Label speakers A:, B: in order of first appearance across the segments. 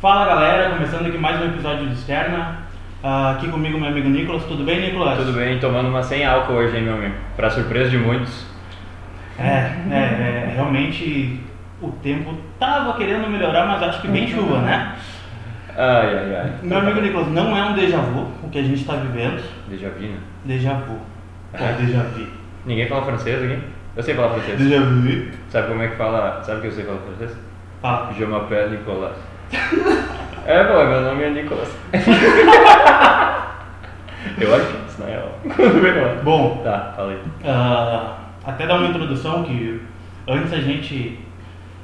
A: Fala galera, começando aqui mais um episódio de Externa. Ah, aqui comigo meu amigo Nicolas, tudo bem Nicolas?
B: Tudo bem, tomando uma sem álcool hoje, hein, meu amigo? Pra surpresa de muitos.
A: É, é, é, realmente o tempo tava querendo melhorar, mas acho que bem chuva, né?
B: Ai, ai, ai.
A: Meu amigo Nicolas, não é um déjà vu o que a gente tá vivendo.
B: Déjà vu, né?
A: Déjà vu. É déjà vu.
B: Ninguém fala francês aqui? Eu sei falar francês.
A: Déjà vu. Tá.
B: Sabe como é que fala? Sabe que eu sei falar francês?
A: Fala.
B: Je m'appelle Nicolas. É, bom, meu nome é Nicolas. Eu acho que isso não é real.
A: Bom,
B: Tá, falei.
A: ah, até dar uma introdução que antes a gente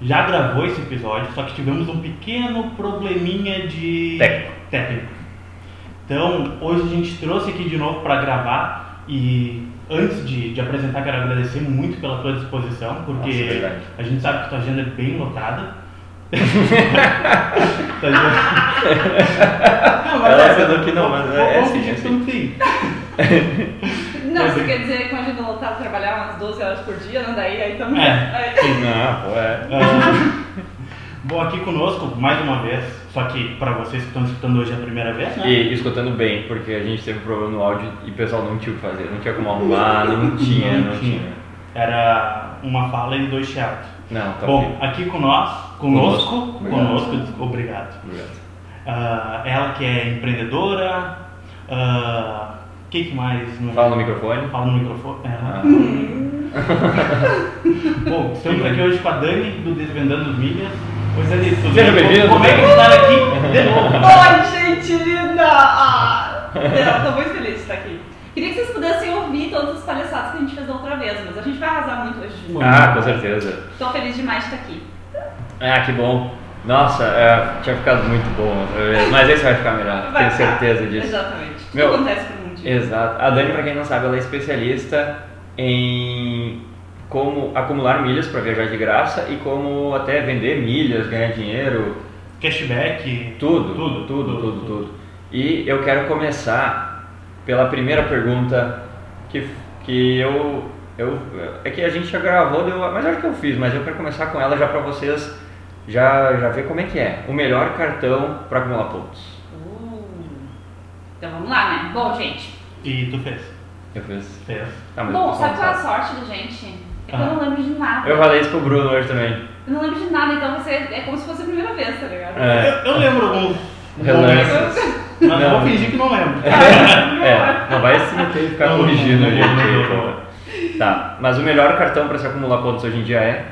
A: já gravou esse episódio, só que tivemos um pequeno probleminha de
B: Técnico.
A: técnico. Então, hoje a gente trouxe aqui de novo para gravar e antes de, de apresentar, quero agradecer muito pela tua disposição,
B: Nossa, é
A: porque
B: verdade.
A: a gente sabe que tua agenda é bem lotada. Tá Tua agenda- não, mas
B: Ela
A: é,
B: falou que não, mas é
A: vamos
B: assim,
A: fingir
B: é
A: que tu
B: assim.
A: não tem.
C: Não, você
A: Mas-
C: quer dizer que quando a gente voltava a trabalhar umas 12 horas por dia, né? Daí aí também.
A: É.
C: Aí-
B: Não, pô, é.
A: Ah, Bom, aqui conosco, mais uma vez, só que para vocês que estão escutando hoje é a primeira vez, né?
B: E escutando bem, porque a gente teve um problema no áudio e o pessoal não tinha o que fazer. Não tinha como arrumar, não tinha, não tinha.
A: Era uma fala e dois chiados.
B: Não, tá
A: Bom, aqui com nós, conosco,
B: Conosco.
A: conosco, obrigado.
B: Obrigado.
A: Ah, ela que é empreendedora, ah, o que, que mais? não-
B: Fala no microfone.
A: Fala no microfone. é.
B: Ah.
A: Bom, estamos aqui hoje com a Dani, do Desvendando os Milhas. Pois é, tudo
B: Seja bem-vindo,
A: Como é que
B: Dani.
A: estar aqui de novo?
C: Oi, gente linda! Ah, eu tô muito feliz de estar aqui. Queria que vocês pudessem ouvir todas as palhaçadas que a gente fez da outra vez, mas a gente vai arrasar muito hoje de novo.
B: Ah, com certeza.
C: Tô feliz demais de estar aqui.
B: Ah, que bom. Nossa, é, tinha ficado muito bom outra vez, mas esse vai ficar melhor,
C: Vai
B: tenho
C: ficar.
B: certeza disso.
C: Exatamente. Tudo
B: Meu- é-
C: acontece por um motivo.
B: Exato. A Dani, pra quem não sabe, ela é especialista em como acumular milhas pra viajar de graça e como até vender milhas, ganhar dinheiro,
A: Cashback.
B: tudo,
A: Tudo,
B: tudo, tudo,
A: tudo,
B: tudo. E eu quero começar pela primeira pergunta que, que eu, eu. É que a gente já gravou, deu, mas acho que eu fiz, mas eu quero começar com ela já pra vocês já, já ver como é que é. O melhor cartão pra acumular pontos.
C: Uh, então vamos lá, né? Bom, gente.
A: E tu fez?
B: Eu fiz.
A: Fez.
B: Tá, mas
C: Bom,
B: eu
C: sabe
B: não
C: qual é a
B: faço.
C: sorte da gente? É que
A: Ah.
C: eu não lembro de nada.
B: Eu falei isso pro Bruno hoje também.
C: Eu não lembro de nada, então você é como se fosse a primeira vez, tá ligado?
B: É.
A: Eu, eu lembro alguns momentos,
B: Relances.
A: mas eu
B: Não.
A: vou fingir que não lembro.
B: É, não vai se meter e ficar
A: Não,
B: corrigindo
A: não,
B: a
A: não,
B: gente.
A: não, não.
B: pô. Tá, mas o melhor cartão pra se acumular pontos hoje em dia é.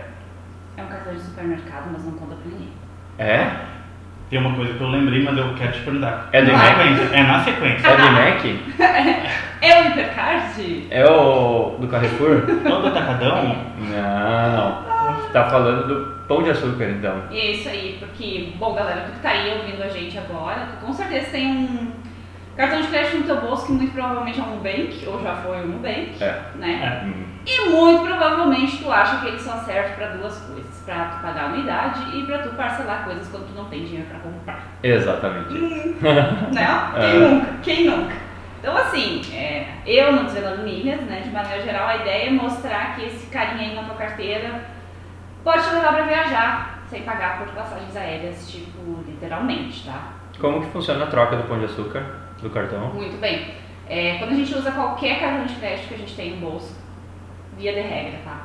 C: É um cartão de supermercado, mas não conta pra ninguém.
B: É?
A: Tem uma coisa que eu lembrei, mas eu quero te perguntar.
B: É do
A: na
B: Mac?
A: sequência. É na sequência.
B: É do Mac?
C: É o hipercard?
B: É o do Carrefour?
A: Não do Atacadão?
B: Não. Tá falando do pão de açúcar, então.
C: E é isso aí, porque, bom, galera, tu que tá aí ouvindo a gente agora, tu com certeza tem um cartão de crédito no teu bolso que muito provavelmente é um Nubank, ou já foi um Nubank,
B: É.
C: né?
B: Hum.
C: E muito provavelmente tu acha que ele só serve pra duas coisas, pra tu pagar a anuidade e pra tu parcelar coisas quando tu não tem dinheiro pra comprar.
B: Exatamente.
C: né?
A: É.
C: Quem nunca? Quem nunca? Então, assim, é, eu no Desvelando Milhas, né, de maneira geral, a ideia é mostrar que esse carinha aí na tua carteira pode te levar pra viajar sem pagar por passagens aéreas, tipo, literalmente, tá?
B: Como que funciona a troca do pão de açúcar do cartão?
C: Muito bem. É, quando a gente usa qualquer cartão de crédito que a gente tem no bolso, via de regra, tá?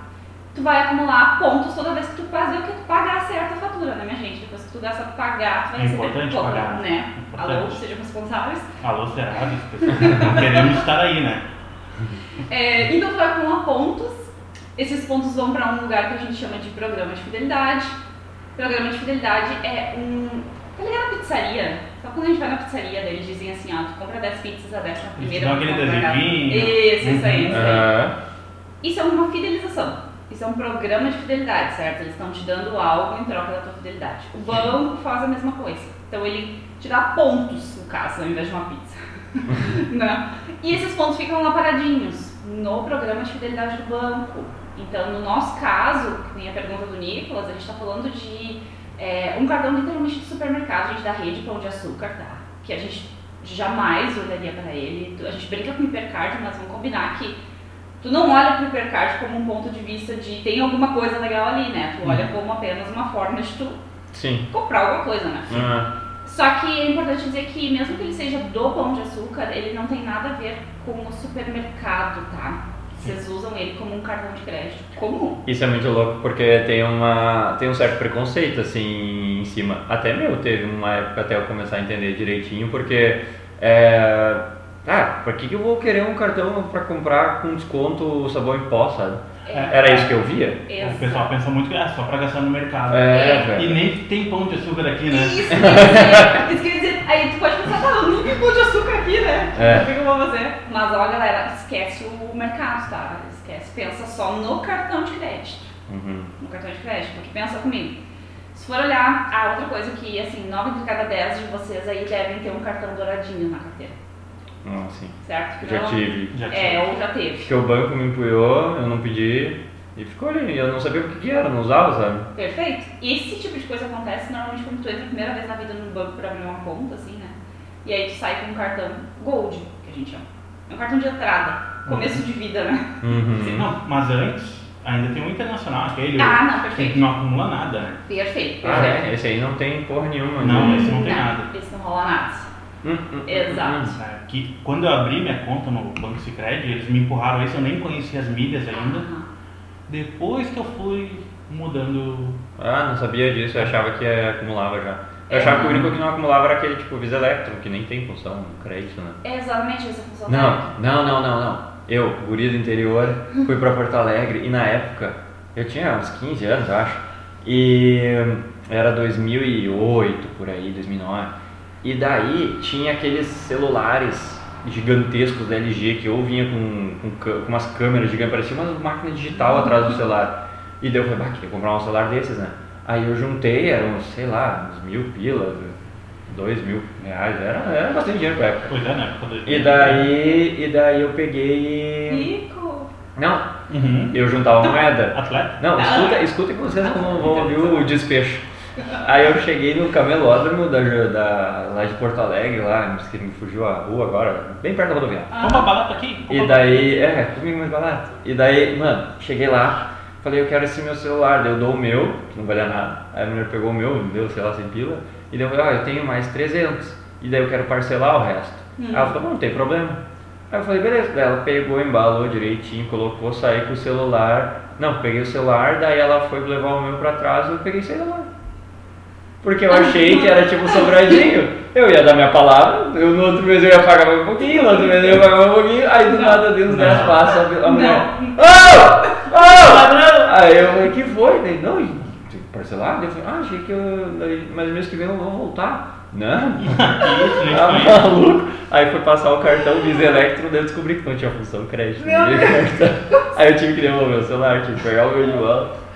C: Tu vai acumular pontos toda vez que tu fazer o que tu pagar certa fatura, né, minha gente? Depois que tu gasta pra pagar, tu vai
A: É
C: receber
A: importante
C: ponto,
A: pagar, né?
C: né?
A: Importante.
C: Alô, sejam responsáveis.
A: Alô, Serasa, as pessoas não queremos estar aí, né?
C: É, então tu vai acumular pontos. Esses pontos vão para um lugar que a gente chama de programa de fidelidade. Programa de fidelidade é um. Tá ligado a pizzaria? Só quando a gente vai na pizzaria, daí eles dizem assim: ó, tu compra 10 pizzas, a 10 na primeira.
A: dão
C: tu
A: Então, aquele
C: compra cada-
A: adesivinho.
C: Isso, isso aí,
B: Uhum.
C: isso aí.
B: Aham.
C: Isso é uma fidelização. Isso é um programa de fidelidade, certo? Eles estão te dando algo em troca da tua fidelidade. O banco faz a mesma coisa. Então ele te dá pontos, no caso, ao invés de uma pizza. né? E esses pontos ficam lá paradinhos no programa de fidelidade do banco. Então, no nosso caso, que nem a pergunta do Nicolas, a gente está falando de é, um cartão literalmente de supermercado, gente da rede Pão de Açúcar, tá? Que a gente jamais olharia para ele. A gente brinca com hipercard, mas vamos combinar que Tu não olha pro hipercard como um ponto de vista de tem alguma
A: Uhum.
C: coisa legal ali, né? Tu olha como apenas uma forma de tu
B: Sim.
A: Uhum.
C: comprar alguma coisa, né?
B: Ah,
C: Só que é importante dizer que, mesmo que ele seja do Pão de Açúcar, ele não tem nada a ver com o supermercado, tá? Vocês usam ele como um cartão de crédito comum.
B: Isso é muito louco porque tem uma tem um certo preconceito assim em cima. Até meu teve uma época até eu começar a entender direitinho porque é, ah, por que, que eu vou querer um cartão pra comprar com desconto sabão em pó, sabe?
A: É.
B: Era isso que eu via.
C: Essa-
A: O pessoal pensa muito que é só pra gastar no mercado.
B: É,
A: E
B: velho.
A: nem tem pão de açúcar aqui, né?
C: Isso, isso, isso quer dizer, aí tu pode pensar, tá, eu nunca pão de açúcar aqui, né?
B: É.
C: O que que eu vou fazer? Mas ó, galera, esquece o mercado, tá? Esquece, pensa só no cartão de crédito.
B: Uhum.
C: no cartão de crédito, porque pensa comigo. Se for olhar, a outra coisa que, assim, 9 entre cada 10 de vocês aí devem ter um cartão douradinho na carteira,
B: Não, assim.
C: certo? Que
B: Já
C: não-
B: tive.
A: Já tinha.
C: É, ou já teve.
B: Porque o banco me empunhou, eu não pedi e ficou ali. Eu não sabia o que, que era, não usava, sabe?
C: Perfeito? Esse tipo de coisa acontece normalmente quando tu entra a primeira vez na vida no banco pra abrir uma conta, assim, né? E aí tu sai com um cartão Gold, que a gente chama. É um cartão de entrada, começo de vida, né?
A: Sim,
B: Uhum.
A: Não, mas antes, ainda tem um internacional, aquele
C: Ah, não,
A: que
C: perfeito.
A: não acumula nada, né?
C: Perfeito, perfeito.
B: Ah, é? Esse aí não tem porra nenhuma.
A: Não,
B: né?
A: esse não tem nada.
C: Esse não rola nada.
B: Hum, hum, hum,
C: Exato.
A: Sabe, Que quando eu abri minha conta no Banco Sicredi, eles me empurraram isso, eu nem conhecia as milhas ainda.
C: Aham.
A: Depois que eu fui mudando.
B: Ah, não sabia disso, eu achava que eh, acumulava já. Eu
C: É.
B: achava que o único que não acumulava era aquele tipo Visa Electron, que nem tem função no crédito, né?
C: É exatamente essa função dela.
B: Não, não, não, não, não. Eu, guri do interior, fui pra Porto Alegre e na época, eu tinha uns 15 anos, eu acho, e era 2008, por aí, 2009. E daí tinha aqueles celulares gigantescos da LG que ou vinha com, com, cã- com umas câmeras gigantes, parecia uma máquina digital atrás do celular. E daí eu falei, bah, queria comprar um celular desses, né? Aí eu juntei, eram, sei lá, uns mil pilas, dois mil reais, era, era bastante dinheiro pra época.
A: Pois é, na época do.
B: E daí, e daí eu peguei.
C: Rico!
B: Não,
A: Uhum.
B: eu juntava moeda.
A: Atleta?
B: Não, escuta, escuta que vocês vão, vão ouvir o despejo. Aí eu cheguei no camelódromo da, da- lá de Porto Alegre, lá, que me fugiu a rua agora, bem perto da rodoviária.
A: Vamos pra balada aqui?
B: E daí, é, comigo mais barato. E daí, mano, cheguei lá, falei, eu quero esse meu celular, daí eu dou o meu, que não valia nada. Aí a mulher pegou o meu, me deu, sei lá, sem pila, e daí eu falei, ó, eu tenho mais 300, e daí eu quero parcelar o resto. Aí ela falou, não, não tem problema. Aí eu falei, beleza, daí ela pegou, embalou direitinho, colocou, saí com o celular. Não, peguei o celular, daí ela foi levar o meu pra trás e eu peguei o celular. Porque eu achei que era tipo sobradinho. Eu ia dar minha palavra, eu no outro mês eu ia pagar mais um pouquinho, no outro mês eu ia pagar mais um pouquinho, aí do nada Deus
A: Não.
B: dez passa a
C: Não.
B: mulher. Ô! Ô! Ladrão! Aí eu falei, que foi? Daí, não, tem que parcelar? Daí Eu falei, ah, achei que eu. daí, Mas mês que vem eu vou voltar. Não,
A: Que isso, né?
B: tá
A: Isso aí.
B: maluco. Aí foi passar o cartão Visa Electro, daí eu descobri que não tinha função crédito. não tinha cartão. Aí eu tive que devolver o celular, tive que pegar o meu de volta.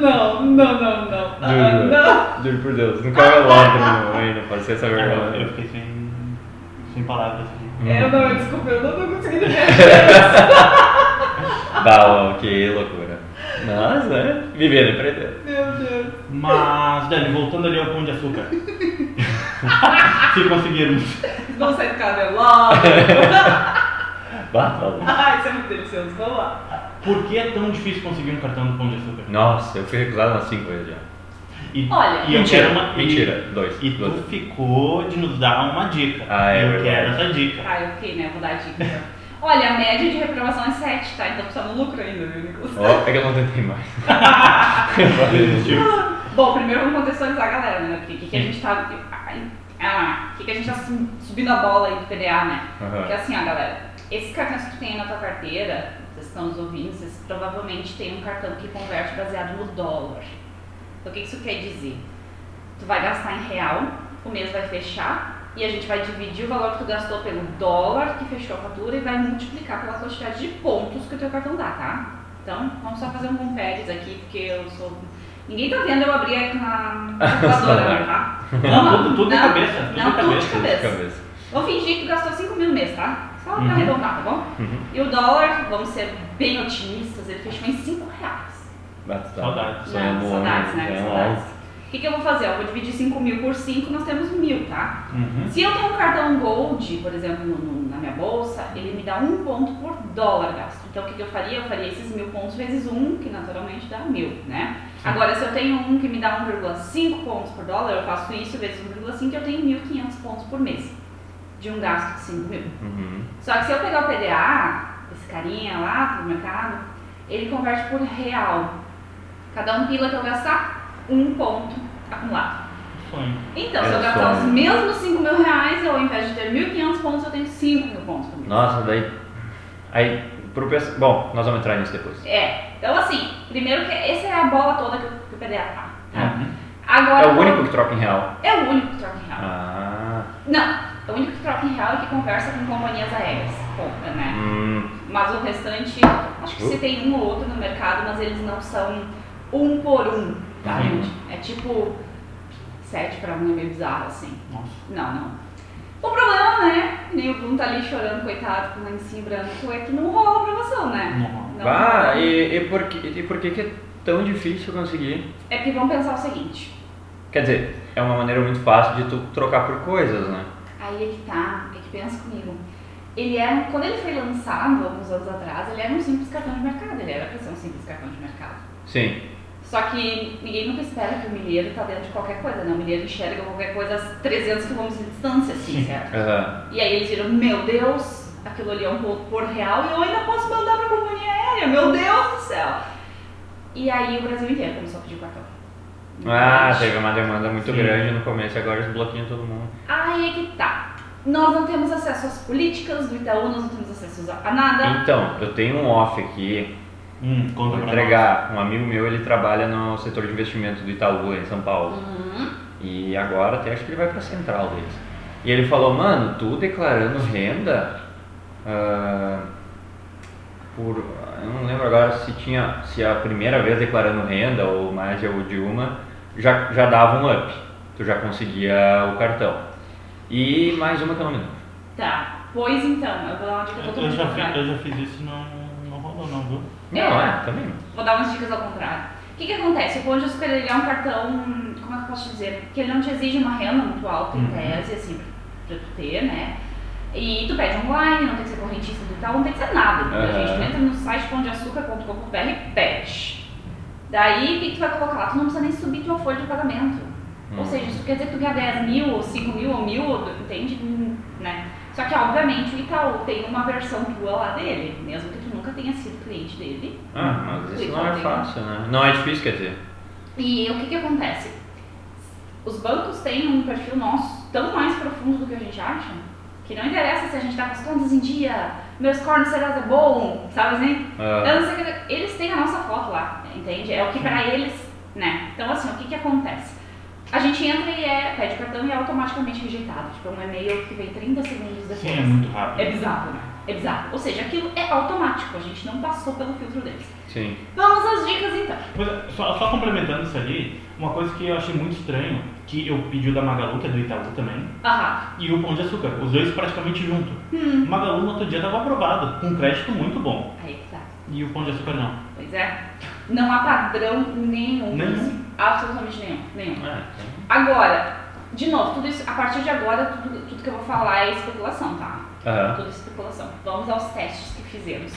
C: Não, não, não, não. Ah,
B: Juro,
C: não.
B: juro por Deus, nunca vai lá pra minha mãe, não pode ser essa
A: Ah, Eu
B: vergonha.
A: fiquei sem, sem palavras aqui.
B: Hum.
C: Eu não, desculpa, eu não tô conseguindo ver.
B: Bah, ó, um que loucura. Nossa, né? Viver e aprender.
C: Meu Deus.
A: Mas, Dani, voltando ali ao pão de açúcar. Se conseguirmos.
C: Vamos sair do cabelado.
B: Bah, tá louco.
C: Ai, isso é muito delicioso. Vamos lá.
A: Por que é tão difícil conseguir um cartão do pão de açúcar?
B: Nossa, eu fui recusado umas 5 vezes já.
A: E,
C: Olha,
A: e eu
B: mentira,
A: quero uma- e-
B: mentira, dois.
A: E,
B: duas.
A: tu ficou de nos dar uma dica.
B: Ah, é
A: eu quero
B: verdade.
A: essa dica.
C: Ai, ok, né? Vou dar a dica. então. Olha, a média de reprovação é 7, tá? Então tu tá no lucro ainda, viu, Nicolas?
B: Ó, é que eu não tentei mais.
A: Desistiu.
C: Bom, primeiro vamos contextualizar a galera, né? Porque o que, que a gente tá. ai, Ah, o que, que a gente tá su- subindo a bola aí do PDA, né?
B: Aham.
C: Porque assim, ó, galera, esses cartões que tu tem aí na tua carteira, vocês estão nos ouvindo, vocês provavelmente têm um cartão que converte baseado no dólar. Então o que que isso quer dizer? Tu vai gastar em real, o mês vai fechar e a gente vai dividir o valor que tu gastou pelo dólar que fechou a fatura e vai multiplicar pela quantidade de pontos que o teu cartão dá, tá? Então, vamos só fazer um compares aqui, porque eu sou. Ninguém tá vendo eu abrir aqui na computadora, né, tá?
A: Não, tudo, tudo em
C: Não,
A: cabeça. Tudo
C: não,
A: em
C: tudo
A: cabeça.
C: de cabeça.
B: Cabeça.
C: Vou fingir que gastou 5 mil no mês, tá? Só pra
A: Uhum.
C: arredondar, tá bom?
B: Uhum.
C: E o dólar, vamos ser bem otimistas, ele fechou em 5 reais.
B: Mas tá.
A: Saudades.
B: Só é
C: Não,
B: bom,
C: saudades,
B: né?
C: né?
B: É um
C: Saudades.
B: alvo.
C: O que, que eu vou fazer? Eu vou dividir 5 mil por 5, nós temos mil, tá?
B: Uhum.
C: Se eu tenho um cartão Gold, por exemplo, no- no- na minha bolsa, ele me dá um ponto por dólar gasto. Então o que, que eu faria? Eu faria esses mil pontos vezes um, que naturalmente dá mil, né? Agora, se eu tenho um que me dá 1,5 pontos por dólar, eu faço isso vezes 1,5, eu tenho 1.500 pontos por mês de um gasto de 5 mil.
B: Uhum.
C: Só que se eu pegar o PDA, esse carinha lá do mercado, ele converte por real. Cada um pila que eu gastar, um ponto acumulado.
A: Sonho.
C: Então, se eu
B: Olha
C: gastar
B: só.
C: os mesmos 5 mil reais, eu, ao invés de ter 1.500 pontos, eu tenho 5 mil pontos por mês.
B: Nossa, daí. Aí, pro pessoal. Bom, nós vamos entrar nisso depois.
C: É, então assim, primeiro que essa é a bola toda que o- que o PDA tá. tá?
A: Uhum.
C: Agora,
B: É o único que troca em real.
C: É o único que troca em real.
B: Ah.
C: Não, é o único que troca em real e que conversa com companhias aéreas. Compra, né?
B: Hum.
C: Mas o restante, acho que
B: Uh.
C: você tem um ou outro no mercado, mas eles não são um por um, tá,
B: Uhum.
C: gente? É tipo sete pra um é meio bizarro, assim.
A: Nossa.
C: Não, não. O problema, né? que Nem o Bruno tá ali chorando, coitado, com o lencinho branco, é que não rola a promoção, né?
A: Não.
C: Não
B: Bah,
C: rola.
B: e, e por, que, e por que, que é tão difícil conseguir?
C: É porque vão pensar o seguinte.
B: Quer dizer, é uma maneira muito fácil de tu trocar por coisas, né?
C: Aí é que tá, é que pensa comigo. Ele era, quando ele foi lançado, alguns anos atrás, ele era um simples cartão de mercado. Ele era pra ser um simples cartão de mercado.
B: Sim.
C: Só que ninguém nunca espera que o milheiro tá dentro de qualquer coisa, né? O milheiro enxerga qualquer coisa a 300 km de distância, assim,
A: Sim.
C: certo?
B: Aham.
C: E aí eles viram, meu Deus, aquilo ali é um ponto por real e eu ainda posso mandar pra companhia aérea, meu Deus do céu! E aí o Brasil inteiro começou a pedir cartão.
B: Ah, teve uma demanda muito
A: Sim.
B: grande no começo e agora desbloqueia todo mundo.
C: Aí é que tá. Nós não temos acesso às políticas do Itaú, nós não temos acesso a nada.
B: Então, eu tenho um off aqui.
A: Hum,
B: Vou
A: conta pra
B: entregar. Um amigo meu, ele trabalha no setor de investimento do Itaú, em São Paulo.
C: Uhum.
B: E agora até acho que ele vai pra central deles. E ele falou, mano, tu declarando renda ah, por. Eu não lembro agora se tinha. se a primeira vez declarando renda ou mais ou de uma, já, já dava um up. Tu já conseguia o cartão. E mais uma que eu não me lembro.
C: Tá. Pois então, eu vou dar uma dica
A: nós.
C: todo
A: Eu, eu
C: mundo.
A: já fiz, eu já fiz isso e não, não rolou não, viu?
B: Não, é, também. não.
C: Vou dar umas dicas ao contrário. O que, que acontece? O Pão de Açúcar ele é um cartão, como é que eu posso dizer? Que ele não te exige uma renda muito alta em
A: Uhum.
C: tese, assim, pra tu ter, né? E tu pede online, não tem que ser correntista do tal, não tem que ser nada. Então,
B: Aham.
C: A gente tu entra no site pãodeaçúcar.com.br e pede. Daí, o que, que tu vai colocar lá? Tu não precisa nem subir tua folha de pagamento. Ou
B: Hum.
C: seja, isso quer dizer que tu ganha 10 mil, ou 5 mil, ou mil, ou- entende? Hum, Né? Só que, obviamente, o Itaú tem uma versão tua lá dele, mesmo que tu nunca tenha sido cliente dele.
B: Ah, mas isso
C: Sim,
B: não é
C: tem.
B: fácil, né? Não é difícil, quer dizer.
C: E o que, que acontece? Os bancos têm um perfil nosso tão mais profundo do que a gente acha, que não interessa se a gente tá com as contas em dia, meu score no Serasa é bom, sabe assim?
B: Ah,
C: Eu não sei o que- Eles têm a nossa foto lá, entende? É o que pra eles, né? Então, assim, o que, que acontece? A gente entra e é, pede cartão e é automaticamente rejeitado. Tipo, é um e-mail que vem 30 segundos depois.
A: Sim, é muito rápido.
C: É bizarro, né? É bizarro. Ou seja, aquilo é automático, a gente não passou pelo filtro deles.
B: sim.
C: Vamos às dicas então.
A: Pois é, só, só complementando isso ali, uma coisa que eu achei muito estranho, que eu pedi o da Magalu, que é do Itaú também,
C: Aham.
A: e o Pão de Açúcar, os dois praticamente junto.
C: Hum.
A: Magalu no outro dia tava aprovado, com um crédito muito bom.
C: Aí que tá.
A: E o Pão de Açúcar não.
C: Pois é. Não há padrão nenhum.
A: Nenhum.
C: Absolutamente nenhum. Nenhum.
B: Ah, então.
C: Agora, de novo, tudo isso, a partir de agora, tudo, tudo que eu vou falar é especulação, tá?
B: Aham.
C: Tudo isso é especulação. Vamos aos testes que fizemos.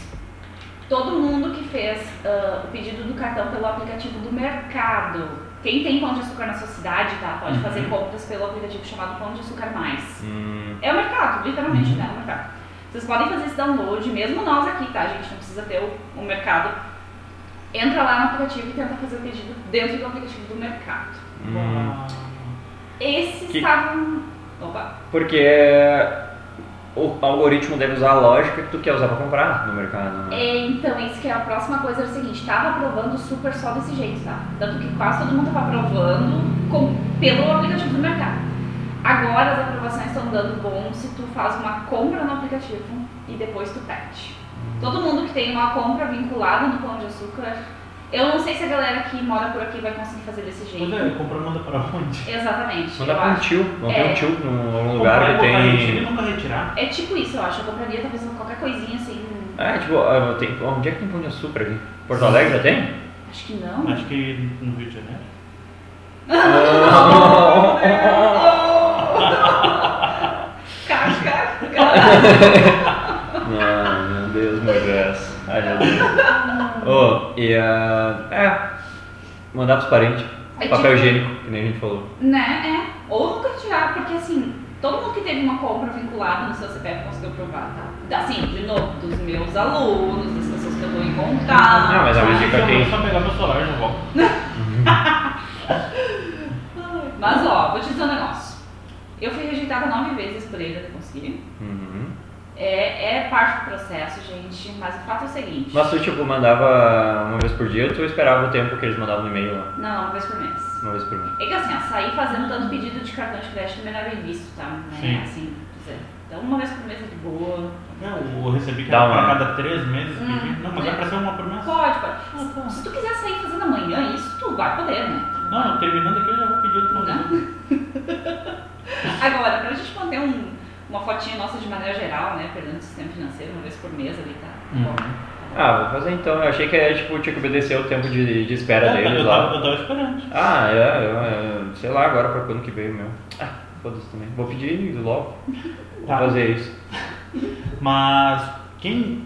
C: Todo mundo que fez ah, o pedido do cartão pelo aplicativo do mercado. Quem tem pão de açúcar na sua cidade, tá? Pode fazer compras pelo aplicativo chamado Pão de Açúcar Mais.
B: Hum,
C: É o mercado, literalmente, né? É o mercado. Vocês podem fazer esse download, mesmo nós aqui, tá? A gente não precisa ter o, o mercado. Entra lá no aplicativo e tenta fazer o pedido dentro do aplicativo do mercado.
B: hum.
C: Esses
B: Que-
C: estavam. um- Opa!
B: Porque é, o algoritmo deve usar a lógica que tu quer usar pra comprar no mercado. Né?
C: É, então, isso que é a próxima coisa é o seguinte: tava aprovando super só desse jeito, tá? Tanto que quase todo mundo tava aprovando com- pelo aplicativo do mercado. Agora as aprovações estão dando bom se tu faz uma compra no aplicativo e depois tu pede. Todo mundo que tem uma compra vinculada no Pão de Açúcar, eu não sei se a galera que mora por aqui vai conseguir fazer desse
A: Pois
C: jeito.
A: é, comprou manda para onde?
C: Exatamente.
B: Mandar
C: eu
B: pra um
C: acho.
B: tio, não
C: É.
B: tem um tio num
A: Comprar
B: algum lugar
A: e
B: que
A: botar retiro e
B: tem.
A: nunca retirar.
C: É tipo isso, eu acho. Eu compraria talvez qualquer coisinha assim.
B: Ah, tipo, ah, tem... onde é que tem pão de açúcar aqui? Porto Alegre já tem?
C: Acho que não.
A: Acho que no Rio de Janeiro.
C: Casca.
B: Ah, meu Deus, Moisés. Ai, meu Deus. Oh, e ah, é, mandar pros parentes.
C: É
B: Papel
C: tipo-
B: higiênico, que nem a gente falou.
C: Né? É. Ou nunca tirar, porque assim, todo mundo que teve uma compra vinculada no seu CPF conseguiu provar, tá? Assim, de novo, dos meus alunos, das pessoas que eu tô em contato.
B: Ah, mas a
A: Se
B: música
A: eu
B: tem.
A: só pegar meu celular, eu já volto.
C: Mas ó, vou te dizer um negócio. Eu fui rejeitada nove vezes por ele até conseguir.
B: Uhum.
C: É, é parte do processo, gente, mas o fato é o seguinte.
B: Mas tu, tipo, mandava uma vez por dia ou tu esperava o tempo que eles mandavam no e-mail lá?
C: Não, uma vez por mês.
B: Uma vez por mês.
C: É que assim, ó, sair fazendo tanto pedido de cartão de crédito também não era bem visto, tá? Né?
A: Sim.
C: Assim, quer dizer, então uma vez por mês é de boa.
A: Eu recebi que
B: Dá
A: era pra
B: uma-
A: cada três meses.
C: Hum.
A: pedido. Não, mas é pra ser uma por mês.
C: Pode,
A: Ah,
C: pode.
A: tá.
C: Se tu quiser sair fazendo amanhã, isso tu vai poder, né?
A: Não, terminando aqui eu já vou pedir outro modelo.
C: Agora, pra gente manter um- uma fotinha nossa de maneira geral, né? Perdendo o sistema financeiro uma vez por mês ali, tá?
A: Uhum.
B: Ah, vou fazer então. Eu achei que era, tipo, tinha que obedecer o tempo de, de espera
A: É,
B: deles
A: eu,
B: lá.
A: tava, eu tava esperando.
B: Ah, é, eu, eu- sei lá agora pra quando que veio meu. Ah, foda-se também. Vou pedir logo. Vou
A: Tá.
B: fazer isso.
A: Mas quem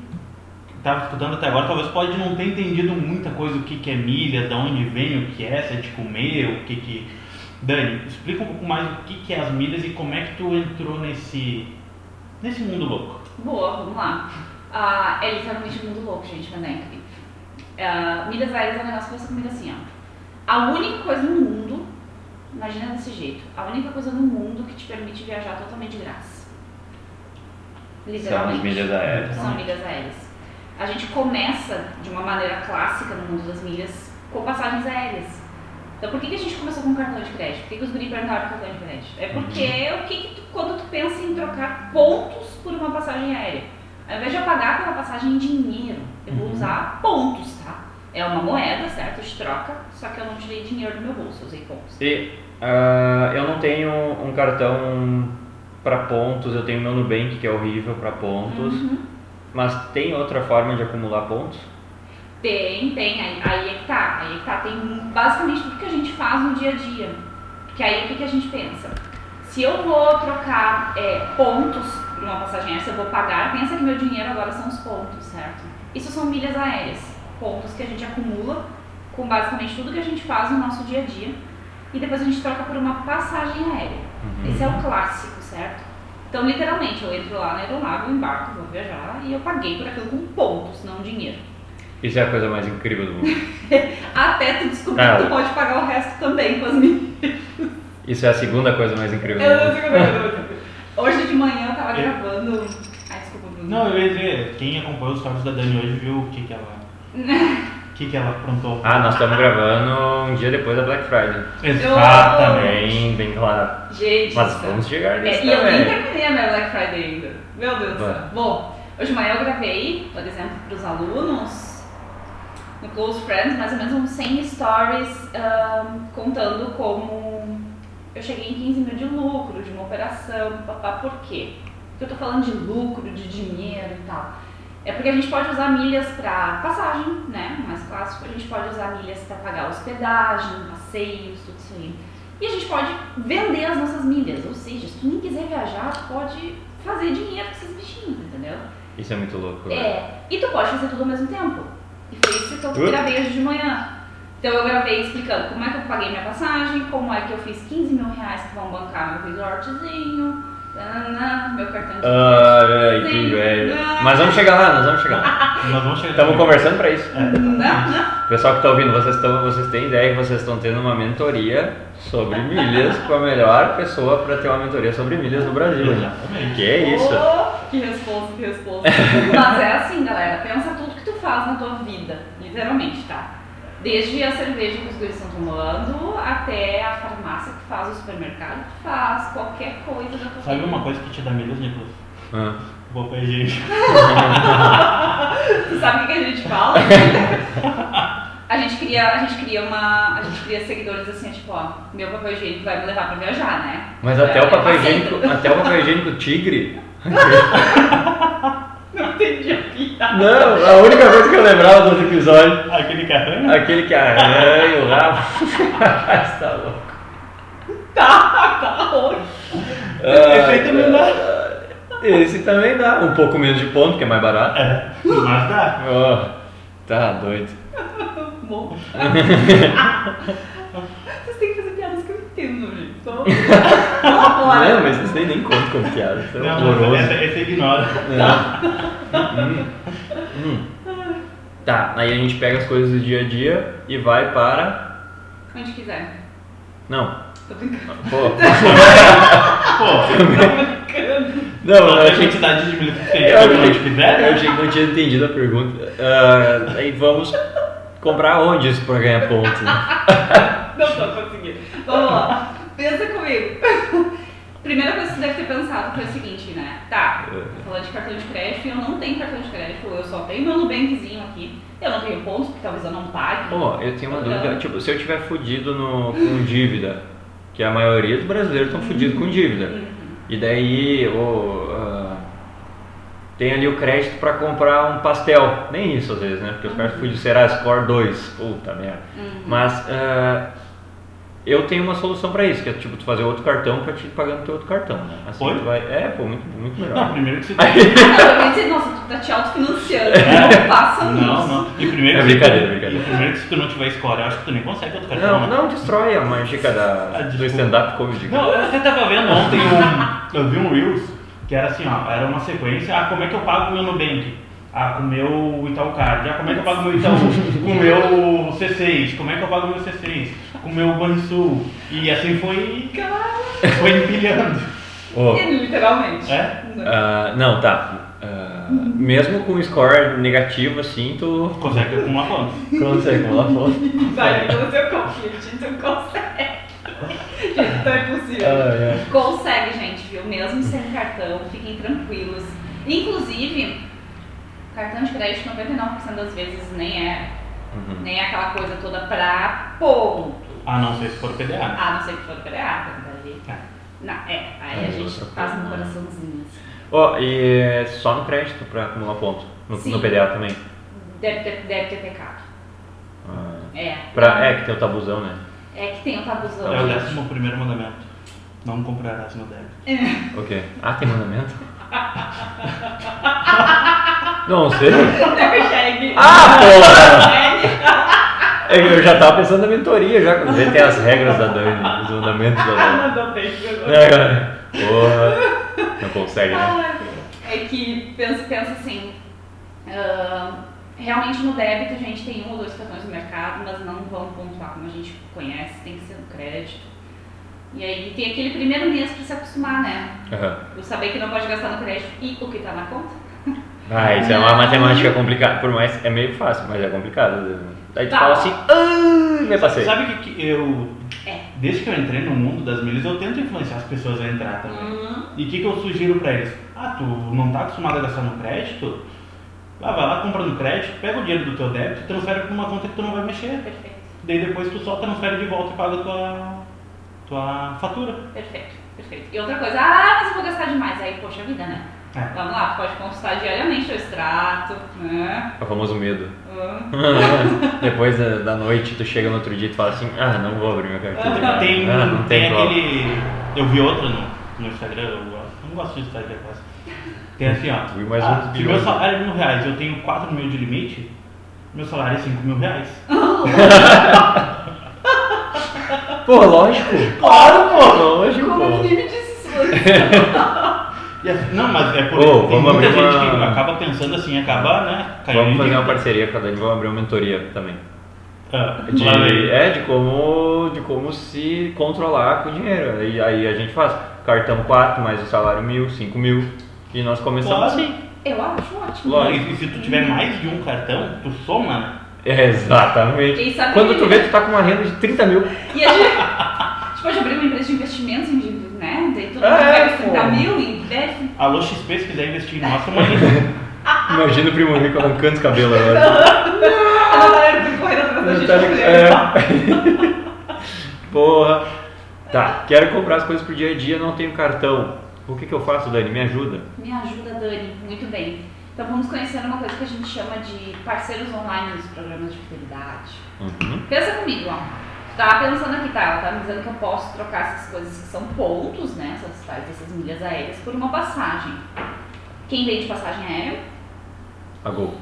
A: tava escutando até agora talvez pode não ter entendido muita coisa o que, que é milha, de onde vem, o que é, se é de comer, o que que. Dani, explica um pouco mais o que, que é as milhas e como é que tu entrou nesse. nesse mundo louco.
C: Boa, vamos lá. Ah, é literalmente um mundo louco, gente, mas não é incrível. Ah, Milhas Aéreas é um negócio que você comigo assim, ó. A única coisa no mundo, imagina desse jeito, a única coisa no mundo que te permite viajar totalmente de graça.
B: São as
C: Literalmente.
B: milhas aéreas.
C: São milhas aéreas. A gente começa de uma maneira clássica no mundo das milhas com passagens aéreas. Então por que, que a gente começou com cartão de crédito? Por que, que os guris perguntaram cartão de crédito? É porque o que, que tu- quando tu pensa em trocar pontos por uma passagem aérea, ao invés de eu pagar pela passagem em dinheiro, eu vou
A: Uhum.
C: usar pontos, tá? É uma moeda, certo? De troca, só que eu não tirei dinheiro do meu bolso, eu usei pontos.
B: E ah, eu não tenho um cartão pra pontos, eu tenho meu Nubank que é horrível pra pontos.
C: Uhum.
B: Mas tem outra forma de acumular pontos?
C: Tem, tem, aí, aí é que tá, aí é que tá, tem basicamente tudo que a gente faz no dia a dia. Porque aí o que, que a gente pensa? Se eu vou trocar é, pontos por uma passagem aérea, se eu vou pagar, pensa que meu dinheiro agora são os pontos, certo? Isso são milhas aéreas, pontos que a gente acumula com basicamente tudo que a gente faz no nosso dia a dia e depois a gente troca por uma passagem aérea.
B: Uhum.
C: Esse é o clássico, certo? Então, literalmente, eu entro lá na aeronave, eu embarco, vou viajar e eu paguei por aquilo com pontos, não dinheiro.
B: Isso é a coisa mais incrível do mundo.
C: Até tu descobrir
B: Ah.
C: que tu pode pagar o resto também com as minhas.
B: Isso é a segunda coisa mais incrível
C: Eu
B: do
C: não
B: mundo.
C: sei como é que eu vou. Hoje de manhã eu tava
A: Eu-
C: gravando. Ai, desculpa, Bruno.
A: Não, eu ia dizer, quem acompanhou os stories da Dani hoje viu o que, que ela. o que, que ela aprontou.
B: Ah, nós estamos gravando um dia depois da Black Friday. Ah,
A: Exatamente.
B: Bem, bem claro.
C: Gente,
B: Mas
C: do céu.
B: vamos chegar nisso
C: É, e eu nem
B: também.
C: terminei a minha Black Friday ainda. Meu Deus do céu.
B: Vai.
C: Bom, hoje de manhã eu gravei, por exemplo, para os alunos, no Close Friends, mais ou menos uns 100 stories ahn, contando como eu cheguei em 15 mil de lucro, de uma operação, papá, por quê? Porque eu tô falando de lucro, de dinheiro e tal. É porque a gente pode usar milhas para passagem, né? Mais clássico, a gente pode usar milhas para pagar hospedagem, passeios, tudo isso aí. E a gente pode vender as nossas milhas, ou seja, se tu nem quiser viajar, tu pode fazer dinheiro com esses bichinhos, entendeu?
B: Isso é muito louco. né?
C: É, e tu pode fazer tudo ao mesmo tempo. E foi isso que eu
B: Tudo?
C: gravei hoje de manhã. Então eu gravei explicando como é que eu paguei minha passagem, como é que eu fiz 15 mil reais que vão bancar meu resortzinho, nananã, meu cartão de
B: Ai, que Ah, velho. Mas vamos chegar lá, nós vamos chegar lá.
A: Nós vamos chegar.
B: Estamos conversando pra isso.
C: Não, não.
B: Pessoal que tá ouvindo, vocês, tão, vocês têm ideia que vocês estão tendo uma mentoria sobre milhas com a melhor pessoa pra ter uma mentoria sobre milhas no Brasil. né?
A: Exatamente.
B: Que é isso?
C: Oh, que resposta, que resposta. Mas é assim, galera, pensa tudo que tu faz na tua vida, literalmente, tá? Desde a cerveja que os guris estão tomando, até a farmácia que tu faz, o supermercado que tu faz, qualquer coisa da tua
A: Sabe
C: vida.
A: uma coisa que te dá milhas, Nicolas?
B: Ah,
A: Vou pra gente.
C: Tu sabe o que a gente fala? a gente cria, a gente cria uma, a gente cria seguidores assim, tipo, ó, meu papel higiênico vai me levar pra viajar, né?
B: Mas
C: Vai
B: até o
C: levar
B: papel
C: sempre.
B: higiênico, até o papel higiênico tigre.
C: Não entendi a piada.
B: Não, a única coisa que eu
A: Ah,
B: lembrava dos episódios,
A: né? Aquele carranho?
B: aquele que arranha o rabo. Você tá louco.
C: Tá, tá ruim.
B: Ah,
A: Esse aí também dá.
B: Esse também dá. Um pouco menos de ponto, que é mais barato.
A: É, mas dá. Oh.
B: Ó, tá doido.
C: Bom. Vocês têm que fazer piadas que eu entendo, gente.
B: Não,
C: Então,
A: é
C: bora.
B: mas isso nem nem conta como piada. Isso é
A: Não,
B: horroroso.
A: essa, essa ignora.
B: É. Hum. Hum. Tá, aí a gente pega as coisas do dia a dia e vai para.
C: Onde quiser.
B: Não.
C: Tô brincando.
B: Pô.
A: Pô,
C: Tô brincando.
B: Não,
A: a
B: eu achei que.
A: quantidade de milímetros É que
B: Eu
A: a
B: achei,
A: gente quiser,
B: eu
A: né?
B: achei que não tinha entendido a pergunta. Ah, aí vamos comprar onde isso pra ganhar pontos? né?
C: Não tô conseguindo. Vamos lá. Pensa comigo. Primeira coisa que você deve ter pensado foi o seguinte, né? Tá,
A: É.
C: tô falando de cartão de crédito e eu não tenho cartão de crédito, eu só tenho meu Nubankzinho aqui. Eu não tenho pontos, porque talvez eu não pague.
A: Oh.
B: Pô, eu tenho uma dúvida. Tipo, se eu tiver fudido no, com dívida, que a maioria dos brasileiros estão fudidos com dívida.
C: Uhum.
B: E daí o, ah, tem ali o crédito pra comprar um pastel. Nem isso às vezes, né? Porque os caras fui de Será Score 2. Puta merda.
C: Uhum.
B: Mas ah, eu tenho uma solução pra isso, que é tipo tu fazer outro cartão pra te ir pagando teu outro cartão, né? Assim
A: Pode?
B: tu vai. É, pô, muito, muito
A: Não,
B: melhor.
A: primeiro que você
C: Não, eu ia dizer, nossa, tu tá te autofinanciando, não faça isso.
A: Não, não. E primeiro
B: É
A: que-
B: brincadeira, brincadeira.
A: E primeiro que se tu não tiver score, eu acho que tu nem consegue outro cartão.
B: Não,
A: né?
B: não destrói a manchica da,
A: Ah,
B: do
A: desculpa.
B: stand-up comedy.
A: Não, eu até tava vendo ontem um. Eu vi um Reels que era assim, ó, era uma sequência, ah, como é que eu pago o meu Nubank? Ah, com o meu Itaú Card. Ah, como é que eu pago o meu Itaú? com o meu C6. Como é que eu pago o meu C6? Com o meu Banrisul. E assim foi. Foi empilhando.
B: Ô,
C: Literalmente.
A: É?
C: Não.
B: ah, não, tá. Ah, mesmo com score negativo assim, tu
A: Consegue com uma conta.
B: consegue lá fora.
C: Vai, então eu confio, gente, tu consegue. Gente, então é
B: Ah,
C: possível.
B: Ai, ai.
C: Consegue, gente, viu? Mesmo sem cartão, fiquem tranquilos. Inclusive, cartão de crédito 99% das vezes nem é,
B: Uhum.
C: nem é aquela coisa toda pra ponto.
A: Ah, não sei se for PDA. né?
C: A não ser que for PDA, daí.
A: É.
C: Não, é,
B: Aí
C: aí a
B: outra
C: gente
B: coisa.
C: faz um coraçãozinho assim.
B: Ó, e é só no crédito pra acumular ponto. No,
C: Sim.
B: no PDA também.
C: Deve ter, deve ter pecado.
B: Ah,
C: É.
B: pra, é, que tem o tabuzão, né?
C: É que tem o tabuzão.
A: É o
C: gente.
A: décimo primeiro mandamento. Não comprarás no débito.
B: O quê? Ah, tem mandamento? Não sei.
C: Never shag.
B: Ah, porra!
C: É.
B: Eu já tava pensando na mentoria, já quando vê, tem as regras da Dani, os mandamentos da Dani.
C: Não tem que ver.
B: É, cara. Porra. Não consegue, né?
C: Ah, É que pensa, pensa assim, ah, realmente no débito a gente tem um ou dois cartões no mercado, mas não vão pontuar como a gente conhece, tem que ser no crédito. E aí tem aquele primeiro mês pra se acostumar, né?
B: Aham.
C: Eu saber que não pode gastar no crédito e o que tá na conta.
B: Ah, isso é uma matemática complicada. Por mais é meio fácil, mas é complicado. Aí tu
C: Tá.
B: fala assim, ah, me passei.
A: Sabe o que, que eu.
C: É.
A: Desde que eu entrei no mundo das milhas, eu tento influenciar as pessoas a entrar também. E o que, que eu sugiro pra eles? Ah, tu não tá acostumado a gastar no crédito? Ah, vai lá, compra no crédito, pega o dinheiro do teu débito e transfere pra uma conta que tu não vai mexer.
C: Perfeito,
A: Daí depois tu só transfere de volta e paga tua, tua fatura.
C: perfeito, perfeito. E outra coisa, ah, mas eu vou gastar demais. Aí, poxa vida, né?
A: É.
C: Vamos lá, pode consultar diariamente o extrato, né?
B: É o famoso medo.
C: Ah,
B: Depois da, da noite, tu chega no outro dia e tu fala assim, ah, não vou abrir minha carteira. cara.
A: Tem, um-
B: ah, não
A: tem,
B: tem, prova."
A: aquele. Eu vi outra no, no Instagram, eu gosto. eu não gosto de Instagram quase. Tem assim, ó.
B: Vi mais
A: ah,
B: uns
A: se meu
B: bilhões.
A: salário é mil reais, eu tenho 4 mil de limite, meu salário é 5 mil reais.
B: Pô, lógico.
A: Claro, pô! assim?
B: Lógico.
C: Como ninguém me disse isso antes?
A: E assim, Não, mas é por
B: Ô,
A: tem
B: vamos
A: muita
B: abrir
A: gente
B: uma-
A: que acaba pensando assim, acaba, né?
B: Vamos fazer
A: em
B: uma
A: dívida.
B: parceria com a Dani, vamos abrir uma mentoria também.
A: Ah, lá
B: De,
A: vem.
B: é, de como, de como se controlar com o dinheiro. E aí a gente faz cartão 4, mais o salário mil, 5 mil. E nós começamos
A: Claro.
B: assim.
C: Eu acho ótimo.
A: Não, e se tu tiver mais de um cartão, tu soma, né?
B: Exatamente.
C: Quem sabe- né?
B: Quando tu vê, tu tá com uma renda de 30 mil.
C: E a gente pode abrir uma empresa de investimentos em dívidas, né? Daí todo mundo
B: É,
C: pega 30
B: pô.
C: mil e investe.
A: Alô XP, se quiser investir em nós, tamo aí.
B: Imagina o primo rico arrancando os cabelos agora.
C: A galera fica é, correndo atrás da gente. né?
B: Tá
C: pra
B: ligado?
C: ver.
B: É. Porra. Tá, quero comprar as coisas pro dia a dia, não tenho cartão. O que, que eu faço, Dani? Me ajuda.
C: Me ajuda, Dani. Muito bem. Então vamos conhecer uma coisa que a gente chama de parceiros online nos programas de fidelidade.
B: Uhum.
C: Pensa comigo, ó. Tava pensando aqui, tá? Ela tá me dizendo que eu posso trocar essas coisas que são pontos, né? Essas tais dessas milhas aéreas por uma passagem. Quem vende passagem aérea?
B: A Gol.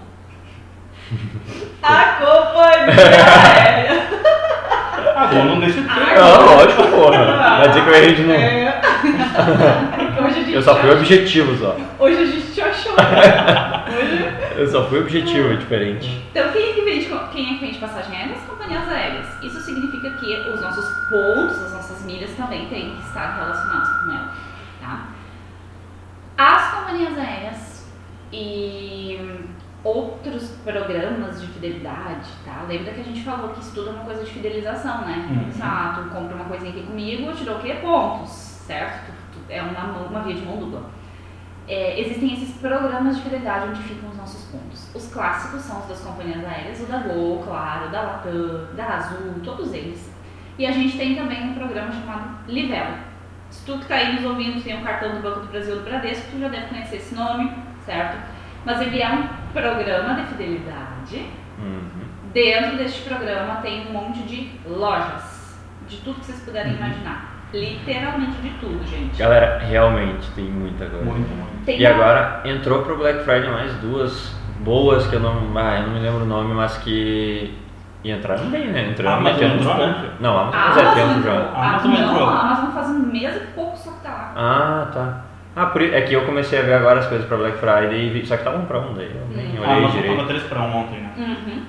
C: A companhia aérea.
A: Ah, bom, não deixa de ter.
B: Ah, lógico, porra. Vai dizer que eu errei de novo.
C: Ah, É. É que hoje a gente
B: Eu só fui
C: achou-
B: objetivo, só.
C: Hoje a gente te achou. né? Hoje...
B: Eu só fui objetivo, é diferente.
C: Então, quem é, que vende, co- quem é que vende passagem aérea? As companhias aéreas. Isso significa que os nossos pontos, as nossas milhas também têm que estar relacionados com ela. Tá? As companhias aéreas e hum, outros programas de fidelidade, tá? Lembra que a gente falou que isso tudo é uma coisa de fidelização, né?
A: Uhum.
C: Ah, tu compra uma coisinha aqui comigo, eu te dou o quê? Pontos, certo? Tu- tu- é uma, mão- uma via de mão dupla. É, existem esses programas de fidelidade onde ficam os nossos pontos. Os clássicos são os das companhias aéreas, o da Gol, claro, da Latam, da Azul, todos eles. E a gente tem também um programa chamado Livelo. Se tu que tá aí nos ouvindo tem um cartão do Banco do Brasil ou do Bradesco, tu já deve conhecer esse nome, certo? Mas ele é um programa de fidelidade
B: Uhum.
C: Dentro deste programa tem um monte de lojas, de tudo que vocês puderem
B: Uhum.
C: imaginar. Literalmente de tudo, gente.
B: Galera, realmente tem muita coisa.
A: Muito, muito.
C: Tem
B: E agora entrou pro Black Friday mais duas boas que eu não. Ah, eu não me lembro o nome, mas que. E entraram bem, né? Entraram
A: Ah, mas
B: metendo
A: entrou,
B: uns
A: né?
B: poucos. Não, há
C: a
B: mais é
C: Amazon
B: tempo
C: Ah, entrou.
B: já.
A: A
C: A
A: Amazon entrou.
C: não, a Amazon faz um mês e pouco só que tá lá.
B: Ah, tá. Ah, por... i- é que eu comecei a ver agora as coisas pra Black Friday e vi... Só que tava um pra um daí. Eu nem
C: Hum.
A: Ah,
B: olhei
A: nós
B: direito.
A: tava 3 pra 1 ontem, né?
C: Uhum.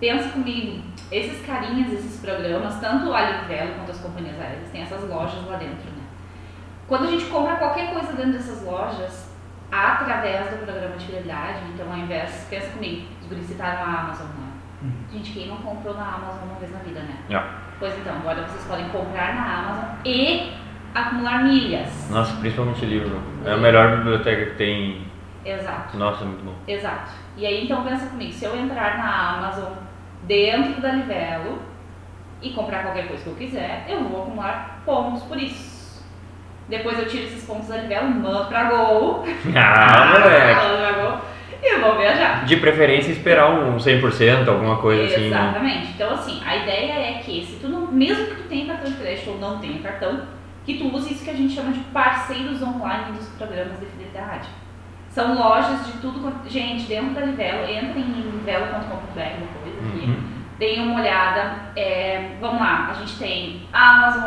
C: Pensa comigo, esses carinhas, esses programas, tanto a Livelo quanto as companhias aéreas, tem essas lojas lá dentro, né? Quando a gente compra qualquer coisa dentro dessas lojas, através do programa de fidelidade, então ao invés, pensa comigo, os guris citaram a Amazon, né?
A: Uhum.
C: Gente, quem não comprou na Amazon uma vez na vida, né?
B: Não.
C: Pois então, agora vocês podem comprar na Amazon e acumular milhas.
B: Nossa, principalmente livro. É a melhor biblioteca que tem.
C: Exato.
B: Nossa, é muito bom.
C: Exato. E aí então pensa comigo, se eu entrar na Amazon dentro da Livelo e comprar qualquer coisa que eu quiser, eu vou acumular pontos por isso. Depois eu tiro esses pontos da Livelo, mando pra Gol,
B: Ah, moleque.
C: mando pra Gol e eu vou viajar.
B: De preferência esperar um 100%, alguma coisa assim. né?
C: Exatamente. Então assim, a ideia é que se tu não, mesmo que tu tenha cartão de crédito ou não tenha cartão, que tu use isso que a gente chama de parceiros online dos programas de fidelidade. São lojas de tudo quanto. Gente, dentro da Livelo, entra em livelo.com.br depois aqui.
B: Uhum.
C: Deem assim. uma olhada. É, vamos lá, a gente tem Amazon,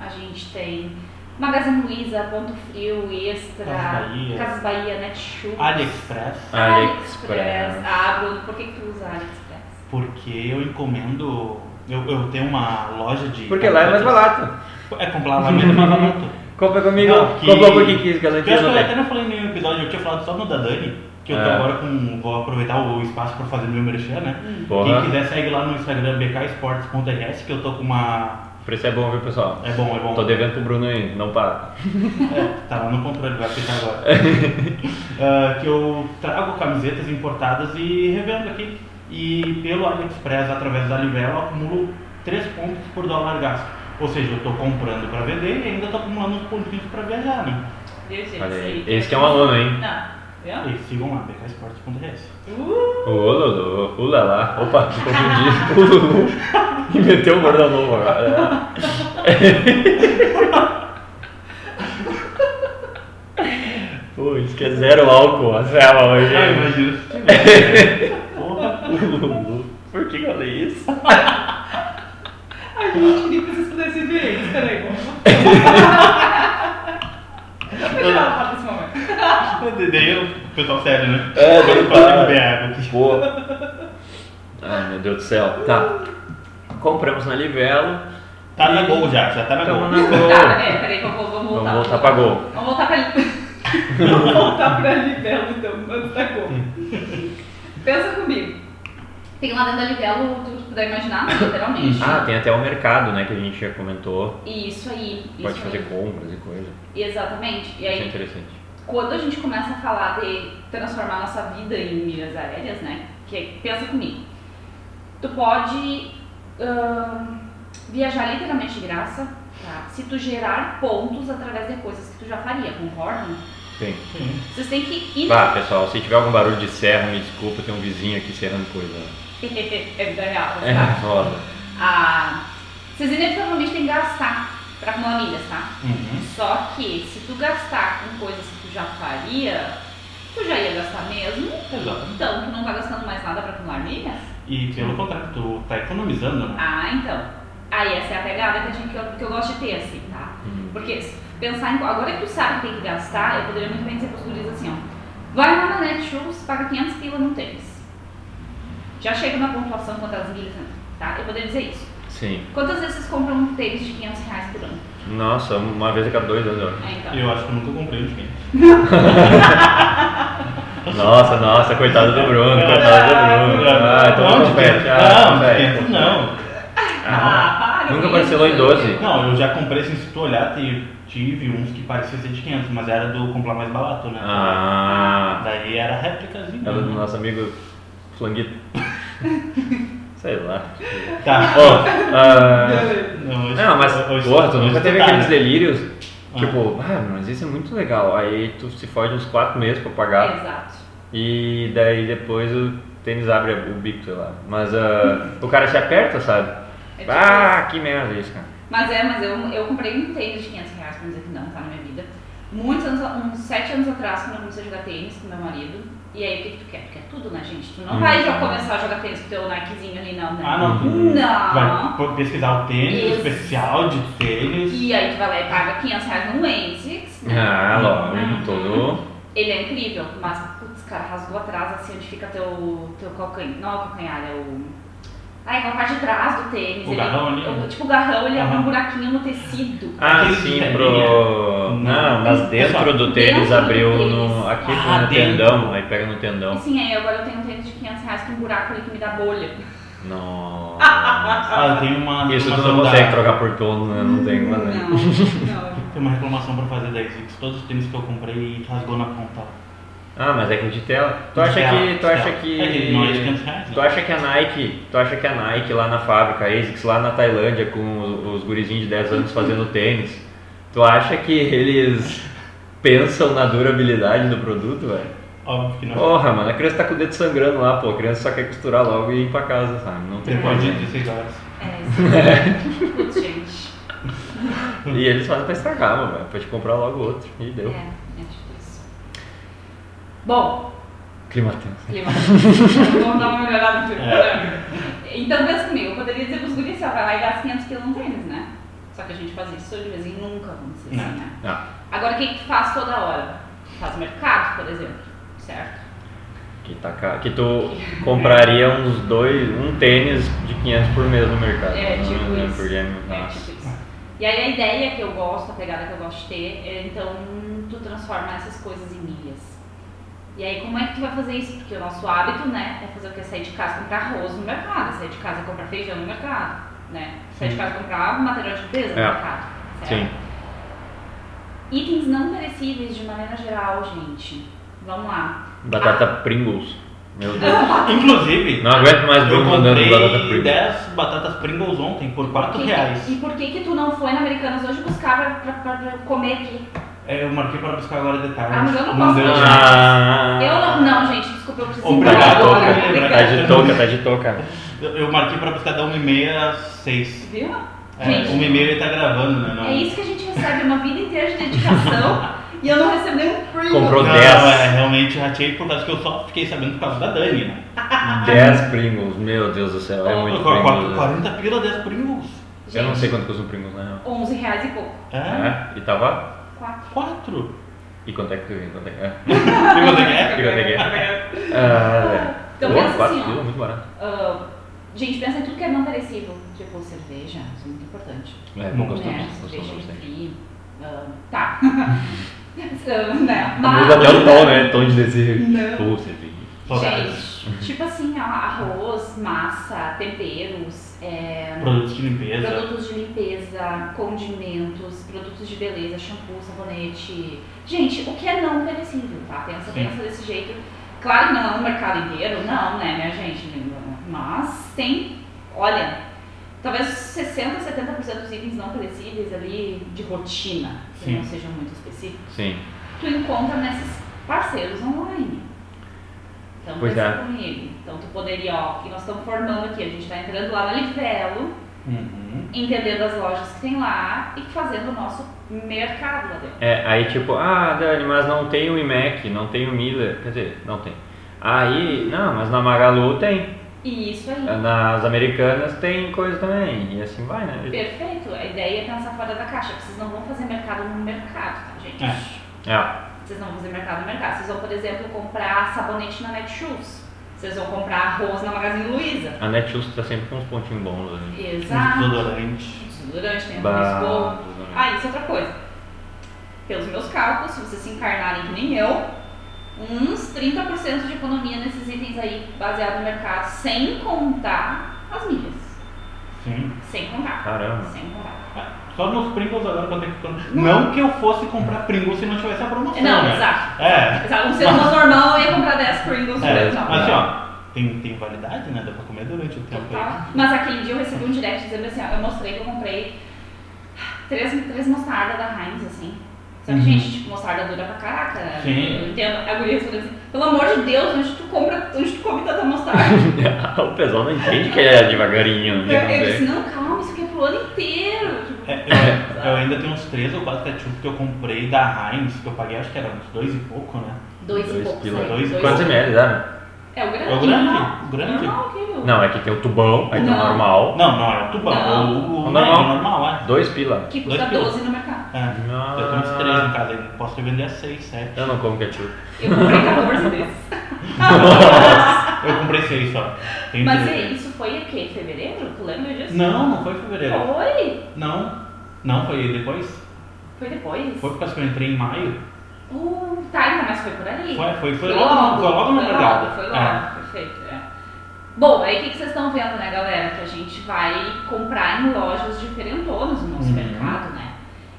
C: a gente tem Magazine Luiza, Ponto Frio, Extra,
A: Casas Bahia.
C: Casas Bahia, Netshoes,
A: AliExpress,
B: AliExpress.
C: Ah, Bruno, por que, que tu usa AliExpress?
A: porque eu encomendo. Eu, eu tenho uma loja de.
B: Porque lá é mais barato.
A: É comprar lá mesmo, mais barato.
B: Compra comigo,
A: Não, que-
B: comprou porque quis, que as
A: Pior que é
B: antigas não
A: eu
B: tem.
A: até não falei em nenhum episódio, eu tinha falado só no da Dani, que eu tô
B: É.
A: agora com. Vou aproveitar o espaço pra fazer meu merchan, né? Quem
B: Porra,
A: quiser segue lá no Instagram bksports.rs, que eu tô com uma.
B: o preço é bom, viu, pessoal?
A: É bom, é bom.
B: Tô devendo pro Bruno aí, não para.
A: É, tá lá no controle, vai ficar agora. Ah, que eu trago camisetas importadas e revendo aqui. E pelo AliExpress, através da Livelo, acumulo 3 pontos por dólar gasto. Ou seja, eu tô comprando para vender e ainda tô acumulando uns pontinhos para viajar, né? Ah,
C: Viu, gente?
B: Olha aí,
C: Sim.
B: esse que é um aluno, hein?
C: Não, viu?
A: E sigam lá, bksports.res.
C: Uh,
B: Ô, Lolo, ula lá. Opa, me confundi. Ulu. E meteu o bordão novo agora. né? Pô, isso que é zero álcool, a cela hoje.
A: Ah,
B: hein?
A: imagina se tiver. Porra.
B: Ulu. Ah, Por que que eu falei isso?
C: ai, gente, queria que vocês pudessem ver isso. Peraí, vamos. Deixa ela falar desse momento.
A: Daí eu- o pessoal sério, né?
B: É,
A: eu
B: daí
A: não consigo
B: para.
A: beber água aqui.
B: Boa. Ai, meu Deus do céu. Tá. Compramos na Livelo.
A: Tá na gol já, já tá na
B: Tamo
A: gol.
B: na gol.
C: Tá, é, peraí, vamos voltar.
B: Vamos voltar pra gol.
C: Vamos voltar pra Vamos voltar pra Livelo, então, antes da Gol. Pensa comigo. Tem lá dentro da Livelo tudo que puder imaginar, literalmente.
B: Ah, tem até o mercado, né, que a gente já comentou.
C: E isso aí. Isso
B: Pode fazer
C: aí.
B: compras e coisa.
C: Exatamente. E
B: Isso é
C: aí,
B: interessante.
C: quando a gente começa a falar de transformar nossa vida em milhas aéreas, né? Que pensa comigo. Tu pode ahn, viajar literalmente de graça, tá? Se tu gerar pontos através de coisas que tu já faria, concordam?
B: Sim.
C: Vocês têm que ir
B: Vá, pessoal, se tiver algum barulho de serra, me desculpa, tem um vizinho aqui serrando coisa.
C: é vida real,
B: É
C: tá?
B: foda.
C: Ah, Vocês inevitavelmente têm que gastar pra arrumar milhas, tá?
A: Uhum.
C: Só que se tu gastar com coisas que tu já faria, tu já ia gastar mesmo.
A: Exato.
C: Então tu não tá gastando mais nada pra acumular milhas?
A: E pelo contrário, tu tá economizando, né?
C: Ah, então. Aí essa é a pegada que, a gente, que, eu, que eu gosto de ter, assim, tá?
B: Uhum.
C: Porque se pensar em. Agora que tu sabe que tem que gastar, eu poderia muito bem dizer pros guris assim, ó. Vai lá na Netshoes, paga 500 pila num tênis. Já chega na pontuação quantas milhas, tá? Eu poderia dizer isso.
B: Sim.
C: Quantas vezes vocês compram um tênis de 500 reais por ano?
B: Nossa, uma vez a cada dois anos, eu acho.
C: É, então.
A: Eu acho que eu nunca comprei um de quem.
B: Nossa, nossa, coitado do Bruno, coitado do Bruno. Ah, então
A: Não, de
B: confete.
A: quem? Não,
B: Ah,
A: de
B: confete.
A: quem? não.
C: Ah, para
B: Nunca
C: com
B: parcelou
C: isso.
B: em 12?
A: Não, eu já comprei, assim, se tu olhar, te- tive uns que pareciam ser de 500, mas era do comprar mais barato, né?
B: Ah,
A: Daí era né? réplicazinha.
B: é do nosso amigo Flanguito. Sei lá.
A: Tá.
B: Ó, ah,
A: Não, hoje-
B: Não, mas,
A: hoje-
B: porra, tu
A: hoje
B: nunca teve
A: tá,
B: aqueles
A: né?
B: delírios?
A: Ah.
B: Tipo, ah, mas isso é muito legal. Aí tu se fode uns 4 meses pra pagar.
C: Exato.
B: E daí depois o tênis abre o bico, sei lá. Mas ah, o cara se aperta, sabe?
C: É tipo
B: Ah, que merda isso, cara.
C: Mas é, mas eu, eu comprei um tênis de 500 reais, pra dizer que não, tá na minha vida. Muitos anos, uns 7 anos atrás, quando eu comecei a jogar tênis com meu marido. E aí, o que, que tu quer? Tu quer tudo, né, gente? Tu não
B: Hum.
C: vai já começar a jogar tênis com teu Nikezinho ali, não, né?
A: Uhum. Ah, não. tu
C: Não.
A: Vai pô- pesquisar o tênis,
C: Isso.
A: especial de tênis.
C: E aí, tu vai lá e paga 500 reais no Asics.
A: Uhum.
C: né?
B: Ah, lógico, todo.
C: Ele é incrível, mas, putz, cara, rasgou atrás, assim, onde fica teu, teu calcanhar. Não é o calcanhar, é o... Ah, é a parte de trás do tênis.
A: O
C: ele-
A: garrão ali? né? Uhum.
C: o- tipo, o garrão, ele abre
A: Aham.
C: um buraquinho no tecido.
B: Ah,
A: Aquele
B: sim,
A: de
B: pro.
A: telinha.
B: Não, mas dentro
A: Pessoal,
B: do tênis
C: dentro do
B: abriu no.
C: tênis.
B: Aqui
A: é Ah,
B: no
A: dentro.
B: tendão, aí pega no tendão.
C: Assim, aí agora eu tenho um tênis de 500 reais com um buraco ali que me dá bolha.
B: Nossa.
A: Ah, tem uma
B: Isso tu
A: reclamação
B: não consegue
A: da-
B: trocar por tolo, né? Não tem como, né?
C: Não, não.
A: Tem uma reclamação pra fazer da Exix. Todos os tênis que eu comprei rasgou na ponta.
B: Ah, mas é que de tela.
A: De
B: Tu acha
A: tela,
B: que.
A: de
B: Tu acha
A: tela.
B: que.
A: É que não é de 500 reais, né?
B: Tu acha que a Nike. Tu acha que a Nike lá na fábrica, a ASICS lá na Tailândia, com os, os gurizinhos de 10 anos fazendo tênis, tu acha que eles pensam na durabilidade do produto, velho?
A: Óbvio que não.
B: Porra, mano, a criança tá com o dedo sangrando lá, pô. A criança só quer costurar logo e ir pra casa, sabe? Não tem
A: Depois um de
B: como.
A: 16 horas.
C: É isso. Putz, gente.
B: E eles fazem pra estragar, mano, velho. Pra te comprar logo outro. E
C: É,
B: deu.
C: é tipo isso. Bom,
B: Clima tenso.
C: clima. Vamos dar uma melhorada no programa. Então, pensa comigo, eu poderia dizer pros guris, ó, vai lá e gasta 500 quilos no tênis, né? Só que a gente faz isso de vez em nunca, vamos dizer assim,
A: Não.
C: né?
B: Ah,
C: Agora, o que que tu faz toda hora? Faz mercado, por exemplo, certo?
B: que tá caro. Que tu compraria uns dois. Um tênis de 500 por mês no mercado.
C: É,
B: Não
C: tipo
B: lembro
C: isso.
B: por que, mas-
C: É,
B: nossa.
C: tipo isso. E aí a ideia que eu gosto, a pegada que eu gosto de ter, é então tu transforma essas coisas em milhas. E aí como é que tu vai fazer isso? Porque o nosso hábito, né, é fazer o que? Sair de casa e comprar arroz no mercado, sair de casa e comprar feijão no mercado, né? Sair de casa e comprar material de limpeza no
B: É.
C: mercado. certo?
B: Sim.
C: Itens não perecíveis de maneira geral, gente. Vamos lá.
B: Batata Pringles. Meu
C: Ah.
B: Deus.
A: Inclusive,
B: Não aguento mais
A: eu
B: Bruno mandando batata
A: comprei
B: Pringles.
A: 10 batatas Pringles ontem por 4
C: Por que-
A: reais.
C: E por que que tu não foi na Americanas hoje buscar pra, pra- pra- pra comer aqui?
A: É, Eu marquei pra buscar agora de tarde.
C: Ah, mas eu não
A: não
C: posso
A: deu
C: fazer.
A: jeito.
B: Ah,
C: Eu não, não, gente, desculpa, eu preciso
A: Obrigado,
C: embora agora.
A: obrigado.
B: Tá de touca, tá de touca.
A: Eu, eu marquei pra buscar da 1h30 às 6.
C: Viu?
A: É,
C: Gente,
A: 1h30 ele tá gravando, né? Não.
C: é isso que a gente recebe uma vida inteira de dedicação e eu não recebo um nenhum prêmio.
B: Comprou
A: Não,
B: 10.
A: é, realmente ratei por causa que eu só fiquei sabendo por causa da Dani, né?
B: 10 Pringles, meu Deus do céu, é muito
A: Qu- quatro-
B: Pringles.
A: 40 pila, 10 Pringles.
B: Eu não
C: Gente,
B: sei quanto custa um Pringles, né?
C: 11 reais e pouco.
A: É?
B: É? E tava?
C: Quatro.
A: 4.
B: E quanto é que tu e quanto é que é?
A: é?
B: E quanto é que é? Ah,
C: Então
B: pô,
C: pensa
B: quatro
C: assim, ó.
B: quilos, muito barato.
C: Ah, gente, pensa em tudo que é não perecível. Tipo, cerveja, isso é muito importante.
B: É,
A: Não.
B: bom gostoso,
C: né?
B: gostoso,
C: Cerveja
B: gostoso.
C: frio. Ah, tá. Ah, né?
B: Muda até o tom, né? Tom de desejo.
C: Não.
B: Pô, cerveja.
A: Saudades.
C: Gente, tipo assim, ó, arroz, massa, temperos, é,
A: Produtos de limpeza.
C: Produtos de limpeza, condimentos, produtos de beleza, shampoo, sabonete. Gente, o que é não perecível, tá? Pensa,
A: Sim.
C: pensa desse jeito. Claro que não é um mercado inteiro, não, né, minha gente? Mas tem, olha, talvez 60, 70% dos itens não perecíveis ali de rotina, que
A: Sim.
C: não sejam muito específicos,
B: Sim.
C: tu encontra nesses parceiros online. Então
B: Pois
C: pensa
B: é.
C: comigo. Então tu poderia, ó, que nós estamos formando aqui, a gente tá entrando lá na Livelo.
A: Uhum.
C: entender das lojas que tem lá e fazendo o nosso mercado lá dentro.
B: É, aí tipo, ah, Dani, mas não tem o IMAC, não tem o Miller, quer dizer, não tem. Aí, não, mas na Magalu tem,
C: E isso aí.
B: nas Americanas tem coisa também, e assim vai, né?
C: Perfeito. A ideia é pensar fora da caixa. Vocês não vão fazer mercado no mercado, tá, gente?
A: É.
B: É,
C: Vocês não vão fazer mercado no mercado. Vocês vão, por exemplo, comprar sabonete na Netshoes. Vocês vão comprar arroz na Magazine Luiza.
B: a Netshoes tá sempre com uns pontinhos bons né? ali.
A: Um
C: Exato.
A: desodorante.
C: Desodorante, tem
B: Bah,
C: arroz bom.
B: desodorante.
C: Ah, isso é outra coisa. Pelos meus cálculos, se vocês se encarnarem que nem eu, uns 30% de economia nesses itens aí, baseado no mercado, sem contar as milhas.
A: Sim.
C: Sem contar.
B: Caramba.
C: Sem contar.
A: Só nos Pringles agora que eu tenho que comprar. Não que eu fosse comprar Pringles se não tivesse a promoção.
C: Não,
A: né?
C: exato.
A: É.
C: Exato. Um ser humano normal não ia comprar 10 Pringles por
A: É,
C: ano,
B: Não,
A: mas assim,
B: não.
A: ó, tem, tem validade, né? Dá pra comer durante o tempo aí.
C: Total. Tá? Mas aquele dia eu recebi um direct dizendo assim, ó, eu mostrei que eu comprei três, três mostardas da Heinz, assim. Só que,
A: Uhum.
C: gente, tipo, mostarda dura pra caraca. né?
A: Sim.
C: Eu entendo. A guria respondeu assim, pelo amor de Deus, onde tu compra, onde tu come tanta mostarda?
B: o pessoal não entende que é devagarinho, né?
C: eu,
B: Não
C: eu
B: vê.
C: disse, não, calma, isso aqui é pro ano inteiro. Tipo,
A: É, eu, eu ainda tenho uns três ou quatro ketchup que eu comprei da Heinz, que eu paguei acho que era uns dois e pouco, né?
C: dois, e
B: Dois
C: poucos.
B: pila.
C: né?
A: Dois-
C: Dois-
B: Quantos ml dá?
C: É o grande.
A: É o grande,
C: normal.
A: o grande.
C: Normal, ok, meu.
B: Não, é que tem o tubão, aí tem o
C: Não.
B: normal,
A: Não, não, é o tubão, é o, o,
B: O
A: o
B: normal.
A: médio, o normal, é.
B: dois pila. Ah,
C: Que custa
A: Dois quilos.
C: 12 no mercado.
A: é. Eu tenho uns três em casa ainda, posso vender a seis, sete.
B: Eu não como ketchup.
C: Eu comprei 14 desses.
A: Eu comprei seis só. Tem
C: Mas
A: três.
C: e, isso foi o quê? Fevereiro? Tu lembra disso?
A: Não, não foi em fevereiro.
C: Foi?
A: Não, não, foi depois.
C: Foi depois?
A: Foi por causa que eu entrei em maio.
C: Uh, tá, então, mas foi por ali.
A: Foi, foi, foi logo, foi logo na
C: foi
A: largada.
C: Foi logo,
A: É.
C: perfeito. é. Bom, aí o que, que vocês estão vendo, né, galera? Que a gente vai comprar em lojas diferentonas no nosso
A: Uhum.
C: mercado, né?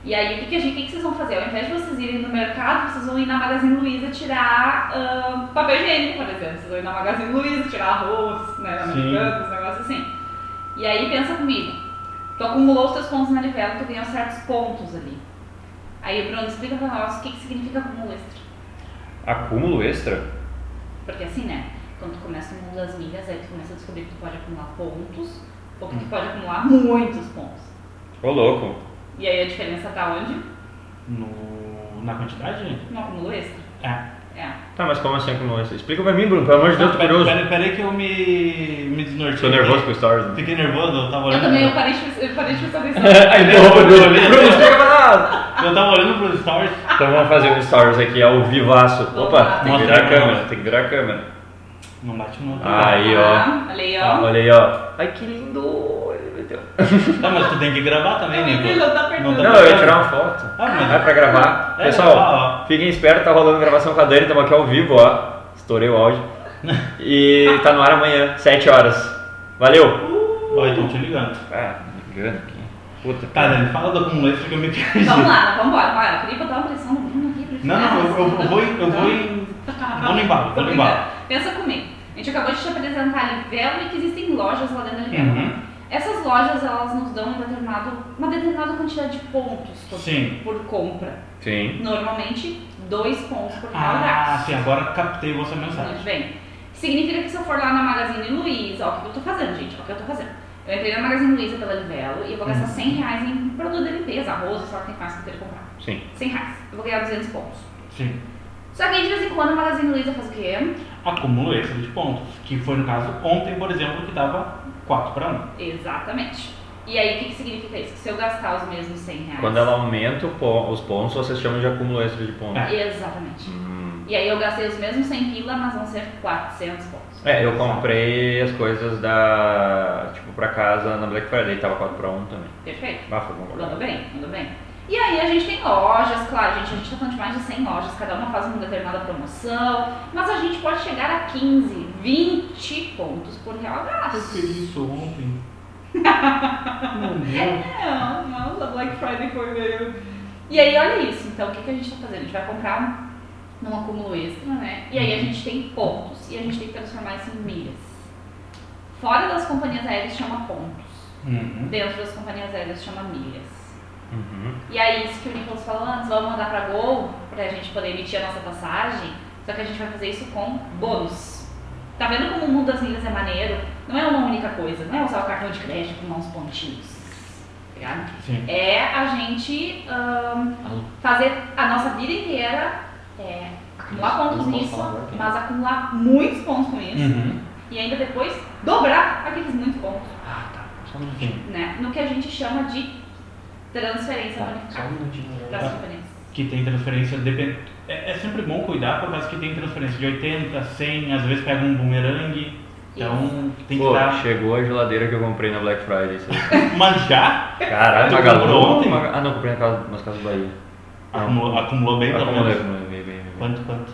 C: E aí, o que, que, a gente, o que, que vocês vão fazer? Ao invés de vocês irem no mercado, vocês vão ir na Magazine Luiza tirar ah, papel higiênico, por exemplo. Vocês vão ir na Magazine Luiza tirar arroz, né?
A: Sim.
C: Americanos, uns negócios assim. E aí, pensa comigo. Tu acumulou os teus pontos na livela, tu ganhou certos pontos ali. Aí, Bruno, explica pra nós o que, que significa acúmulo extra.
B: Acúmulo extra?
C: Porque assim, né? Quando tu começa o mundo das milhas, aí tu começa a descobrir que tu pode acumular pontos ou
A: Hum.
C: que tu pode acumular muitos pontos.
B: Ô louco.
C: E aí a diferença tá onde?
A: No, na quantidade?
C: No acúmulo extra.
A: É.
C: É.
B: Tá, mas como assim acúmulo extra? Explica pra mim, Bruno, pelo amor de Deus, tô
A: Pera-
B: curioso.
A: Pera, pera aí que eu me, me desnortei.
B: tá Tô nervoso com stories. né?
A: Fiquei nervoso, eu tava
C: Eu
A: olhando.
C: também eu parei, de, eu parei de prestar atenção.
B: Aí derruba o Bruno. Bruno, explica pra nós.
A: Eu tava olhando pros stories.
B: Então vamos fazer um stories aqui ao vivaço. Opa, tem que virar a câmera, tem que virar a câmera.
A: Não bate no outro.
B: Ah. Aí, ó.
C: Ah, olha aí, ó.
B: Olha aí, ó. Ai, que lindo. Ele meteu.
A: Tá, mas tu tem que gravar também,
C: Ele
A: Nico.
C: não tá perdendo.
B: Não, eu ia tirar uma foto.
A: Ah, mas-
B: Vai pra gravar.
A: É,
B: Pessoal,
A: ó,
B: fiquem espertos, tá rolando gravação com a Dani, estamos aqui ao vivo, ó. Estourei o áudio. E tá no ar amanhã, 7 horas. Valeu!
A: Ó, então te ligando.
B: Ah, ligando aqui. Puta,
A: Tá, Dani, fala do acúmulo extra que eu me perdi.
C: Vamos lá, vamos embora. Vai, eu queria botar uma pressão no Bruno aqui pra ele
A: Não,
C: ficar
A: não, eu, eu
C: assim.
A: vou, em- eu vou em. Vou no embalo,
C: Tô
A: vou no
C: brincando.
A: embalo.
C: Pensa comigo. A gente acabou de te apresentar a Livelo e que existem lojas lá dentro da Livelo.
A: Uhum.
C: Essas lojas, elas nos dão um determinado, uma determinada quantidade de pontos por,
A: Sim.
C: por compra.
B: Sim.
C: Normalmente, dois pontos por cada
A: Ah,
C: braço.
A: sim, agora captei vossa mensagem.
C: Muito bem. Significa que se eu for lá na Magazine Luiza, ó, o que eu tô fazendo, gente, ó, o que eu tô fazendo. Eu entrei na Magazine Luiza pela Livelo e eu vou gastar 100 reais em produto de limpeza, arroz, só que tem mais que eu teria comprado.
B: Sim.
C: 100 reais. Eu vou ganhar 200 pontos.
A: Sim.
C: Só que aí, de vez em quando, a Magazine Luiza faz o quê?
A: Acúmulo extra de pontos. Que foi no caso ontem, por exemplo, que dava um. 4 para 1.
C: Exatamente. E aí, o que, que significa isso? Que se eu gastar os mesmos 100 reais.
B: Quando ela aumenta o pon- os pontos, vocês chamam de acúmulo extra de pontos.
A: É.
C: Exatamente.
B: Hum.
C: E aí, eu gastei os mesmos 100 pila, mas vão ser 400 pontos.
B: É, eu comprei as coisas da. Tipo, pra casa na Black Friday, tava 4 pra 1 também.
C: Perfeito?
B: Ah, foi bom.
C: Mandou bem, mandou bem. E aí, a gente tem lojas, claro, gente, a gente tá falando de mais de 100 lojas, cada uma faz uma determinada promoção, mas a gente pode chegar a 15, 20 pontos por real
A: Eu
C: gasto.
A: fiz isso ontem. Não deu.
C: Não, não, a É, Black Friday foi meio. E aí, olha isso. Então, o que, que a gente tá fazendo? A gente vai comprar num acúmulo extra, né? E aí, a gente tem pontos e a gente tem que transformar isso em milhas. Fora das companhias aéreas, chama pontos.
A: Uhum.
C: Dentro das companhias aéreas, chama milhas.
B: Uhum.
C: E aí, isso que o Nicolas falou antes, vamos mandar pra Gol pra gente poder emitir a nossa passagem. Só que a gente vai fazer isso com bônus. Tá vendo como o mundo das milhas é maneiro? Não é uma única coisa, não é usar o cartão de crédito com uns pontinhos. ligado?
A: Sim.
C: É a gente ahn, fazer a nossa vida inteira é, acumular
B: Isso,
C: pontos
B: eu não posso
A: né?
C: nisso,
B: falar agora, tá? Hum.
C: mas acumular muitos pontos com isso.
A: Uhum.
C: E ainda depois dobrar aqueles muitos pontos,
B: Ah, tá. Só um minutinho.
A: Sim.
C: né? No que a gente chama de transferência
B: Tá, só um
C: bonificada.
B: minutinho.
C: Das transferências.
A: Que tem transferência, depend... é, é sempre bom cuidar, por causa que tem transferência de 80, 100, às vezes pega um bumerangue. Então tem que
B: Pô,
A: dar.
B: chegou a geladeira que eu comprei na Black Friday. isso aí.
A: Mas já
B: Caralho,
A: Tu
B: Magalu.
A: comprou ontem?
B: Maga- Ah, não, comprei na casa, nas casas do Bahia. Não.
A: acumulou, acumulou bem, pelo
B: Acumulei,
A: menos.
B: acumulei, bem, bem, bem.
A: Quanto, quanto?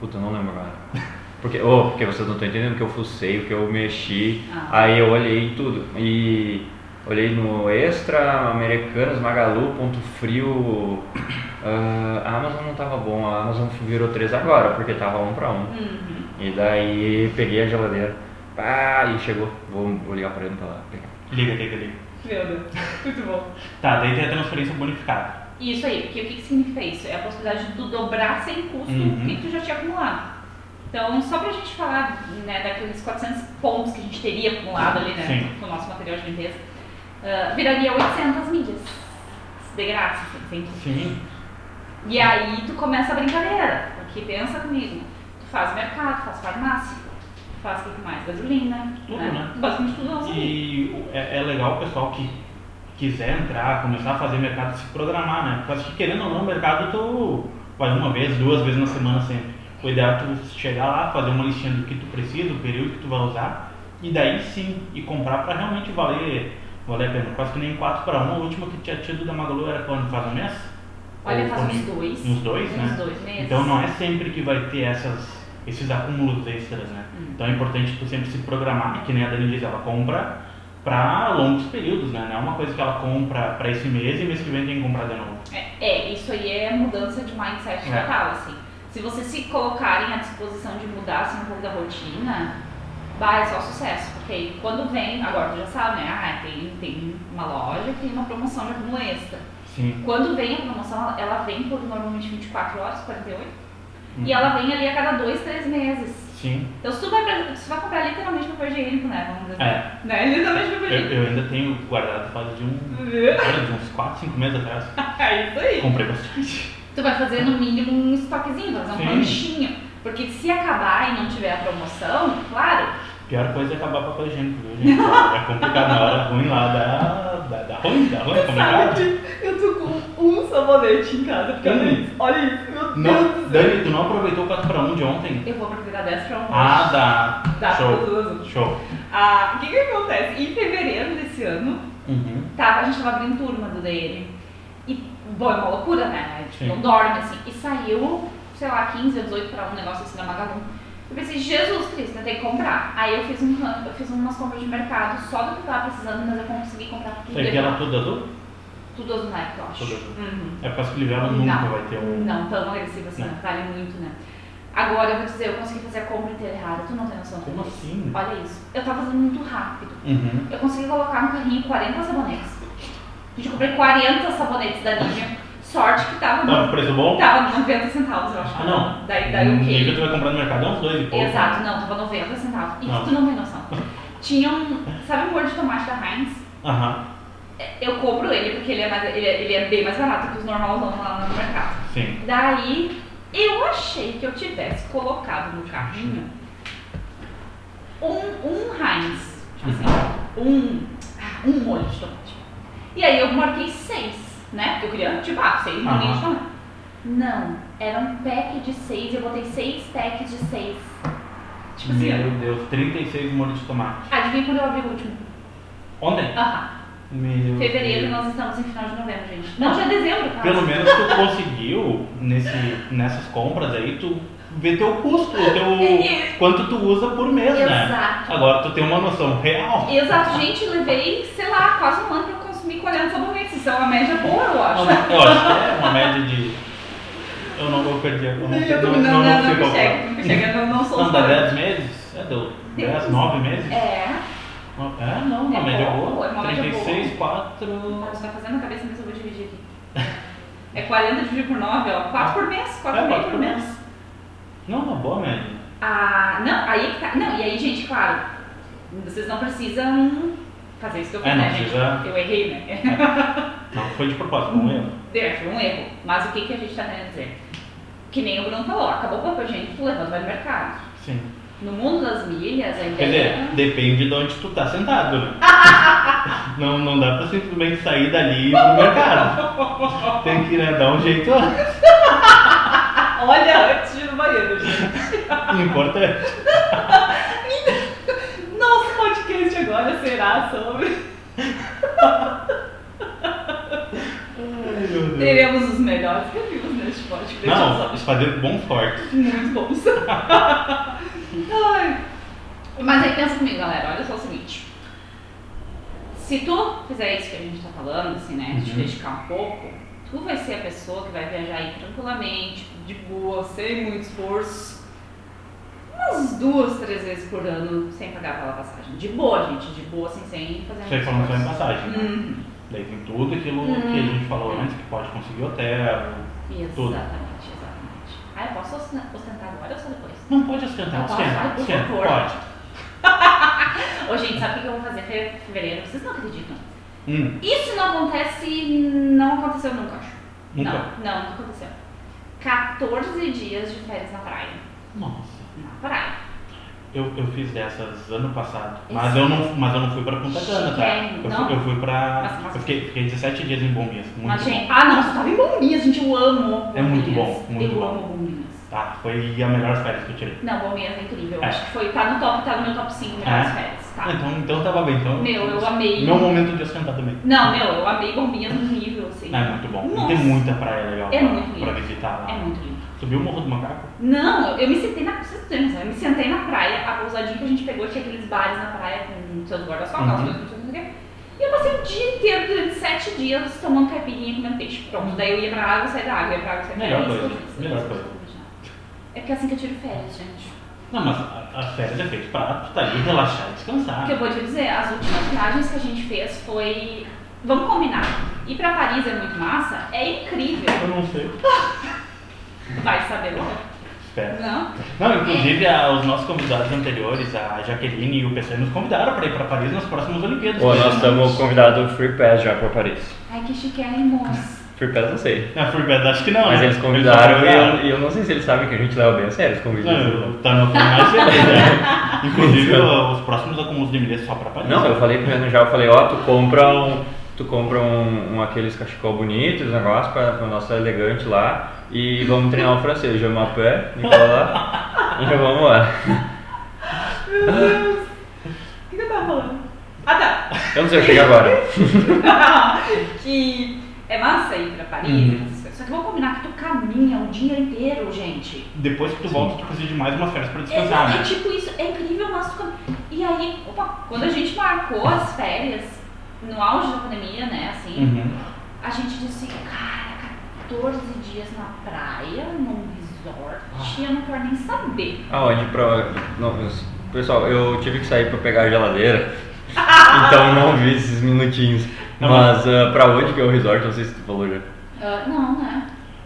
B: Puta, eu não lembro agora. Porque, oh, porque vocês não estão entendendo que eu fucei, que eu mexi.
C: Ah.
B: Aí eu olhei em tudo. E olhei no Extra, Americanas, Magalu, Ponto Frio. ah, a Amazon não tava bom, a Amazon virou três agora, porque tava um pra um.
C: Uhum.
B: E daí peguei a geladeira. Pá, e chegou. Vou, vou ligar pra ele pra lá. pegar.
A: Liga, liga, liga.
C: Meu Deus, muito bom.
A: Tá, daí tem a transferência bonificada.
C: Isso aí, porque o que, que significa isso? É a possibilidade de tu dobrar sem custo
A: Uhum.
C: o que tu já tinha acumulado. Então, só pra gente falar né, daqueles 400 pontos que a gente teria acumulado ali, né,
A: Sim.
C: no nosso material de limpeza, ah, viraria 800 milhas. De graça, assim, sem custo.
A: Sim.
C: E aí tu começa a brincadeira, porque pensa comigo, tu faz mercado, faz farmácia, faz o que mais? Gasolina,
A: Tudo,
C: né?
A: né?
C: Basicamente tudo nosso.
A: E o- é, é legal o pessoal que quiser entrar, começar a fazer mercado, se programar, né? Porque que querendo ou não, o mercado tu vai uma vez, duas vezes na semana sempre. O ideal é tu chegar lá, fazer uma listinha do que tu precisa, do período que tu vai usar, e daí sim, e comprar pra realmente valer, valer a pena. Quase que nem 4 para 1, a última que tinha tido da Magalu era quando faz um mês?
C: Olha,
A: Ou
C: faz
A: quando-
C: uns dois.
A: Uns dois, né?
C: Uns dois meses.
A: Então não é sempre que vai ter essas, esses acúmulos extras, né?
C: Hum.
A: Então é importante tu sempre se programar, que nem a Dani diz, ela compra para longos períodos, né? Não é uma coisa que ela compra para esse mês e mês que vem tem que comprar de novo.
C: É, isso aí é mudança de mindset
A: É.
C: total, assim. Se vocês se colocarem à disposição de mudar assim, um pouco da rotina, bah, é só sucesso. Porque aí quando vem, agora tu já sabe, né? Ah, tem, tem uma loja que tem uma promoção de acúmulo extra.
A: Sim.
C: Quando vem a promoção, ela- ela vem por normalmente 24 horas, 48,
A: Uhum.
C: e ela vem ali a cada dois, três meses.
A: Sim.
C: Então se tu vai, pra- se tu vai comprar literalmente papel higiênico, né? Vamos dizer assim.
A: É,
C: Né? Literalmente papel
A: eu,
C: higiênico.
A: eu ainda tenho guardado faz de um. Olha, de uns 4, 5 meses atrás.
C: É isso aí.
A: Comprei bastante.
C: Tu vai fazer no mínimo um estoquezinho, fazer um
A: Sim.
C: ranchinho. Porque se acabar e não tiver a promoção, claro,
A: Pior coisa é acabar papel higiênico, viu, gente? É complicado na hora ruim lá, dá, dá, dá ruim, dá ruim, é complicado.
C: eu tô com um sabonete em casa,
A: porque olha isso,
C: olha isso, meu
A: Não, Dani, tu não aproveitou o 4x1 de ontem?
C: Eu vou aproveitar dessa pra um
A: Ah, dá.
C: Dá
A: Show.
C: todas as outras.
A: Show.
C: Ah, o que que acontece? Em fevereiro desse ano,
A: Uhum.
C: tá, a gente tava abrindo turma do DN. E, bom, é uma loucura, né? A gente
A: Sim.
C: não dorme, assim. E saiu, sei lá, 15 ou 18 pra um negócio assim na Magalu. Eu pensei, Jesus Cristo, eu tenho que comprar. Aí eu fiz, um, ran- eu fiz umas compras de mercado só do que eu tava precisando, mas eu consegui comprar tudo.
A: Isso aqui
C: igual.
A: era tudo azul?
C: Tudo azul na época, eu acho.
A: Tudo azul.
C: Uhum.
A: É por causa que o Livelo nunca
C: Não.
A: vai ter um.
C: Não tão agressivo assim,
A: Não.
C: vale muito, né? Agora eu vou dizer, eu consegui fazer a compra inteira errada, tu não tem noção.
A: Como assim?
C: Olha isso. Eu tava fazendo muito rápido.
A: Uhum.
C: Eu consegui colocar no carrinho 40 sabonetes. Gente, eu comprei 40 sabonetes da Ninja. Sorte que tava
A: Não,
C: no,
A: Tá, um preço bom?
C: tava 90 centavos, eu acho.
A: Ah, não.
C: Daí, daí eu
A: Nível
C: quei.
A: tu vai comprar no mercado é uns dois e pouco.
C: Exato, não, tava 90 centavos. Isso
A: Não.
C: tu não tem noção. Tinha um. Sabe o molho de tomate da Heinz?
A: Aham,
C: Eu compro ele porque ele é, mais, ele é, ele é bem mais barato que os normais lá no mercado.
A: sim.
C: Daí eu achei que eu tivesse colocado no carrinho um, um Heinz, tipo assim, um, ah, um molho de tomate. E aí eu marquei seis, né? Porque eu queria, tipo, ah, seis
A: Aham.
C: molhinhos de tomate. Não, era um pack de seis, eu botei seis packs de seis. Tipo assim,
A: Meu Deus, 36 molhos de tomate.
C: adivinha quando eu abri o último?
A: Ontem?
C: Aham,
A: Meu
C: fevereiro,
A: Deus.
C: nós estamos em final de novembro, gente. Não, já é dezembro, cara.
A: Pelo menos tu conseguiu nesse, nessas compras aí, tu vê teu custo, o
C: É
A: teu. quanto tu usa por mês, né?
C: Exato.
A: Agora tu tem uma noção real.
C: Exato, gente, levei, sei lá, quase um ano pra consumir 40 sabonetes. Isso é uma média boa, eu acho.
A: Eu acho que é uma média de. Eu não vou perder. Eu não, sei-
C: Eu tô-
A: não,
C: não,
A: não,
C: não,
A: sei
C: nunca
A: qual
C: chega,
A: é.
C: nunca chega, não, não sou
A: Não, dá
C: fã.
A: 10 meses? É, deu 10, 9 meses?
C: É,
A: Não- É, não, uma
C: É
A: média
C: boa, é
A: boa.
C: uma média
A: 36, 4.
C: você tá fazendo a cabeça, mas eu vou dividir aqui. É 40 dividido por 9, ó. 4 por mês, 4
A: É,
C: por,
A: quatro
C: por
A: por
C: mês.
A: Não, uma boa média.
C: Ah, não, aí é que tá. Não, e aí, gente, claro, vocês não precisam fazer isso que eu
A: É,
C: fiz,
A: não
C: né, gente?
A: precisa-
C: Eu errei, né?
A: Não, foi de propósito, não eu.
C: Deu, foi um erro. Mas o que, que a gente tá querendo dizer? Que nem o Bruno falou, acabou o papel higiênico, tu levanta vai no mercado.
A: Sim.
C: No mundo das milhas, a
A: Quer
C: ideia...
A: dizer, depende de onde tu tá sentado, né? Não, não dá pra simplesmente sair dali e ir pro mercado. Tem que né, dar um jeito antes.
C: Ah, Olha antes de ir no banheiro, gente.
A: Importante.
C: Nosso podcast agora será
A: Hum.
C: sobre...
A: Ai, meu Deus.
C: Teremos os melhores reviews neste podcast.
A: Não, fazer bons cortes.
C: Muito bons. Ai. Mas aí pensa comigo, galera. Olha só o seguinte. Se tu fizer isso que a gente tá falando, assim, né? Te
A: Uhum.
C: dedicar um pouco, tu vai ser a pessoa que vai viajar aí tranquilamente, de boa, sem muito esforço. Umas duas, três vezes por ano, sem pagar pela passagem. De boa, gente. De boa, assim, sem fazer
A: Sem
C: muito
A: falando só em
C: esforço.
A: passagem. né?
C: Uhum.
A: Daí tem tudo aquilo que a
C: Hum.
A: gente falou antes, que pode conseguir hotel. Tudo.
C: Exatamente, exatamente. Ah, eu posso ostentar agora ou só depois?
A: Não pode esquentar,
C: Não,
A: esquenta,
C: pode,
A: esquenta,
C: por
A: pode.
C: Ô, gente, sabe o que eu vou fazer em fevereiro? Vocês não acreditam.
A: Hum,
C: Isso não acontece, não aconteceu nunca, acho.
A: nunca.
C: Não, não, nunca aconteceu. 14 dias de férias na praia.
A: Nossa.
C: Na praia.
A: Eu, eu fiz dessas ano passado,
C: Esse-
A: mas eu não, mas eu não fui pra Punta Cana, tá?
C: Chique, hein?
A: Eu
C: Não?
A: fui, eu fui pra.
C: Mas- mas-
A: Eu fiquei, fiquei 17 dias em Bombinhas, muito
C: Mas,
A: bom.
C: gente, ah, não, você tava em bombinhas, gente, eu amo.
A: É muito
C: Bombinhas.
A: bom, muito
C: eu
A: bom.
C: amo bombinhas.
A: Tá, foi a melhor férias que eu tirei.
C: Não, bombinhas é incrível.
A: É.
C: Acho que foi, tá no top, tá no meu top 5 melhores férias, tá?
A: Então, então tava bem. Então,
C: Meu, eu amei.
A: Meu momento de esquentar também.
C: Não, meu, eu amei bombinhas no nível, assim.
A: É muito bom. E
C: Nossa.
A: Tem muita praia legal
C: É
A: pra,
C: muito lindo.
A: pra visitar lá.
C: É muito lindo.
A: Subiu o Morro do Macaco?
C: Não, eu me sentei na. Vocês têm noção, eu me sentei na praia, a pousadinha que a gente pegou tinha aqueles bares na praia com seus guarda-sol, aquelas
A: Uhum.
C: coisas, não sei o que, não sei o que. E eu passei o dia inteiro, durante sete dias, tomando caipirinha e comendo peixe. Pronto, daí eu ia pra água, saía da água, ia pra água, saía da
A: Melhor
C: água.
A: coisa,
C: isso que eu fiz,
A: melhor
C: isso que eu
A: coisa.
C: fiz, né? É porque é assim que eu tiro férias, gente.
A: Não, mas a, a férias é feita pra tu tá ali, relaxar e descansar.
C: Porque eu vou te dizer, as últimas viagens que a gente fez foi. Vamos combinar. Ir pra Paris é muito massa, é incrível.
A: Eu não sei.
C: Vai saber logo.
A: Espera.
C: Não?
A: Não, inclusive a- os nossos convidados anteriores, a Jaqueline e o PC, nos convidaram pra ir pra Paris nas próximas Olimpíadas.
B: Pô, nós estamos convidados do Free Pass já pra Paris.
C: Ai, que chiquérrimo, moço.
B: Free Pass não sei.
A: Na Furbeto, acho que não.
B: Mas
A: né?
B: eles convidaram e
A: convidaram.
B: eu, e eu não sei se eles sabem que a gente leva bem a sério os convites.
A: Não, tá no plano mais cedo, né? Inclusive, os próximos acúmulos de milhas só pra Paris.
B: Não, eu falei pro Renan já, eu falei, ó, tu compra um. Tu compra um, um aqueles cachecol bonitos, negócio pra, pra nossa elegante lá e vamos treinar o francês, je m'appelle, Nicolas lá, e vamos lá.
C: Meu Deus! O que que eu tava falando? Ah, tá!
B: Eu não sei, eu cheguei agora.
C: que é massa ir pra Paris,
A: Uhum.
C: essas coisas. só que vamos combinar que tu caminha o dia inteiro, gente.
A: Depois que tu volta, tu precisa de mais umas férias pra
C: É,
A: descansar,
C: é
A: né?
C: tipo isso, é incrível, mas tu caminha. E aí, opa, quando a gente marcou as férias, no auge da pandemia, né, assim,
A: Uhum.
C: a gente disse, assim, cara, 14 dias na praia, num resort,
A: Ah.
C: eu não quero nem saber.
B: Aonde pra. Não, eu- pessoal, eu tive que sair pra pegar a geladeira. então não vi esses minutinhos.
A: Não,
B: Mas ah, pra onde que é o resort? Não sei se tu falou já.
C: Ah, não, né?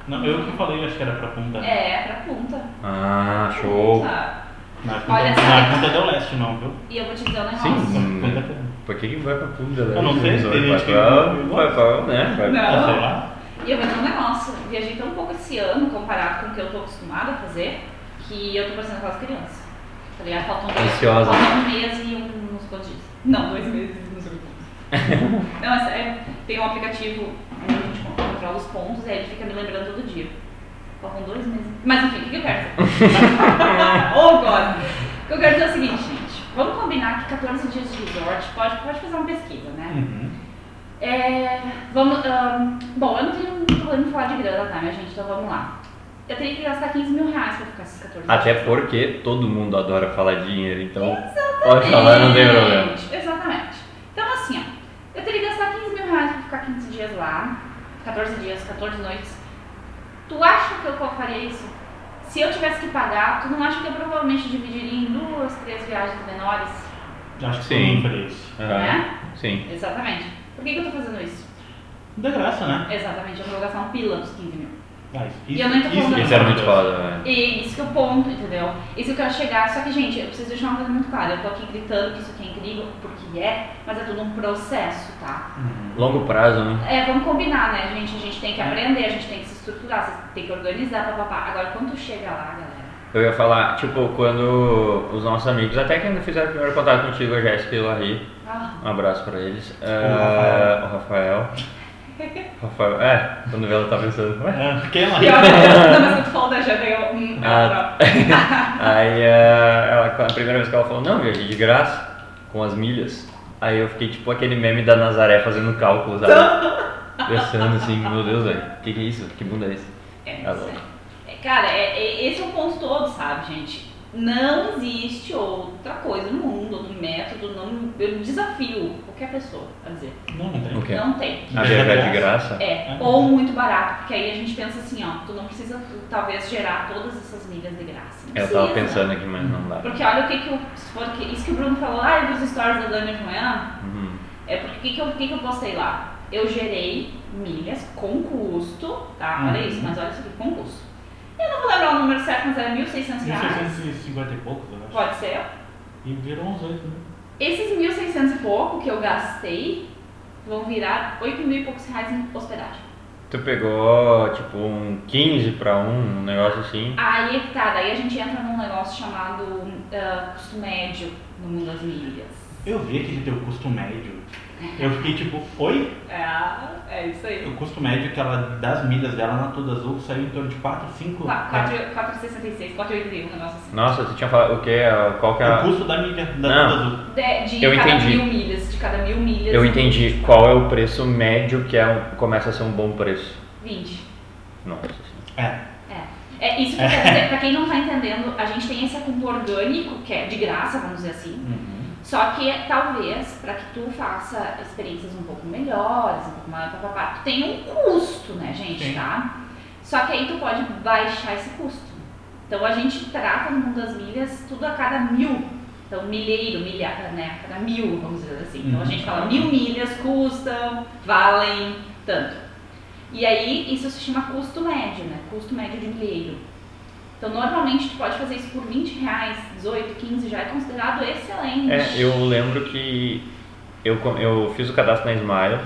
A: Não, eu que falei, acho que era pra Punta.
C: É, pra punta.
B: Ah, show.
C: Tá.
A: Na Punta,
C: Olha,
A: na
C: sabe-
A: Punta del Leste, não, viu?
C: E eu vou te dizer um negócio.
B: Sim.
A: Punta del-
B: Pra que que vai pra Punta, né?
A: Eu não sei,
B: Resort,
A: tem gente que-
B: Vai pra. Vai pra. Né? Vai pra-
A: Ah,
C: Não.
A: sei lá.
C: E eu vou dizer um negócio. Viajei tão pouco esse ano, comparado com o que eu tô acostumada a fazer, que eu tô parecendo aquelas crianças. Falei, ah, faltam dois,
B: Ansiosa.
C: faltam um mês e um- uns quantos dias. Não, dois meses e uns quantos dias. Não, é sério. Tem um aplicativo onde a gente controla os pontos e aí ele fica me lembrando todo dia. Faltam dois meses. Mas enfim, o que eu quero dizer? Ou agora. O que eu quero dizer é o seguinte, gente. Vamos combinar que 14 dias de resort pode, pode fazer uma pesquisa, né?
A: Uhum.
C: É, vamos. ahn, bom, eu não tenho problema em falar de grana, tá, minha gente? Então vamos lá. Eu teria que gastar 15 mil reais pra ficar esses 14
B: Até
C: dias.
B: porque todo mundo adora falar de dinheiro, então pode falar, não tem problema.
C: Exatamente, Exatamente. Então, assim, ó, eu teria que gastar 15 mil reais pra ficar 15 dias lá, 14 dias, 14 noites. Tu acha que eu faria isso? Se eu tivesse que pagar, tu não acha que eu provavelmente dividiria em duas, três viagens menores? né?
A: Acho que um
B: Sim.
A: sim. Falei isso.
B: Tá.
C: é?
B: Aham, Ah, Sim.
C: Exatamente. Por que, que eu tô fazendo isso?
A: Da graça, né?
C: Exatamente, eu vou gastar um pila nos 15 mil.
A: Ah, isso,
C: E eu nem tô falando-
B: Eles eram muito foda, velho.
C: E isso que é o ponto, entendeu? Isso que eu quero chegar. Só que, gente, eu preciso deixar uma coisa muito clara. Eu tô aqui gritando que isso aqui é incrível, porque é, mas é tudo um processo, tá?
A: Uhum.
B: Longo prazo, né?
C: É, vamos combinar, né, gente? A gente tem
B: É.
C: que aprender, a gente tem que se estruturar, você tem que organizar, papapá. Agora, quando tu chega lá, galera.
B: Eu ia falar, tipo, quando os nossos amigos, até que ainda fizeram o primeiro contato contigo, a Jéssica e o Larry,
C: Ah,
B: um abraço pra eles.
A: Rafael.
B: Ah, o Rafael. Rafael, é, quando vê ela tá pensando. "Ué?"
A: É, fiquei lá.
C: pior que eu mas quando falou da já veio um.
B: Ah. Aí ah, ela, a primeira vez que ela falou, não, viajei de graça, com as milhas. Aí eu fiquei tipo aquele meme da Nazaré fazendo cálculos, sabe? Pensando assim, meu Deus, velho, o que, que é isso? Que bunda é esse?
C: É,
B: Tá
C: isso
B: bom.
C: é. É, cara, é- é- esse é o ponto todo, sabe, gente? Não existe outra coisa no mundo, outro método, não, eu desafio qualquer pessoa a dizer.
A: Não, não tem.
B: O quê?
C: Não tem.
B: A viajar de graça?
C: É,
A: Ah.
C: ou muito barato, porque aí a gente pensa assim, ó, tu não precisa tu, talvez gerar todas essas milhas de é graça. Não
B: É, Eu tava
C: precisa.
B: pensando aqui, mas não dá.
C: Porque olha o que que eu, se for que- isso que o Bruno falou, ah, eu vi os stories da Dani de manhã,
B: Uhum.
C: é porque o que, que, eu, o que que eu postei lá? Eu gerei milhas com custo, tá? Olha
A: Uhum.
C: isso, mas olha isso aqui, com custo. Eu não vou lembrar o número certo, mas era 1.600 reais.
A: 1650 e poucos, eu acho.
C: Pode ser.
A: E virou uns oito, né?
C: Esses 1.600 e pouco que eu gastei vão virar 8 mil e poucos reais em hospedagem.
B: Tu pegou tipo um 15 pra 1, um negócio assim.
C: Aí é que tá, daí a gente entra num negócio chamado ah, custo médio no mundo das milhas.
A: Eu vi aquele teu custo médio. Eu fiquei tipo, oi?
C: É, é isso aí.
A: O custo médio que ela, das milhas dela na Tudo Azul saiu em torno de 4,
B: Uhum.
A: 5...
C: 4,66, 4,81, um negócio assim.
B: Nossa, tu tinha falado o que? Qual que é
A: O
B: a...
A: custo da milha da
B: Não.
A: Tudo Azul.
C: De, de
B: Eu
C: cada
B: entendi.
C: mil milhas, de cada mil milhas.
B: Eu entendi qual é o preço médio que é um- começa a ser um bom preço.
C: 20.
B: Nossa senhora.
A: É.
C: É isso que eu quero dizer, pra quem não tá entendendo, a gente tem esse acúmulo orgânico, que é de graça, vamos dizer assim.
A: Uhum.
C: Só que talvez, pra que tu faça experiências um pouco melhores, um pouco mais papapá, tu tem um custo, né, gente,
A: Sim.
C: tá? Só que aí tu pode baixar esse custo. Então a gente trata no mundo das milhas tudo a cada mil. Então, milheiro, milhar, né? A cada mil, vamos dizer assim. Então a gente fala mil milhas custam, valem tanto. E aí isso se chama custo médio, né? Custo médio de milheiro. Então normalmente tu pode fazer isso por 20 reais, 18, 15, já é considerado excelente.
B: É, eu lembro que eu, com- eu fiz o cadastro na Smiles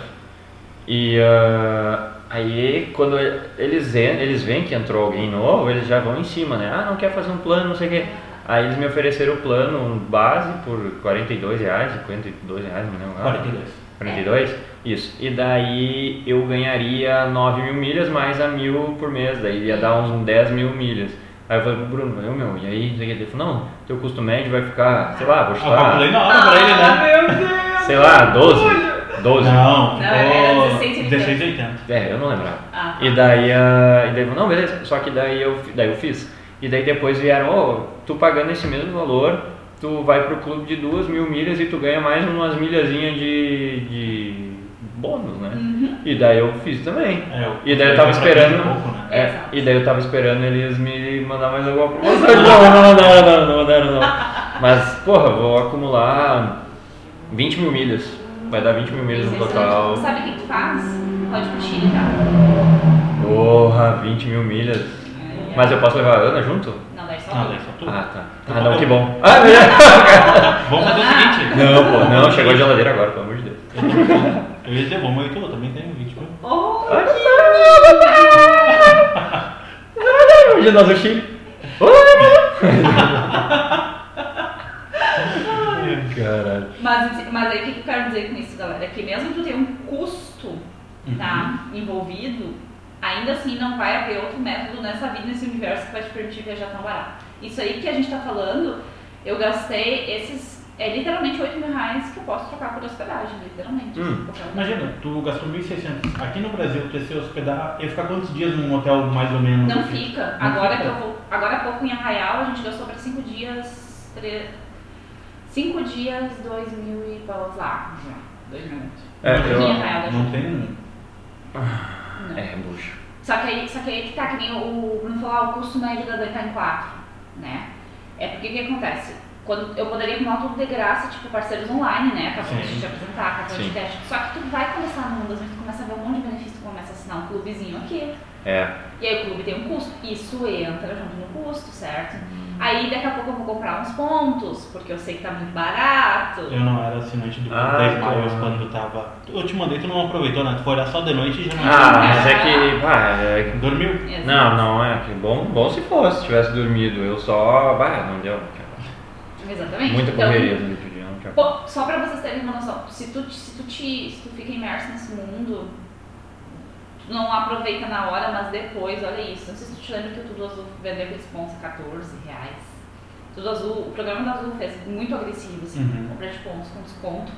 B: e ah, aí quando eles, en- eles veem que entrou alguém novo, eles já vão em cima, né? Ah, não quer fazer um plano, não sei o quê. Aí eles me ofereceram o plano um base por R$ 42 reais, 52 reais, não lembro. agora.
A: 42.
B: 42? Isso. E daí eu ganharia 9 mil milhas mais a mil por mês, daí ia dar uns 10 mil milhas. Aí eu falei pro Bruno, eu, meu, e aí? Não sei o que. Ele falou, não, teu custo médio vai ficar, sei lá, vou
A: Ah, eu calculei na
B: chutar,
A: hora pra ele, né?
C: Ah, meu Deus!
B: sei lá, 12? 12?
A: Não,
C: Não, era
A: ficou
C: 16,80.
A: 16,80.
B: É, eu não lembrava.
C: Ah,
B: E daí, ah, e daí eu falei, não, beleza, só que daí eu, fi- daí eu fiz. E daí depois vieram, ô, tu pagando esse mesmo valor, tu vai pro clube de duas mil milhas e tu ganha mais umas milhazinhas de, de bônus, né? E daí eu fiz também.
A: É, o-
B: E daí eu tava
A: pra quem
B: esperando-
A: é pouco, né?
B: É,
C: Exato.
B: e daí eu tava esperando eles me mandar mais alguma coisa. Não, não, não, não, não, não, não, não. Mas, porra, vou acumular 20 mil milhas. Vai dar 20 mil milhas no
C: é Excelente.
B: total.
C: Sabe o que tu faz? Pode pro Chile, tá?
B: Porra, 20 mil milhas. Mas eu posso levar a Ana junto?
C: Não, daí é só
A: Ah,
C: tu.
A: daí só tu.
B: Ah, tá. Ah, não, que bom. Ah, melhor.
A: Vamos fazer o seguinte.
B: Não, pô, não, chegou a geladeira agora, pelo amor de Deus.
A: Eu ia dizer, vamos aí tu, eu também tenho 20 mil.
C: Oh,
B: Hoje é nós o Chile. é Caralho.
C: Mas, mas aí o que que eu quero dizer com isso, galera? É que mesmo que tu tenha um custo tá,
A: Uhum.
C: envolvido, ainda assim não vai haver outro método nessa vida, nesse universo que vai te permitir viajar tão barato. Isso aí que a gente tá falando, eu gastei esses. É literalmente 8 mil reais que eu posso trocar por hospedagem, literalmente. Então,
B: Hum.
C: Qualquer lugar.
A: Imagina, tu gastou 1.600. Aqui no Brasil, tu ia se hospedar, ia ficar quantos dias num hotel mais ou menos?
C: Não
A: assim?
C: fica.
A: Não
C: Agora
A: fica.
C: que eu vou. Agora há pouco em Arraial a gente gastou para cinco dias. Tre... Cinco dias, dois mil e blá blá blá. Já. Dois mil.
B: É,
C: Aqui em
B: eu...
C: Arraial,
A: Não tem. um.
C: não.
B: É, bucho.
C: Só que aí, só que aí que tá, que nem o Bruno falou, ah, o custo médio da Dani tá em 4, né? É porque o que acontece? Quando eu poderia arrumar tudo de graça, tipo parceiros online, né? Acabou de
A: Sim.
C: te tipo, apresentar, acabou de
B: Sim.
C: teste. Só que tu vai começar no mundo, mas tu começa a ver um monte de benefício, tu começa a assinar um clubezinho aqui,
B: É.
C: E aí o clube tem um custo, isso entra junto no custo, certo?
B: Hum.
C: Aí daqui a pouco eu vou comprar uns pontos, porque eu sei que tá muito barato.
A: Eu não era assinante do grupo
B: Ah,
A: da Smiles
B: tá.
A: quando eu tava. Eu te mandei, tu não aproveitou, né? Tu foi olhar só de noite e já não.
B: Ah, mas é que. Ah, é que-
A: Dormiu?
C: Exato.
B: Não, não é. Que bom, bom se fosse, se tivesse dormido. Eu só. Bah, não deu.
C: Exatamente.
B: Muita
C: Então,
B: correria no outro dia, não tinha como.
C: Pô, só pra vocês terem uma noção, se tu, se tu, te, se tu fica imerso nesse mundo, tu não aproveita na hora, mas depois, olha isso. Não sei se tu te lembra que o Tudo Azul vendeu aqueles pontos a 14 reais. Tudo Azul, o programa da Azul fez muito agressivo, assim,
A: Uhum.
C: compra de pontos com desconto.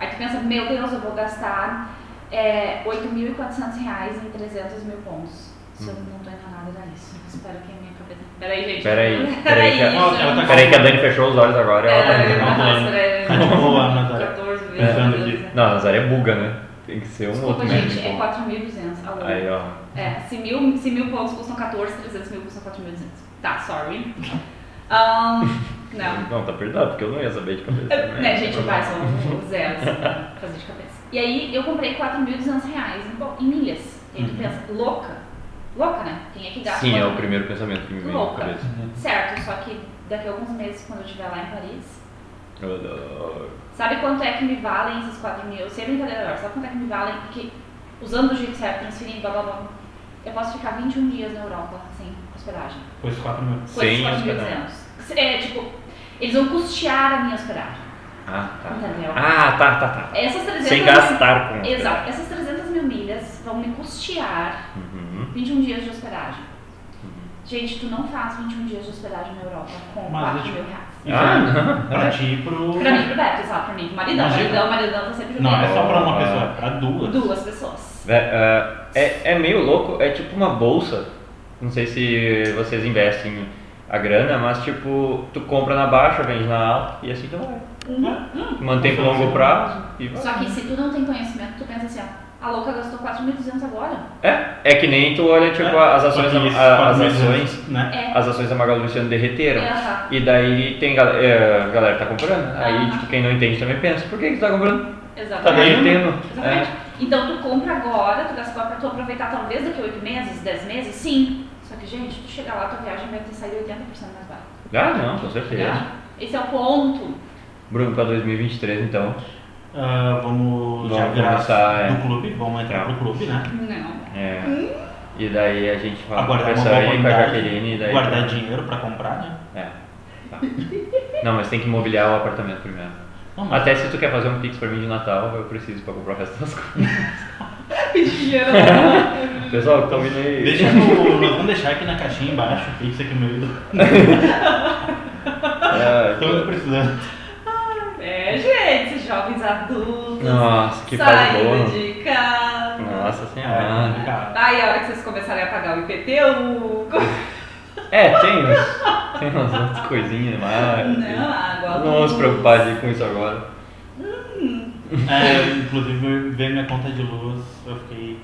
C: Aí tu pensa, meu Deus, eu vou gastar é, 8.400 reais em 300 mil pontos. Se eu não tô enganada, era isso. Espero que a minha cabeça... Peraí, gente.
B: Peraí,
C: Peraí,
B: peraí que a-
C: gente.
A: Ela tá
B: Peraí que a Dani fechou os olhos agora. Ela tá
A: É.
B: entendendo.
A: calculando.
C: Peraí,
A: Tá de boa, Natália.
C: 14 vezes.
A: Pensando
C: meu Deus
A: aqui.
C: do céu.
B: Não, Nazaré buga, né? Tem que ser um
C: Desculpa,
B: outro
C: gente,
B: médico.
C: é 4.200 ao
B: Aí,
C: ano.
B: ó.
C: É, se mil, se mil pontos custam 14, 300 mil custam 4.200. Tá, sorry. Ahn, não.
B: Não, tá perdoado, porque eu não ia saber de cabeça.
C: Eu-
B: né?
C: né, gente, vai, são zeros, assim, fazer de cabeça. E aí eu comprei 4.200 reais em, po- em milhas. E aí tu
A: Uhum.
C: pensa, louca? Louca, né? Quem é que gasta?
B: Sim, é o
C: 4.000?
B: primeiro pensamento que me veio na
C: Louca.
B: cabeça.
C: Certo, só que daqui a alguns meses, quando eu estiver lá em Paris,
B: Eu adoro.
C: Sabe quanto é que me valem esses 4 mil? Sem brincadeira agora, sabe quanto é que me valem? Porque usando do jeito certo, transferindo, blá blá blá, eu posso ficar 21 dias na Europa sem hospedagem.
A: Pois quatro mil.
C: Com esses
B: Sem hospedagem.
C: 4.200. É, tipo, eles vão custear a minha hospedagem.
B: Ah, tá.
C: Entendeu?
B: Ah, tá, tá, tá.
C: Essas 300
B: Sem
C: mil-
B: gastar com.
C: Exato. Essas 300 mil milhas vão me custear
B: Uhum.
C: 21 dias de hospedagem. Gente, tu não faz 21 dias de hospedagem na Europa com
A: Mas,
C: 4
A: tipo,
C: mil reais.
A: E
B: Ah,
A: foi
B: não.
A: Pra ti e pro.
C: Pra mim, pro Beto, exato, pra mim, pro maridão.
A: Imagina.
C: Maridão, maridão, tá sempre
A: Não,
C: junto.
A: é só pra uma
B: Ah.
A: pessoa, é pra duas.
C: Duas pessoas.
B: Vé- ah, É, é meio louco, é tipo uma bolsa. Não sei se vocês investem a grana, mas tipo, tu compra na baixa, vende na alta e assim tu vai. Mantém pro longo prazo e vai.
C: Uhum. Só que se tu não tem conhecimento, tu pensa assim, ó, a louca gastou 4.200 agora.
B: É, é que nem tu olha tipo
A: É,
B: as ações,
A: só que
B: da-
A: isso,
B: a-
A: quatro
B: as
A: mil
B: ações,
A: reais, Né?
C: É.
B: as ações da Magalu Luciano derreteram.
C: É, tá.
B: E daí tem gal- é, galera que tá comprando. Aí
C: Aham.
B: tipo, quem não entende também pensa, por que que tu tá comprando? Tá
C: Exatamente.
A: vendo?
B: derretendo.
C: Exatamente. Então tu compra agora, tu gastou pra tu aproveitar talvez daqui a 8 meses, 10 meses, sim. Só que, gente, tu chegar lá, tua viagem vai ter saído 80% mais barata.
B: É. Ah não, com certeza.
C: tá? Esse é o ponto.
B: Bruno, pra 2023 então.
A: Ah, vamos, já
B: Vamos
A: virar
B: começar, é.
A: do clube, vamos entrar pro clube, né?
C: Não.
B: É.
C: Hum?
B: E daí a gente fala
A: Agora
B: com
A: é
B: o
A: uma
B: pessoal
A: boa
B: aí, com a Jaqueline. e
A: oportunidade
B: Daí
A: guardar dinheiro pra comprar, né?
B: É. Tá. Não, mas tem que mobiliar o apartamento primeiro.
A: Não, mas-
B: Até se tu quer fazer um pix pra mim de Natal, eu preciso pra comprar o resto das coisas. Pessoal, que tá ouvindo aí.
A: Deixa no. Nós vamos deixar aqui na caixinha embaixo, fixa aqui no meio.
B: É,
A: Estamos precisando.
C: É, gente, esses jovens adultos.
B: Nossa, que fase boa.
C: saindo de casa.
B: Nossa
A: É,
B: senhora.
A: complicado.
C: Aí a hora que vocês começarem a pagar o IPTU,
B: É, tem uns. Tem umas outras coisinhas, mas.
C: não, água,
B: Não vamos
C: luz.
B: se preocupar de- com isso agora.
A: É, inclusive ver minha conta de luz, eu fiquei.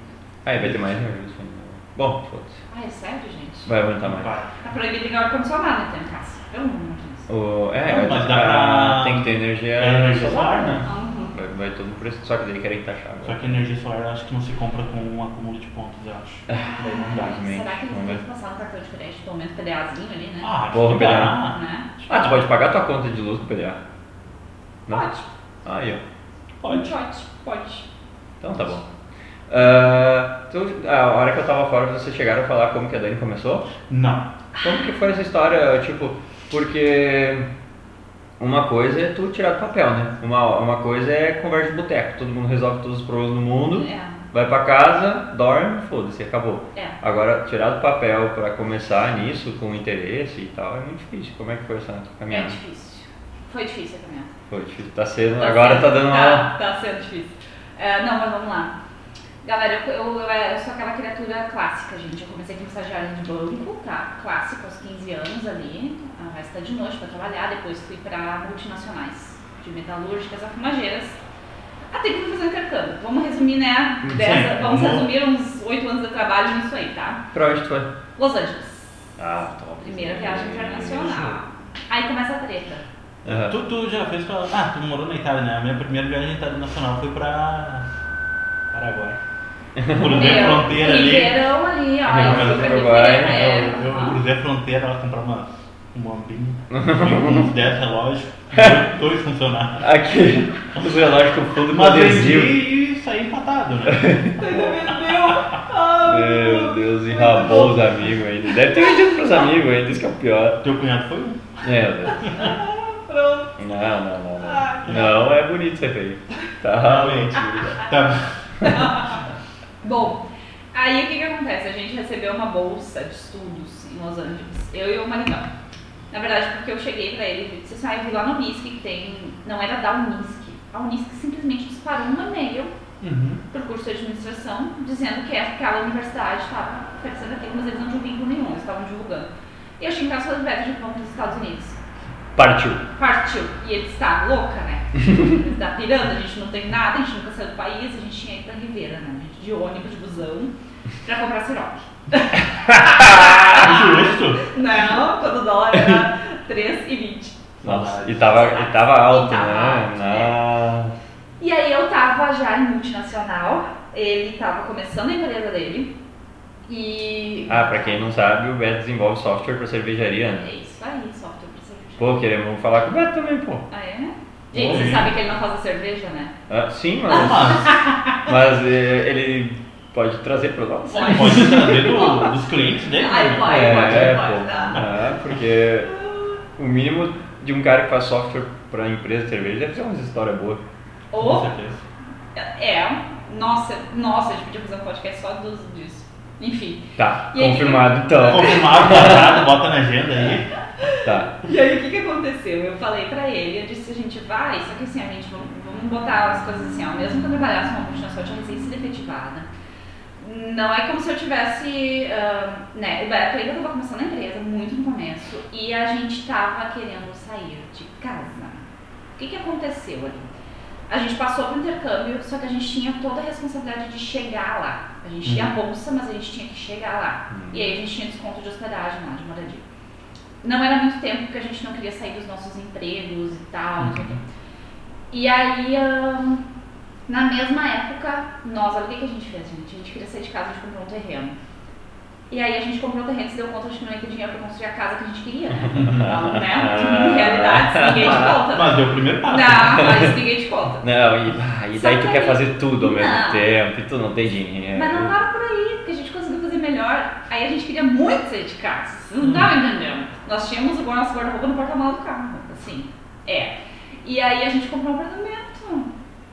B: Aí vai ter mais reajuste ainda. Bom, foda-se.
C: Ai, é sério, gente?
B: Vai aumentar mais.
A: Vai.
C: Tá proibido ligar o ar-condicionado então em casa. Pelo amor de Deus.
B: O, é,
A: Não,
B: vai
A: mas
B: ter-
A: dá pra-
B: ah, tem que ter energia,
A: É energia solar, né?
C: Uhum.
B: Vai, vai todo preço, só que daí querem taxar agora.
A: Só que energia solar eu acho que não se compra com um acúmulo de pontos, eu acho.
B: É.
A: Daí não dá.
B: Infelizmente,
C: Será que eles
B: vamos ver.
C: vão passar no cartão de crédito pelo menos PDAzinho ali, né?
A: Ah,
B: Porra,
A: acho que dá.
C: Né?
A: Acho que
B: Ah, tu
A: dá.
B: pode pagar tua conta de luz do PDA. Não?
C: Pode,
B: Aí, ó.
A: Pode.
C: pode, pode.
B: Então tá bom. Ah, tu, a hora que eu tava fora, vocês chegaram a falar como que a Dani começou?
A: Não.
B: Como que foi essa história? Tipo, porque uma coisa é tu tirar do papel, né? Uma, uma coisa é conversa de boteco. Todo mundo resolve todos os problemas do mundo,
C: É,
B: vai pra casa, dorme, foda-se, acabou.
C: é.
B: Agora, tirar do papel pra começar nisso com interesse e tal é muito difícil. Como é que foi essa
C: É
B: caminhada?
C: difícil. Foi difícil a caminhada.
B: Foi difícil. Tá sendo,
C: É Tá
B: agora
C: sendo-
B: tá dando uma.
C: Tá, tá sendo difícil. É, não, mas vamos lá. Galera, eu, eu, é, eu, eu sou aquela criatura clássica, gente. Eu comecei como estagiária de banco, tá? Clássico, aos 15 anos ali. A resta de noite pra trabalhar. Depois fui pra multinacionais de metalúrgicas, afumageiras. Até que fui fazer um intercâmbio. Vamos resumir, né?
A: Sim,
C: Dessa- vamos
A: vamos.
C: resumir uns 8 anos de trabalho nisso aí, tá?
B: Pra onde tu foi?
C: Los Angeles.
B: Ah, top.
C: Primeira viagem internacional. Aí começa a treta.
B: Aham.
A: Tu, tu já fez pra. Ah, tu morou na Itália, né? A minha primeira viagem internacional foi pra. Paraguai. Cruzei a
C: Meu,
A: fronteira ali.
C: Ribeirão É, ali, ó. é
B: Ribeirão
C: eu
B: do
C: fui pra
B: Uruguai,
C: Ribeirão, é,
A: Eu, eu
C: aham.
A: cruzei a fronteira lá comprar uma, um uma ampinha, uns 10 relógios, dois- dois funcionários.
B: Aqui, os relógios com fundo com
A: Mas
B: adesivo.
A: vendi e saí empatado, né?
C: Tá devendo meu. Ah,
B: Meu Deus, enrabou os amigos ainda. Deve ter vendido pros amigos ainda, isso que é o pior.
A: Teu cunhado foi um.
B: Meu Deus.
C: Pronto.
B: Não, não, não, não. Não, é bonito ser feio. Tá,
A: Realmente.
B: mentira.
A: Tá.
C: Bom, aí o que que acontece? A gente recebeu uma bolsa de estudos em Los Angeles, eu e o Marinão. Na verdade, porque eu cheguei pra ele e disse assim, ah, eu vi lá na Unisc que tem... Não era da Unisc. A Unisc simplesmente disparou um e-mail
A: Uhum.
C: pro curso de administração, dizendo que aquela universidade estava oferecendo aquilo, mas eles não tinham vínculo nenhum, eles estavam divulgando. E eu cheguei em casa e falei, Beto, de vamos para os Estados Unidos.
B: Partiu.
C: Partiu. E ele está louca, né? Eles tá pirando, a gente não tem nada, a gente nunca saiu do país, a gente tinha ido pra Ribeira, né? gente De ônibus, de busão, pra comprar siroque.
A: Ah, justo.
C: Não, quando o dólar era 3,20.
B: Nossa, e tava, e tava alto,
C: E tava
B: né?
C: alto,
B: Nossa.
C: E aí eu tava já em multinacional, ele tava começando a empresa dele, e...
B: Ah, pra quem não sabe, o Beto desenvolve software pra cervejaria, né?
C: É isso aí, software pra cerveja.
B: Pô, queremos falar com o Beto também, pô.
C: Ah, é? Gente,
A: Bom,
C: você
A: hein?
C: sabe que ele não faz a cerveja, né?
B: Ah, sim, mas,
A: Mas
B: mas eh, ele pode trazer pra nós.
C: Pode.
A: pode trazer do- dos clientes dele.
C: Ai,
A: né?
C: pode, Ah, pode,
B: é,
C: pode,
B: pô.
C: tá.
B: Ah, porque o mínimo de um cara que faz software pra empresa de cerveja deve ser umas histórias boas.
A: Com
C: Ou
A: certeza.
C: É, nossa, nossa, a gente podia fazer um podcast só dos, disso. Enfim.
B: Tá,
C: E aí,
B: confirmado então.
A: Confirmado, guardado, bota na agenda aí.
B: Tá.
C: E aí o que, que aconteceu? Eu falei pra ele, eu disse, a gente vai, só que assim, a gente vamos, vamos botar as coisas assim, ó. Mesmo que eu trabalhasse numa multinacional, eu tinha recém sido efetivada. Não é como se eu tivesse. ah, né, o Beto ainda estava começando a empresa, muito no começo, e a gente tava querendo sair de casa. O que, que aconteceu ali? A gente passou pro intercâmbio, só que a gente tinha toda a responsabilidade de chegar lá. A gente tinha a bolsa, mas a gente tinha que chegar lá. E aí a gente tinha desconto de hospedagem lá, de moradia. Não era muito tempo porque a gente não queria sair dos nossos empregos e tal. não sei o quê. E aí, ahn, na mesma época, nós, olha o que, que a gente fez, gente? A gente queria sair de casa, a gente comprou um terreno. E aí a gente comprou um terreno e se deu conta de que não ia ter dinheiro pra construir a casa que a gente queria, né? Então, né? Realidade, ninguém te conta.
A: Mas deu o primeiro passo.
C: Não, mas ninguém te conta.
B: Não, e, ah, e
C: Só
B: daí tu
C: que
B: quer
C: aí-
B: fazer tudo ao mesmo
C: Não.
B: tempo e tu não tem dinheiro.
C: Mas não dava por aí, porque a gente conseguiu fazer melhor. Aí a gente queria muito sair de casa. Vocês não estavam entendendo. Nós tínhamos o nosso guarda-roupa no porta-malas do carro. Assim, é. E aí a gente comprou um apartamento.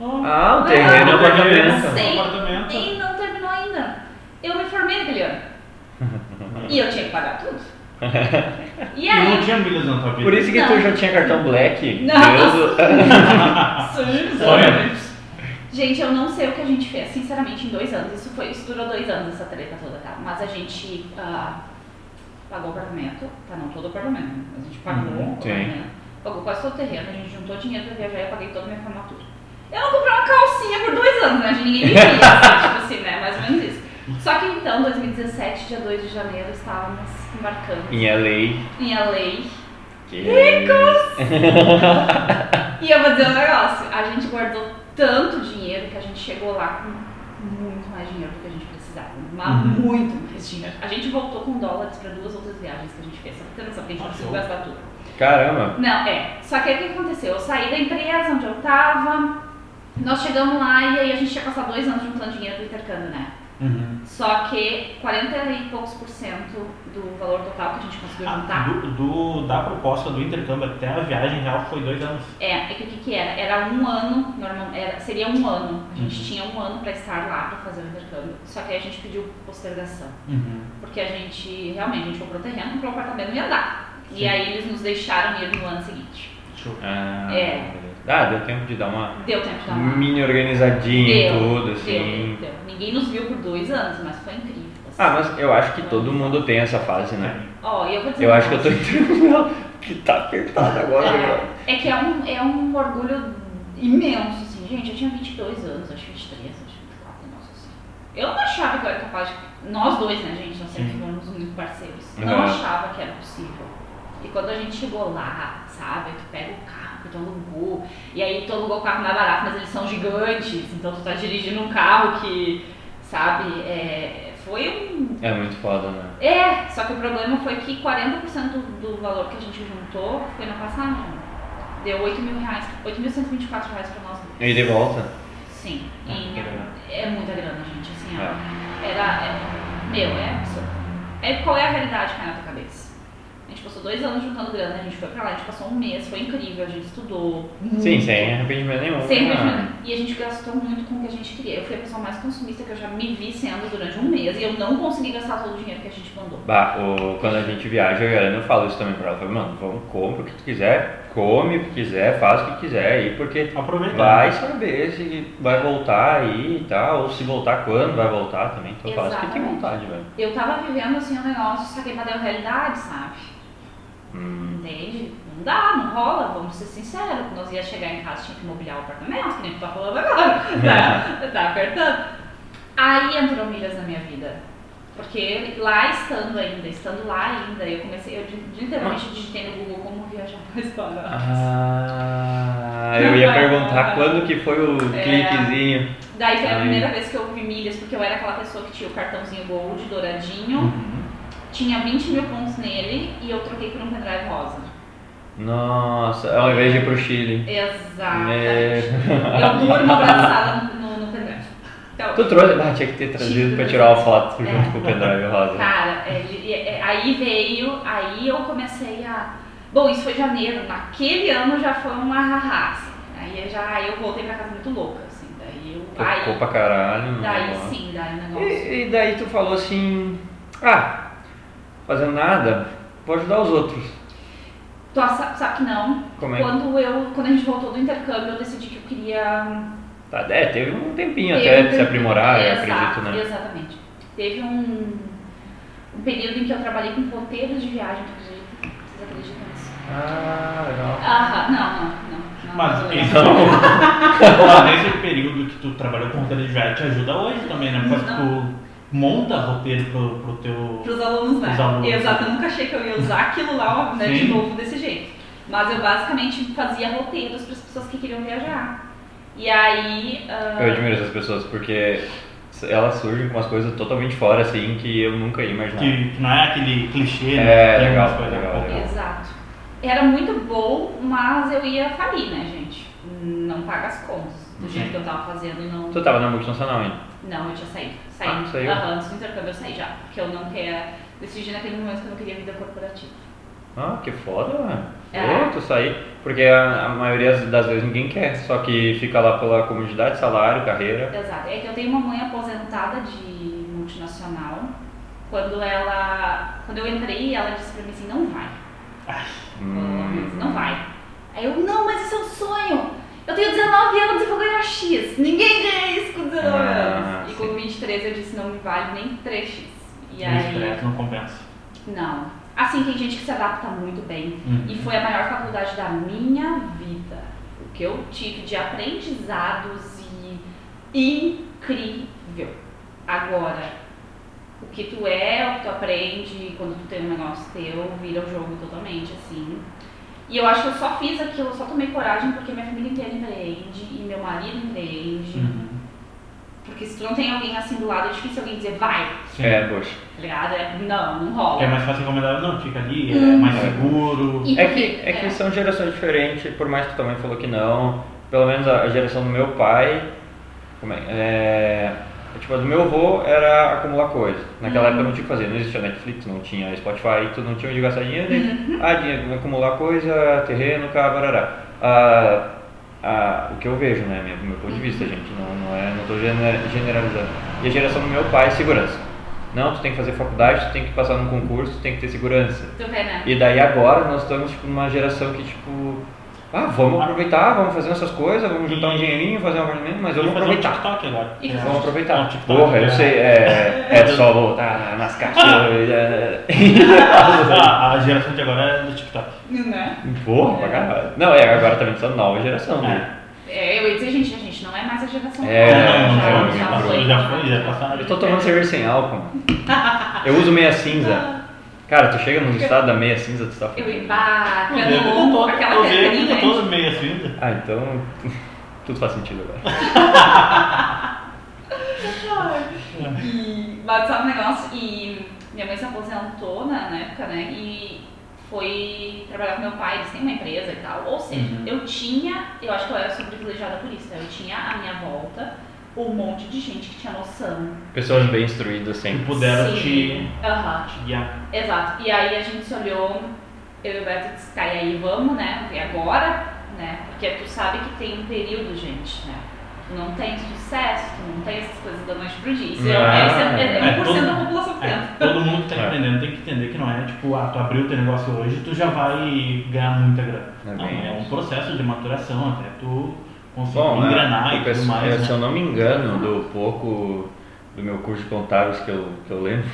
A: Ah,
B: Ah, o terreno é
A: um
B: um
A: apartamento.
B: apartamento.
C: Sim.
A: um apartamento.
C: E não terminou ainda. Eu me formei naquele ano. E eu tinha que pagar tudo. E
A: E não
C: aí,
A: tinha milhas na tua vida.
B: Por isso que tu já tinha cartão black.
C: Não.
B: Deus do-
C: Sim,
A: Olha.
C: Gente, eu não sei o que a gente fez, sinceramente, em dois anos. Isso, foi, isso durou dois anos, essa treta toda, tá? Mas a gente ah, pagou o apartamento, tá? Não todo o apartamento, né? a gente pagou
B: Uhum,
C: o
B: sim.
C: apartamento, pagou quase todo o terreno, a gente juntou dinheiro pra viajar e eu paguei toda a minha formatura. Eu não comprei uma calcinha por dois anos, né? A gente ninguém me via, assim, tipo assim, né? Mais ou menos isso. Só que então, 2017, dia 2 de janeiro, estávamos embarcando
B: Em LA.
C: em LA.
B: Que...
C: E eu vou dizer um negócio, a gente guardou tanto dinheiro que a gente chegou lá com muito mais dinheiro do que a gente precisava. Mas muito mais dinheiro. A gente voltou com dólares para duas outras viagens que a gente fez, só pra ter noção, porque a gente não conseguiu gastar tudo.
B: Caramba.
C: Não, é. Só que aí o que aconteceu? Eu saí da empresa onde eu tava, nós chegamos lá e aí a gente tinha passado dois anos juntando dinheiro do intercâmbio, né?
A: Uhum.
C: Só que 40 e poucos por cento do valor total que a gente conseguiu
A: Ah,
C: juntar
A: do, do- da proposta do intercâmbio até a viagem real foi dois anos.
C: É, é que o que, que era? Era um ano, normal, era, seria um ano. A
B: Uhum.
C: gente tinha um ano pra estar lá pra fazer o intercâmbio. Só que aí a gente pediu postergação. Porque a gente, realmente, a gente comprou terreno, comprou apartamento, não ia dar. E
A: Sim.
C: aí eles nos deixaram ir no ano seguinte.
A: Show.
B: Ah,
C: É.
B: beleza. ah, deu tempo de dar uma
C: Deu tempo de dar uma...
B: mini organizadinha em
C: Deu,
B: tudo,
C: Deu,
B: assim.
C: deu. Ninguém nos viu por dois anos, mas foi incrível. assim.
B: Ah, mas eu acho que todo mundo tem essa fase, né?
C: Ó, e eu vou dizer
B: Eu
C: uma
B: acho que eu tô
C: coisa.
B: entrando nela, que tá apertado agora. meu.
C: É, é que é um, é um orgulho imenso, assim. Gente, eu tinha 22 anos, acho que 23, acho que 24, nossa, assim. Eu não achava que eu era capaz de... Nós dois, né, gente? Nós sempre
A: Sim.
C: fomos muito parceiros.
B: Uhum.
C: Não achava que era possível. E quando a gente chegou lá, sabe? Tu pega o carro que tu alugou. E aí tu alugou o carro mais barato, mas eles são gigantes. Então tu tá dirigindo um carro que... sabe? É, foi um.
B: É muito foda, né?
C: É, só que o problema foi que 40% do, do valor que a gente juntou foi na passagem. Deu 8 mil reais, 8.124 reais pra nós dois.
B: E de volta.
C: Sim.
A: Ah,
C: E
A: que legal.
C: é muita grana, gente. Assim, ó. Era. é- meu, é absurdo. É, qual é a realidade que cai na tua cabeça? A gente passou dois anos juntando grana, a gente foi pra lá, a gente passou um mês, foi incrível, a gente estudou.
B: Sim, sem arrependimento nenhum.
C: Sempre.
B: né?
C: E a gente gastou muito com o que a gente queria. Eu fui a pessoa mais consumista que eu já me vi sendo durante um mês e eu não consegui gastar todo o dinheiro que a gente mandou.
B: Bah, o- quando a gente viaja, a Ana fala isso também pra ela. Fala, mano, vamos, compra o que tu quiser, come o que quiser, faz o que quiser aí, porque
C: Uhum.
A: Aproveitar.
B: vai saber se vai voltar aí e tal, ou se voltar quando vai voltar também. Então faz o que tem
C: Exatamente.
B: vontade, velho.
C: Eu tava vivendo assim um negócio, saquei pra dar realidade, sabe?
B: Hum,
C: Entende? Não dá, não rola, vamos ser sinceros. Nós ia chegar em casa, tinha que mobiliar o apartamento, que nem tu tá falando agora. Tá, tá apertando. Aí entrou milhas na minha vida. Porque lá estando ainda, estando lá ainda, eu comecei, eu literalmente digitei no Google como viajar pra história.
B: Ah, eu ia perguntar quando que foi o
C: É.
B: cliquezinho.
C: Daí foi a
B: Ai.
C: primeira vez que eu vi milhas, porque eu era aquela pessoa que tinha o cartãozinho gold douradinho,
B: Uhum.
C: tinha 20 mil pontos nele e eu troquei por um pendrive rosa.
B: Nossa, ao invés de ir pro Chile.
C: Exatamente. Eu
B: É.
C: durmo abraçada no, no, no pendrive. Então,
B: Tu trouxe, ah, tinha que ter trazido pra tirar uma foto junto
C: É.
B: com o pendrive rosa.
C: Cara, é, ele- é, é, aí veio, aí eu comecei a. Bom, isso foi janeiro, naquele ano já foi um arrahá, assim. Aí eu já eu voltei pra casa muito louca, assim. Daí eu.
B: Tocou
C: Aí,
B: pra caralho. no
C: daí
B: negócio.
C: sim, daí o negócio.
B: E, e daí tu falou assim, ah, fazendo nada, vou ajudar os outros.
C: Tu sa- sabe que não.
B: Como é?
C: Quando, eu, quando a gente voltou do intercâmbio, eu decidi que eu queria. hum,
B: Tá, é, teve um tempinho
C: ter
B: até
C: um
B: de se
C: tempo-
B: aprimorar, eu
C: Exato,
B: acredito, né?
C: Exatamente. Teve um, um período em que eu trabalhei com roteiros de viagem, tu acredita? Vocês acreditam nisso?
B: Ah, legal.
C: Aham, não, não, não. não
A: Mas
C: não,
A: isso
C: não.
A: Talvez o período que tu trabalhou com roteiro de viagem te ajuda hoje também, né? Porque tu monta roteiro pro, pro teu.
C: Para os alunos, né?
A: Pros alunos.
C: Exato, eu nunca achei que eu ia usar aquilo lá né, de
A: Sim.
C: novo desse jeito. Mas eu basicamente fazia roteiros para as pessoas que queriam viajar. E aí. ah,
B: Eu admiro essas pessoas porque elas surgem com umas coisas totalmente fora, assim, que eu nunca ia imaginar.
A: Que, que não é aquele clichê, né?
B: É,
A: Tem
B: legal,
A: umas coisas
B: legal,
A: um pouco-
B: legal.
C: Exato. Era muito bom, mas eu ia falir, né, gente? Não paga as contas do jeito
A: Sim.
C: que eu tava fazendo e não.
B: Tu tava na multinacional ainda?
C: Não, eu tinha saído. Saí.
B: Ah, saiu?
C: Aham, antes do intercâmbio eu saí já. Porque eu não queria. Decidi naquele momento que eu não queria vida corporativa.
B: Ah, que foda, velho.
C: É.
B: Pô, Tu sair, porque a, a maioria das vezes ninguém quer, só que fica lá pela comunidade, salário, carreira.
C: Exato. É que eu tenho uma mãe aposentada de multinacional. Quando ela. Quando eu entrei, ela disse pra mim assim, não vai. Ela
B: Hum,
C: disse, Não vai. Aí eu, não, mas esse é um sonho. Eu tenho 19 anos e vou ganhar X. Ninguém ganha isso com 19
B: Ah,
C: anos. E
B: sim.
C: com 23 eu disse, não me vale nem 3X. E
A: Não
C: aí.
A: estresse, não compensa.
C: Não. Assim, tem gente que se adapta muito bem.
A: Hum.
C: E foi a maior faculdade da minha vida. O que eu tive de aprendizados e incrível. Agora, o que tu é, o que tu aprende, quando tu tem um negócio teu, vira o jogo totalmente, assim. E eu acho que eu só fiz aquilo, eu só tomei coragem porque minha família inteira empreende e meu marido empreende.
B: Hum.
A: Uhum.
C: Porque se tu não tem alguém assim do lado, é difícil alguém dizer vai,
A: Sim. É.
B: É, poxa.
C: tá ligado? É, não, não rola.
A: mais fácil recomendar, não, fica ali, é mais seguro.
C: Uhum. E
B: É
C: tu
B: que,
C: fica-
B: é que são gerações diferentes, por mais que tu também falou que não, pelo menos a a geração do meu pai, como é, é, tipo, a do meu avô era acumular coisa. Naquela época não tinha o que fazer, não existia Netflix, não tinha Spotify, tu não tinha onde gastar dinheiro, né? ah, dinheiro, acumular coisa, terreno, cá, barará. Ah, ah, o que eu vejo, né, meu, meu ponto de vista, gente, não, não é, não tô gene- generalizando. E a geração do meu pai é segurança. Não, tu tem que fazer faculdade, tu tem que passar num concurso, tu tem que ter segurança.
C: Tu vê, né?
B: E daí agora nós estamos tipo, numa geração que tipo, ah, vamos aproveitar, vamos fazer nossas coisas, vamos juntar um dinheirinho, fazer um orçamento, mas eu vou
A: E fazer um
B: aproveitar.
A: TikTok agora.
C: E
A: É,
B: Vamos
A: um
B: aproveitar.
A: TikTok,
B: Porra,
A: é.
B: eu sei, é, é só voltar nas caixas. é,
A: Ah, a geração de agora é do TikTok.
C: Né?
B: Porra, pra caralho. Não, é, agora também são nova geração, né?
C: É, eu ia dizer, gente, a gente não é mais a geração
B: É,
C: atual,
B: não, não,
C: já,
B: não,
C: foi.
A: já foi, já passaram.
B: Eu tô tomando cerveja sem álcool. mano. Eu uso meia cinza. Cara, tu chega num estado da meia cinza, tu tá
C: Eu ia
B: fudido.
C: pá,
A: Não, eu
C: cabelo
A: tô
C: longo,
A: todo-
C: aquela né?
A: eu vejo que
C: perninha.
A: tá todo meio assim.
B: Ah, então tudo faz sentido agora.
C: Ai. Nossa, um e minha mãe se aposentou na, na época, né? E foi trabalhar com meu pai, eles têm uma empresa e tal. Ou seja,
A: Uhum.
C: eu tinha, eu acho que eu era super privilegiada por isso, né? Eu tinha à minha volta um monte de gente que tinha noção.
B: Pessoas bem instruídas
A: Que
B: sempre.
A: puderam
C: Sim.
A: te,
C: Aham.
A: te guiar.
C: Exato. E aí a gente se olhou, eu e o Beto disse, tá, e aí vamos, né? E agora, né? Porque tu sabe que tem um período, gente, né? Tu não tem sucesso, tu não tem essas coisas da noite pro dia. Isso é,
B: Não.
C: é, é,
A: É
C: 1%
A: todo-
C: da população que
A: É,
C: tem.
A: todo mundo que tá
B: É.
A: empreendendo tem que entender que não é tipo, ah, tu abriu o teu negócio hoje, tu já vai ganhar muita grana.
B: É
A: não,
B: bem
A: é um
B: isso.
A: processo de maturação até tu conseguir
B: Bom, né,
A: engrenar
B: o
A: e tudo
B: pessoal-
A: mais.
B: se eu
A: né?
B: não me engano, do pouco do meu curso de contábeis que eu, que eu lembro,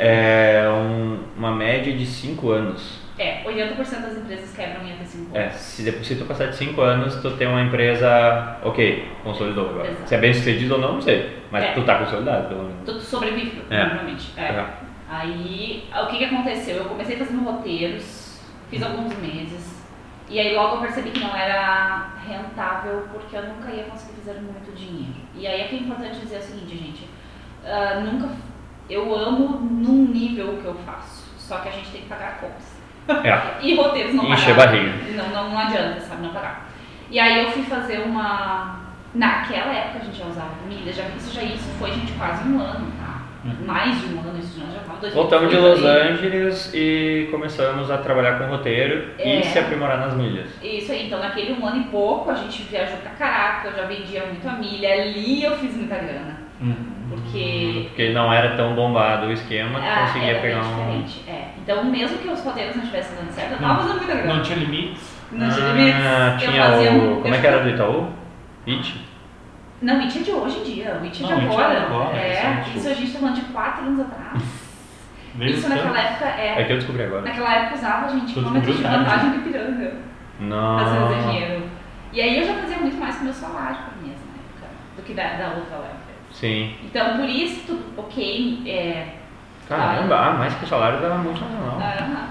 B: é um- uma média de 5 anos.
C: É, 80% das empresas quebram em até 5
B: É,
C: anos.
B: se, depois, se tu passar de 5 anos, tu tem uma empresa, ok, consolidou agora.
C: Exato.
B: Se é bem sucedido ou não, não sei, mas
C: É.
B: tu tá consolidado pelo menos.
C: Tu sobrevive,
B: É.
C: normalmente. É.
B: É.
C: Aí, o que que aconteceu? Eu comecei fazendo roteiros, fiz alguns meses, e aí logo eu percebi que não era rentável porque eu nunca ia conseguir fazer muito dinheiro. E aí é que é importante dizer o seguinte, gente, ah, nunca, eu amo num nível o que eu faço, só que a gente tem que pagar contas.
B: É.
C: E roteiros não
B: Encher
C: pagavam.
B: barriga.
C: Não, não, não adianta, sabe, não pagar. E aí eu fui fazer uma... Naquela época a gente já usava milha, já, isso já isso foi, gente, quase um ano, tá?
A: Uhum.
C: Mais de um ano, isso já já tava... 2008
B: Voltamos de Los
C: ali.
B: Angeles e começamos a trabalhar com roteiro
C: É.
B: e se aprimorar nas milhas.
C: Isso aí, então naquele um ano e pouco a gente viajou pra caraca, eu já vendia muito a milha, ali eu fiz muita grana,
A: Uhum.
C: porque
B: Porque não era tão bombado o esquema, tu
C: ah,
B: Uhum. conseguia
C: era bem
B: pegar um.
C: diferente. É. Então mesmo que os roteiros não estivessem dando certo, eu
A: Não.
C: tava fazendo muita grana.
A: Não tinha limites.
C: Não, tinha
B: Ah,
C: limites, eu
B: tinha
C: fazia
B: o.
C: um-
B: Como é
C: eu-
B: que era do Itaú? It?
C: Não, o It é de hoje em dia, o It é
A: Não, o
C: de
A: It é
C: agora.
A: de agora,
C: é,
A: recente.
C: isso a gente tá falando de 4 anos atrás.
A: Veio
C: Isso
A: tanto.
C: naquela época
B: É
C: é.
B: que eu descobri agora.
C: Naquela época usava, gente,
A: Tu
C: quilômetros de
A: descobriu tarde.
C: vantagem do Ipiranga. fazendo fazer
B: Não.
C: é dinheiro. E aí eu já fazia muito mais com meu salário pra mim nessa época do que da, da outra época.
B: Sim.
C: Então por isso, tu- ok, é,
B: Caramba, ah, mais que o salário da multinacional.
C: ah,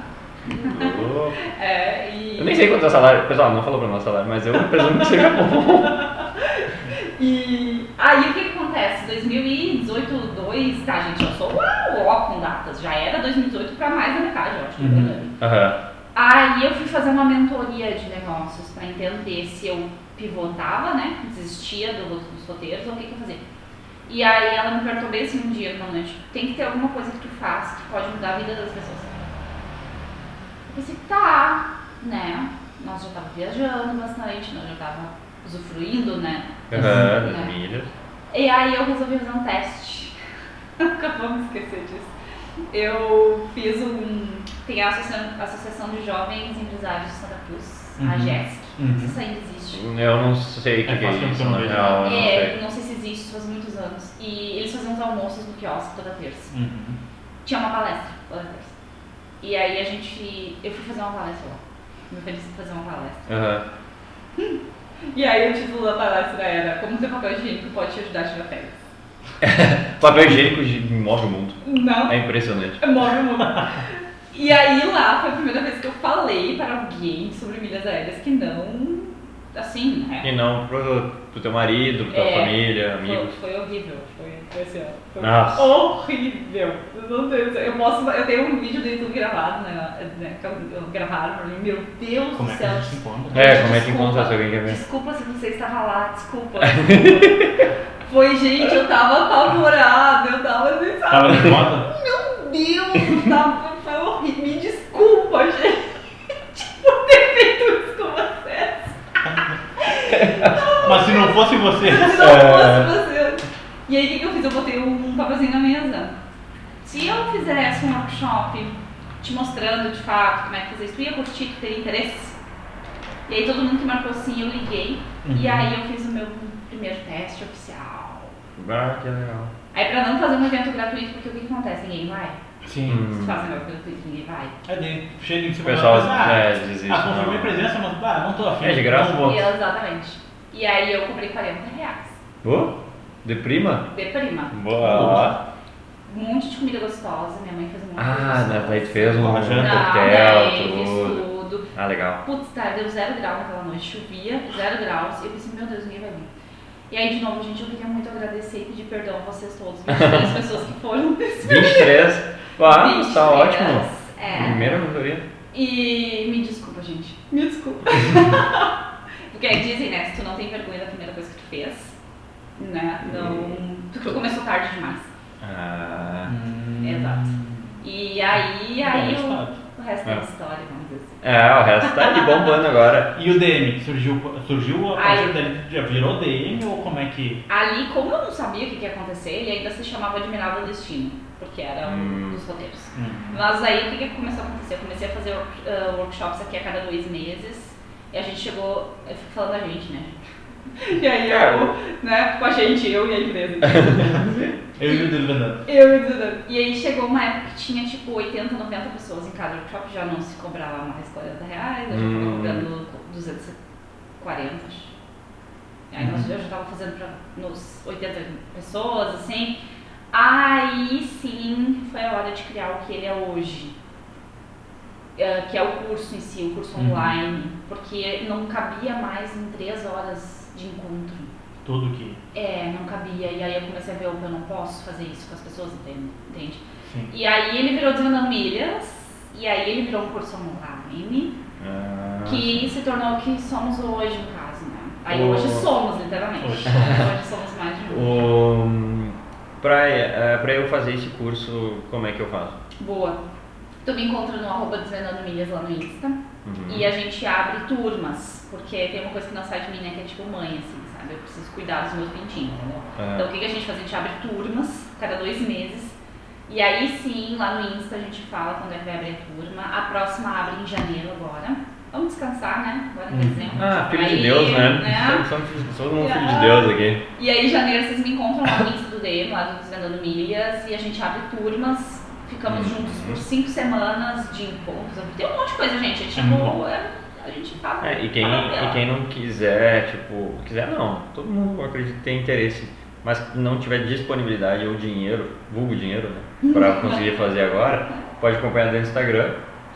B: Louco.
C: é, e,
B: Eu nem sei quanto é o salário. Pessoal, não falou pra nós o salário, mas eu presumo que seja bom.
C: e aí o que, que acontece? 2018, 2, tá gente, eu sou uau, ó com datas, já era 2018 pra mais da metade, eu acho.
A: Uhum.
C: né?
B: Aham.
C: Aí eu fui fazer uma mentoria de negócios pra entender se eu pivotava, né? Desistia do, dos roteiros ou o que, que eu fazia. E aí ela me perguntou bem assim um dia, numa noite, tem que ter alguma coisa que tu faz que pode mudar a vida das pessoas. Eu pensei, tá, né? Nós já tava viajando bastante, nós já tava usufruindo, né?
B: Aham, das
C: Né?
B: milhas.
C: E aí eu resolvi fazer um teste. Nunca vou me esquecer disso. Eu fiz um. Tem a Associação, Associação de Jovens Empresários de Santa Cruz, a
A: Uhum.
C: GESC.
A: Uhum.
C: Isso ainda existe.
B: Eu não sei o que,
A: É,
B: que é
A: faz tempo que
B: isso.
A: eu não
B: na
A: vejo.
B: real, eu não sei.
C: é, não sei se existe, isso faz muitos anos. E eles faziam uns almoços no quiosque toda terça.
A: Uhum.
C: Tinha uma palestra toda terça. E aí a gente. Eu fui fazer uma palestra lá. Me ofereci pra fazer uma palestra.
B: Aham.
C: E aí o título da palestra era Como teu papel higiênico pode te ajudar a tirar férias.
B: Papel higiênico de- move o mundo.
C: Não
B: É impressionante.
C: Morre no E aí lá foi a primeira vez que eu falei para alguém sobre milhas aéreas que não. Assim, né?
B: E não pro, pro teu marido, pra tua
C: É.
B: família,
C: Foi,
B: amigos.
C: foi horrível, foi, foi assim, ó. Foi
B: Nossa.
C: horrível. Eu não sei, eu posso. Eu tenho um vídeo do YouTube gravado, né? né, que eu- eu gravaram pra mim. Meu Deus
A: Como
C: do
A: é que
C: céu.
A: a gente se encontra?
B: É, como é que
C: Desculpa.
B: encontra se alguém quer ver?
C: Desculpa se você estava lá, desculpa. foi, gente, eu tava apavorada, eu tava assim, sabe?
A: Tava de moda?
C: Meu Deus, tá, foi horrível. Me desculpa, gente, por ter feito isso com você.
A: Mas se não fosse você.
C: Se não fosse você. E aí, o que que eu fiz? Eu botei um papelzinho na mesa. Se eu fizesse um workshop te mostrando de fato como é que fazer isso, tu ia curtir, tu teria interesse? E aí, todo mundo que marcou sim, eu liguei. E
A: Uhum.
C: aí, eu fiz o meu primeiro teste oficial.
B: Ah, que legal.
C: Aí, pra não fazer um evento gratuito, porque o que que acontece? Ninguém vai.
A: Sim.
C: Se faz um evento gratuito, ninguém vai.
A: Hum. É daí chega em
B: O
A: cima da
B: pessoal
A: coisa, ah,
B: é, desiste.
A: ah, confirmei
B: não.
A: presença, mas ah, não tô afim.
B: É de graça?
A: Não vou.
C: Exatamente. E aí eu cobrei 40 reais.
B: Ô, de prima?
C: De prima.
B: Boa.
C: Um monte de comida gostosa, minha mãe fez um monte de
B: Ah,
C: coisa
B: né,
C: gostosa.
B: daí tu fez um
A: Ah, já.
C: Não, daí
B: coquetel,
C: fiz
B: tudo.
C: tudo.
B: Ah, legal.
C: Putz, tá, deu zero grau naquela noite, chovia, zero graus. E eu pensei, meu Deus, ninguém vai vir. E aí, de novo, gente, eu queria muito agradecer e pedir perdão a vocês todos, 23 pessoas que foram nesse
B: 23. Uau,
C: vídeo,
B: tá
C: né?
B: ótimo.
C: É.
B: Primeira minoria.
C: E me desculpa, gente. Me desculpa. Porque aí dizem, né, se tu não tem vergonha da primeira coisa que tu fez, né, não... Porque tu começou tarde demais.
B: Ah,
C: Exato. E aí, aí
A: Hum. Bom,
C: o,
A: sabe.
C: o resto é
B: É.
C: história, vamos dizer assim.
B: é, o resto tá aí bombando agora.
A: E o DM? Surgiu, surgiu a
C: Ai.
A: partir dele? Já virou DM ou como é que.
C: Ali, como eu não sabia o que que ia acontecer, ele ainda se chamava Admirável Destino, porque era um
B: Hum.
C: dos roteiros.
A: Hum.
C: Mas aí, o que, que começou a acontecer? Eu comecei a fazer work- ah, workshops aqui a cada dois meses, e a gente chegou, eu fico falando a gente, né? E aí eu, né, com a gente, eu e a empresa.
A: Eu e o Desvendando.
C: Eu e o Dudu. E aí chegou uma época que tinha tipo 80, 90 pessoas em cada workshop, já não se cobrava mais 40 reais, eu já tava
B: Hum.
C: cobrando 240, acho. Aí nós, eu já tava fazendo pra nos 80 pessoas, assim. Aí sim foi a hora de criar o que ele é hoje. Eh, que é o curso em si, o curso
A: Uhum.
C: online. Porque não cabia mais em três horas de encontro.
A: Tudo que.
C: É, não cabia. E aí eu comecei a ver, opa, eu não posso fazer isso com as pessoas, entende? entende?
A: Sim.
C: E aí ele virou Desvendando Milhas, e aí ele virou um curso online,
B: Ah,
C: que se tornou o que somos hoje, no caso, né? Aí
B: O-
C: hoje somos, literalmente.
A: Hoje
C: Hoje, somos mais de um.
B: O, pra, eh, pra eu fazer esse curso, como é que eu faço?
C: Boa. Tu me encontra no arroba Desvendando Milhas lá no Insta,
B: Uhum.
C: e a gente abre turmas, porque tem uma coisa que não sai de mim, né, que é tipo mãe, assim, sabe? Eu preciso cuidar dos meus pintinhos, entendeu? Então o
B: Ah,
C: que, que a gente faz? A gente abre turmas cada dois meses. E aí sim, lá no Insta a gente fala quando é que vai abrir a turma. A próxima abre em janeiro agora. Vamos descansar, né? Agora em
A: Uhum.
C: dezembro.
B: Ah,
C: Aí,
B: filho de Deus, né? Somos- somos filhos- Todo mundo filho de Deus aqui.
C: E aí em janeiro vocês me encontram lá no Insta do DM, lá do Desvendando Milhas. E a gente abre turmas. Ficamos
B: Uhum.
C: juntos por cinco semanas de encontros. Tem um monte de coisa, gente. É
A: muito bom.
C: tipo... é- a gente fala.
B: É, e, quem, e quem não quiser, tipo, quiser não, todo mundo acredita tem interesse, mas não tiver disponibilidade ou dinheiro, vulgo dinheiro, né? Pra conseguir fazer agora, pode acompanhar dentro do Instagram,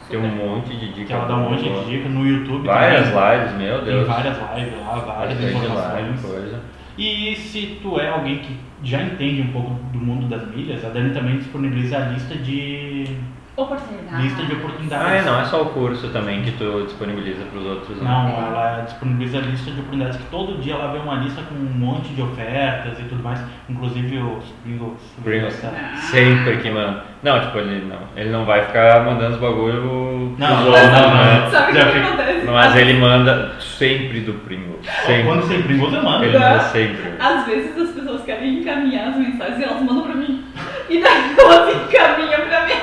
B: tem um monte de dicas.
A: Que ela dá um monte de dica no YouTube.
B: Várias
A: também.
B: lives, meu
A: Tem
B: Deus.
A: várias lives lá, várias
B: Bastante live,
A: informações.
B: coisa.
A: E se tu é alguém que já entende um pouco do mundo das milhas, a Dani também disponibiliza a lista de
C: Oportunidade.
A: lista de oportunidades.
B: Ah, é, não, é só o curso também que tu disponibiliza pros outros, né?
A: Não, ela disponibiliza a lista de oportunidades que todo dia ela vê uma lista com um monte de ofertas e tudo mais, inclusive os Pringles.
B: Pringles.
A: Tá?
B: Sempre que manda. Não, tipo, ele não, ele não vai ficar mandando os bagulho pros
A: Não, não,
B: outros,
A: não,
B: né?
C: Sabe o que
A: Já
C: que
A: fica-
C: acontece?
B: Mas ele manda sempre do Pringo. Sempre.
A: Quando tem Pringles, eu mando.
B: Ele manda sempre.
C: Às vezes as pessoas querem encaminhar as mensagens e elas mandam pra mim. E daí elas encaminham pra mim.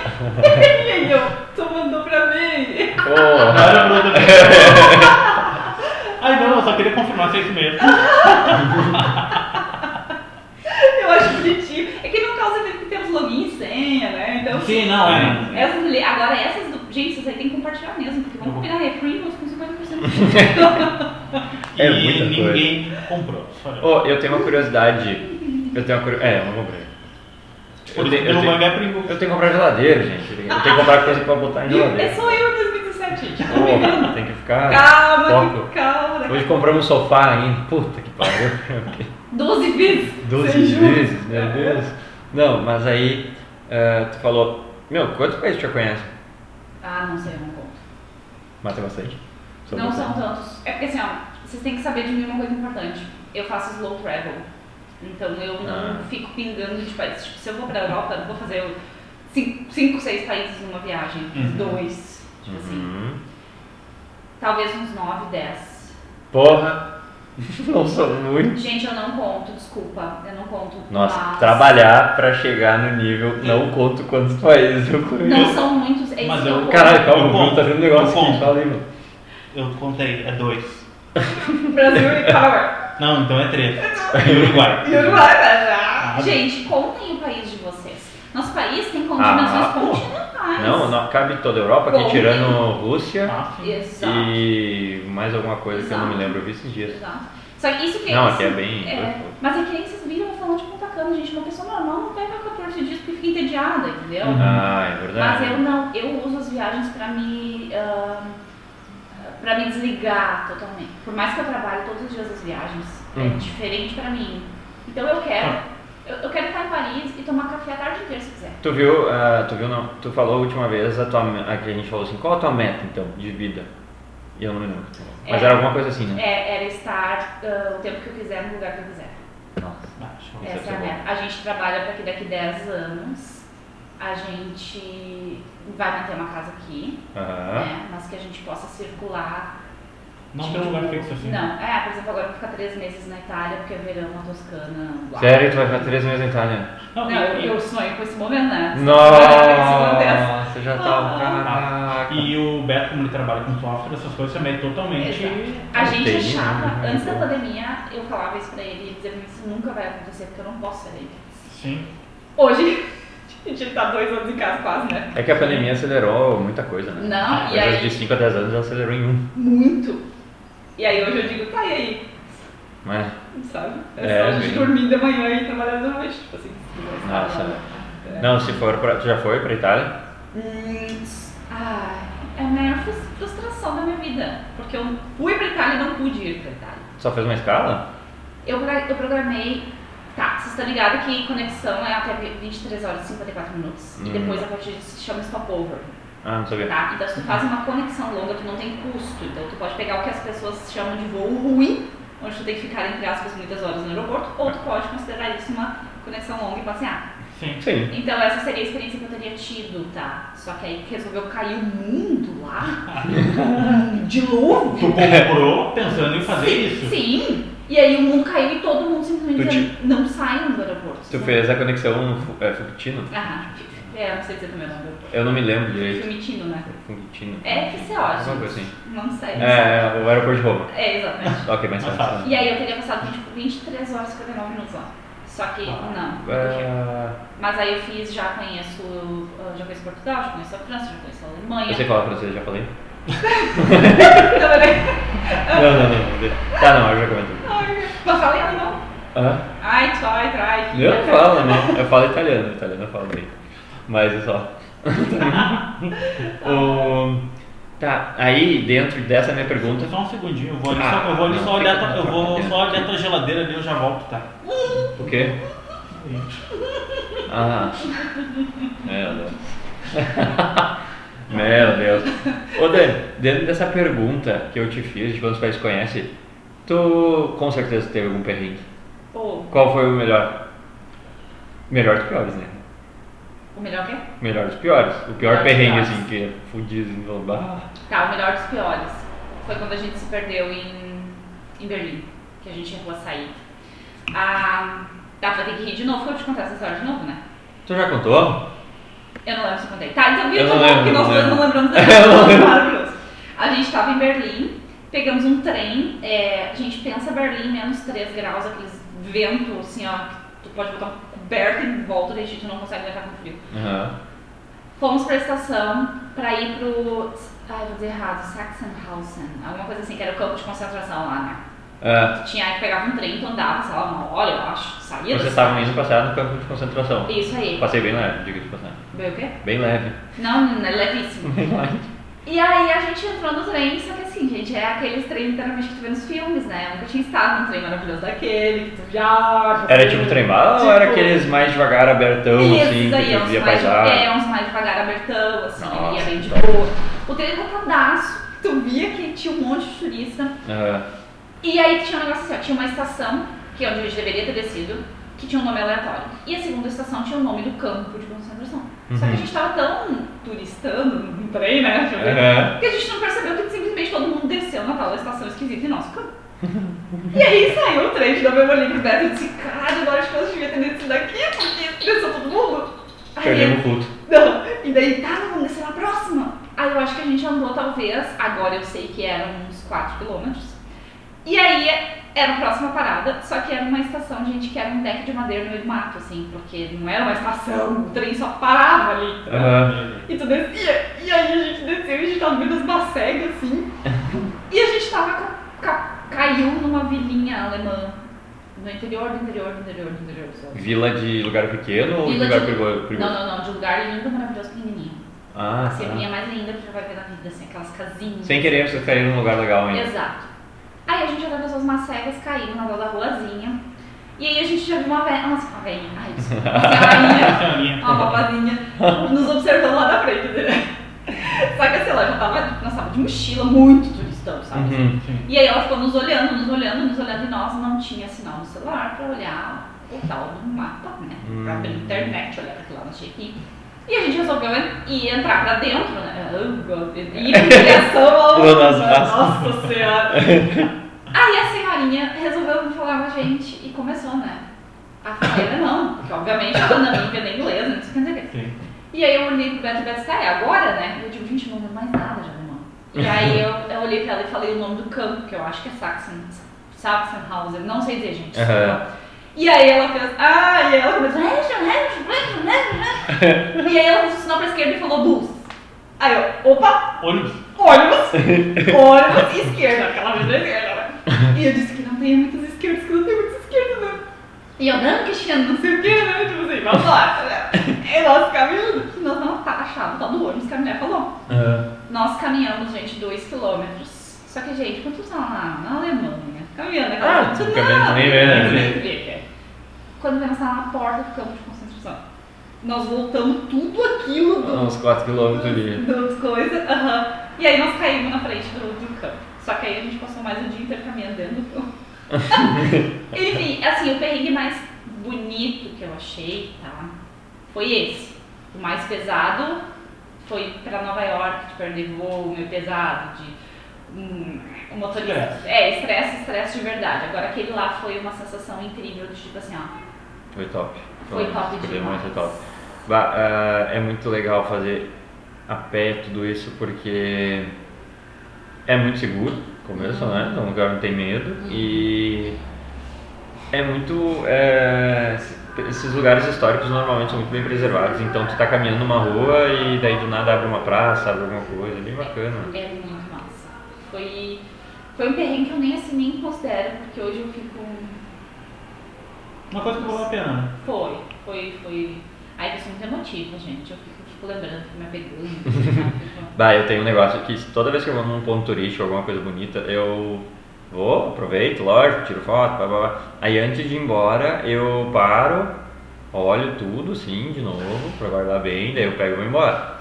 C: E aí eu, tu mandou pra mim.
A: Na
B: Porra.
A: hora eu mando pra- Ai não, eu só queria confirmar se é isso mesmo.
C: Eu acho bonitinho. É que no caso tem que ter os login e senha, né? Então.
A: Sim, não, é.
C: Essas, ali- um agora essas do. Gente, vocês aí tem que compartilhar mesmo, porque vamos combinar é Pringles com 50%
A: E
B: É muita coisa.
A: ninguém comprou. Só eu.
B: Oh, eu tenho uma curiosidade. Eu tenho uma curiosidade. É, eu não comprei.
A: Por
B: Eu, te-
A: isso que
B: eu,
A: não vai
B: tenho,
A: ganhar Pringles.
B: eu tenho que comprar geladeira, gente. Eu tenho que comprar coisa pra botar em
C: de É
B: geladeira.
C: só eu em 2017, gente. Tá me vendo?
B: Porra, tem que ficar.
C: Calma,
B: foco.
C: calma.
B: Hoje compramos um sofá ainda. Puta que pariu.
C: 12 vezes.
B: 12
C: sem juros.
B: vezes, meu Deus. Não, mas aí eh, tu falou, meu, quantos países tu já conhece?
C: Ah, não sei, eu não conto.
B: Mas tem bastante. Só
C: Não
B: bastante.
C: são tantos. É porque assim, ó, vocês têm que saber de mim uma coisa importante. Eu faço slow travel. Então eu não
B: Ah.
C: fico pingando de países. Tipo, se eu vou pra Europa, eu não vou fazer eu- cin- cinco, seis países numa viagem.
A: Uhum.
C: Dois. Tipo assim.
B: Uhum.
C: Talvez uns nove, dez.
B: Porra, não são muito.
C: Gente, eu não conto, desculpa. Eu não conto.
B: Nossa,
C: mas
B: trabalhar pra chegar no nível, não conto quantos países eu
C: Não
B: conheço.
C: são muitos. É
A: Mas
C: isso que
A: eu-
C: eu conto.
B: Caralho, calma,
A: Eu
B: o Bruno tá
A: conto,
B: vendo um negócio
A: eu
B: aqui,
A: conto.
B: fala aí, mano.
A: Eu contei, é dois.
C: Brasil e Power.
A: Não, então é três. E Uruguai.
C: E Uruguai, já.
A: Ah.
C: Gente, contem o país de vocês. Nosso país tem
B: Ah,
C: condenações
B: pô.
C: continentais.
B: Não, não cabe toda a Europa, aqui
C: Bom.
B: tirando Rússia
A: Ah, sim.
C: Exato.
B: e mais alguma coisa que eu não me
C: Exato.
B: lembro, eu vi esses dias.
C: Exato. Só que isso que
B: Não,
C: isso-
B: aqui é bem.
C: É, mas é que aí vocês viram eu falando de ponta cana, gente. Uma pessoa normal não pega 14 dias porque fica entediada, entendeu?
A: Uhum.
B: Ah, é
C: Mas um eu
B: verdade.
C: não, eu uso as viagens pra me. ah, pra me desligar totalmente. Por mais que eu trabalhe todos os dias as viagens, É
B: Hum.
C: diferente pra mim. Então eu
B: Tá.
C: quero. Eu, eu quero estar em Paris e tomar café a tarde inteira se quiser.
B: Tu viu, ah, tu viu não, tu falou a última vez a tua, me- a que a gente falou assim, qual a tua meta então de vida? E eu não me lembro. Mas
C: É.
B: era alguma coisa assim, né?
C: É, era estar ah, o tempo que eu quiser no lugar que eu quiser. É.
B: Nossa.
A: Acho que-
B: Isso
C: Essa
B: é
C: é a
B: bom.
C: meta. A gente trabalha para que daqui 10 anos a gente vai manter uma casa aqui,
B: Aham.
C: né? Mas que a gente possa circular.
A: Não
C: tipo,
A: tem um lugar fixo assim.
C: Não. É, por exemplo, agora eu vou ficar 3 meses na Itália, porque é verão na Toscana. uau.
B: Sério, tu vai ficar três meses na Itália?
A: Não,
C: Não,
A: e-
C: eu,
A: e-
C: eu sonho com esse momento, né?
B: Nossa, já tá.
C: Ah.
B: Caraca.
A: E o Beto, como ele trabalha com software, essas coisas também é totalmente.
C: Exato. A gente
B: Tem,
C: achava,
B: né?
C: antes da pandemia, eu falava isso pra ele, ele dizia pra mim, isso nunca vai acontecer, porque eu não posso sair.
A: Sim.
C: Hoje, a gente tá dois anos em casa quase, né?
B: É que a pandemia acelerou muita coisa, né?
C: Não, e
B: Coisas
C: aí-
B: de 5 a 10 anos ela acelerou em um.
C: Muito. E aí hoje eu digo, tá, e aí?
B: Mas,
C: Sabe? É,
B: É,
C: só a gente
B: bem.
C: dormir de manhã e trabalhar de noite. Tipo assim, se quiser, sabe?
B: nossa.
C: É.
B: Não, se for pra. Tu já foi pra Itália?
C: Hum, ai, é a maior frus- frustração da minha vida. Porque eu fui pra Itália e não pude ir pra Itália.
B: Só fez uma escala?
C: Eu, pra- eu programei. Tá, vocês estão ligados que conexão é até 23 horas e 54 minutos. E
B: Hum.
C: depois a partir disso se chama stopover.
B: Ah, não sabia.
C: Tá? Então se tu faz uma conexão longa, tu não tem custo. Então tu pode pegar o que as pessoas chamam de voo ruim, onde tu tem que ficar, entre aspas, muitas horas no aeroporto, ou tu pode considerar isso uma conexão longa e passear.
A: Sim.
B: Sim.
C: Então essa seria a experiência que eu teria tido, tá? Só que aí resolveu cair o mundo lá. de novo.
A: Tu comprou pensando em fazer
C: sim,
A: isso.
C: Sim. E aí o mundo caiu e todo mundo simplesmente
B: Tu te-
C: dizendo, não saiam do aeroporto.
B: Tu
C: Não-
B: fez a conexão fu- é, Fucutino?
C: Ah, é, não sei dizer também o nome.
B: Eu não me lembro direito.
C: Fumitino, né?
B: Fucutino.
C: É que você olha.
B: Alguma coisa assim.
C: Não sei. não sei.
B: É, o aeroporto de Roma.
C: É, exatamente.
B: Ok, tá, mais
A: Mais
B: fácil.
C: E aí eu teria passado tipo, 23 horas e 59 minutos lá. Só que,
A: Ah,
C: não.
B: Ah,
C: Mas aí eu fiz, já conheço, ah, já conheço Portugal, já conheço a França, já conheço a Alemanha.
B: eu sei falar francês, já falei?
C: Então, né?
B: Não, não, não. Tá, não, eu já comentei.
C: Mas falei alemão.
B: Ah,
C: Ai, trai, trai.
B: eu não falo alemão, eu falo italiano, italiano eu falo bem. Mas é só. O- Tá, aí dentro dessa minha pergunta.
A: Só um segundinho, eu vou ali,
B: Ah,
A: só, eu vou ali
B: não,
A: só olhar,
B: fica
A: tua-
B: com
A: eu vou
B: calma.
A: só olhar tua geladeira ali, eu já volto, tá?
B: O quê? Ah. Meu Deus. É, Meu Deus. Ô Dani, dentro dessa pergunta que eu te fiz, de quantos países tu conhece, tu com certeza teve algum perrengue.
C: Ou,
B: Qual foi o melhor? Melhor dos piores, né?
C: o melhor que é?
B: Melhor dos piores. O
C: Melhor
B: pior
C: dos
B: perrengue,
C: piores.
B: assim, que é fudido em Lombar.
C: Tá, o melhor dos piores. Foi quando a gente se perdeu em, em Berlim, que a gente errou a saída. Ah, tá, vai ter que rir de novo, que eu te contar essa história de novo, né?
B: Tu já contou?
C: Eu não lembro se eu contei. Tá, então viu?
B: Eu
C: Tá
B: não
C: bom,
B: lembro,
C: porque
B: não
C: nós dois
B: lembro.
C: não lembramos da
B: Eu não lembro.
C: Maravilhoso. A gente tava em Berlim, pegamos um trem, é, a gente pensa Berlim, menos 3 graus, aqueles vento assim, ó, que tu pode botar um coberto em volta da gente, tu não consegue levar com frio.
B: Aham.
C: Fomos pra estação pra ir pro. Ai, vou dizer errado, Sachsenhausen, alguma coisa assim, que era o campo de concentração lá, né?
B: Ah,
C: Tu tinha que pegava um trem, tu andava, sei lá, uma hora, eu acho, saía
B: vocês
C: da-
B: estavam indo passear no campo de concentração.
C: Isso aí.
B: Passei bem leve, diga de passagem.
C: Veio o quê?
B: Bem leve.
C: Não, não, é levíssimo.
B: Bem leve.
C: E aí a gente entrou no trem, só que assim, gente, é aqueles trem literalmente que tu vê nos filmes, né? Eu nunca tinha estado num trem maravilhoso daquele, que tu viaja.
B: Era tipo trem bala ou era
C: Tipo,
B: aqueles mais devagar, abertão,
C: Esses
B: assim,
C: aí,
B: que tu
C: uns
B: via
C: mais,
B: paisagem?
C: é, uns mais devagar abertão, assim,
B: Nossa, então.
C: ele ia bem de
B: top.
C: boa. O trem era lotadaço, tu via que tinha um monte de turista.
B: Aham.
C: E aí tinha um negócio assim, ó, tinha uma estação, que é onde a gente deveria ter descido, que tinha um nome aleatório. E a segunda estação tinha o nome do campo de concentração. Só que
B: Uhum. É.
C: a gente tava tão turistando no trem, né? Tipo,
B: Aham.
C: porque a gente não percebeu que simplesmente todo mundo desceu na tal estação esquisita e nós ficamos. E aí saiu o trem de novo, eu olhei pro Beto e disse, caralho, eu acho que eu devia ter descido daqui, porque desceu todo mundo. Aí
B: Perdemos
C: ele,
B: o culto.
C: não, e daí, tá, vamos descer na próxima. Aí eu acho que a gente andou talvez, agora eu sei que eram uns 4 quilômetros. E aí era a próxima parada, só que era uma estação, gente, que era um deck de madeira no meio do mato, assim, porque não era uma estação, o trem só parava ali.
A: É,
B: Aham.
C: E tu descia. E aí a gente desceu e a gente tava no meio das macegas, assim. E a gente tava. ca- ca- caiu numa vilinha alemã. No interior do interior do interior do interior. sabe?
B: Vila de lugar pequeno ou
C: Vila
B: lugar
C: de-
B: perigo- perigoso?
C: Não, não, não. De um lugar lindo, maravilhoso, pequenininho.
B: Ah,
C: Assim, a
B: tá.
C: vilinha mais linda que tu já vai ver na vida, assim, aquelas casinhas.
B: Sem querer, vocês caíram num lugar legal ainda.
C: Exato. Aí Aí a gente já viu pessoas mais cegas caindo na tal da ruazinha. E aí a gente já viu uma velha. Nossa, uma velhinha. Ai, desculpa. Uma
A: é.
C: senhorinha.
A: Senhorinha.
C: Uma babazinha nos observando lá da frente, né? Só que, sei lá, já tava, nós tava de mochila, muito turistão, sabe?
B: Uhum.
A: Sim.
C: E aí ela ficou nos olhando, nos olhando, nos olhando, e nós não tinha sinal no celular pra olhar o tal do mapa, né? Pra
B: Hum.
C: pela internet olhar aquilo lá, nós tinha que ir. E a gente resolveu en- ir entrar pra dentro, né? Eu gosto de- Ir pra ligação,
B: Pulou nas brasas.
C: nossa senhora. Aí a senhorinha resolveu vir falar com a gente e começou, né? A falar ele não, porque obviamente ela não é entende inglês, não sei o que, não sei o que.
A: Sim.
C: E aí eu olhei pro Beto e o Beto disse, "Ah, é agora, né? Eu digo, gente, eu não lembro mais nada de alemão. E aí eu, eu olhei pra ela e falei o nome do campo, que eu acho que é Sachsen, Sachsenhausen, não sei dizer, gente.
B: Aham.
C: E aí ela fez, ah, e ela começou, "Recha, recha, recha, recha, recha." e aí ela funcionou pra esquerda e falou bus. Aí eu, opa,
A: Ônibus.
C: ônibus, ônibus e esquerda, aquela vez da esquerda, né? E eu disse que não tem muitas esquerdas, que não tem muitas esquerdas, não. E eu, não, Cristiano, não sei o que, né? Tipo assim, vamos lá. É, E nós caminhando. Nós não tá achado, tá no ônibus que a mulher falou. Nós caminhamos, gente, dois quilômetros. Só que, gente, quanto tá lá na Alemanha? Caminhando,
B: Ah,
C: aquela gente,
B: caminhando
C: não,
B: nem vê, né?
C: nem vê. Quando vemos lá na porta do campo de concentração, nós voltamos tudo aquilo do,
B: Uns 4km ali.
C: das coisas. aham. E aí nós caímos na frente do, do campo. Só que aí a gente passou mais um dia inteiro caminhando dentro do campo. Enfim, assim, o perrengue mais bonito que eu achei, tá? Foi esse. O mais pesado foi pra Nova York, de perder um voo, meio pesado, de hum, o motorista.
A: Estresse.
C: É, estresse, estresse de verdade. Agora aquele lá foi uma sensação incrível, do tipo assim, ó.
B: Foi top.
C: Foi top
B: Foi
C: demais.
B: muito top. Bah, ah, é muito legal fazer a pé tudo isso porque é muito seguro, começo, né?
C: Uhum.
B: É um lugar que não tem medo e é muito. é, esses lugares históricos normalmente são muito bem preservados, então tu tá caminhando numa rua e daí do nada abre uma praça, abre alguma coisa, é bem bacana.
C: É muito massa. Foi, foi um perrengue que eu nem assim nem considero, porque hoje eu fico.
A: Uma coisa que valeu a pena, né?
C: Foi, foi, foi. Aí eu sou muito emotiva, gente. Eu fico, fico lembrando, fico me apegando. fico-
B: Bah, eu tenho um negócio que toda vez que eu vou num ponto turístico, alguma coisa bonita, eu vou, aproveito, lógico, tiro foto, blá blá blá. Aí antes de ir embora, eu paro, olho tudo, sim, de novo, pra guardar bem, daí eu pego e vou embora.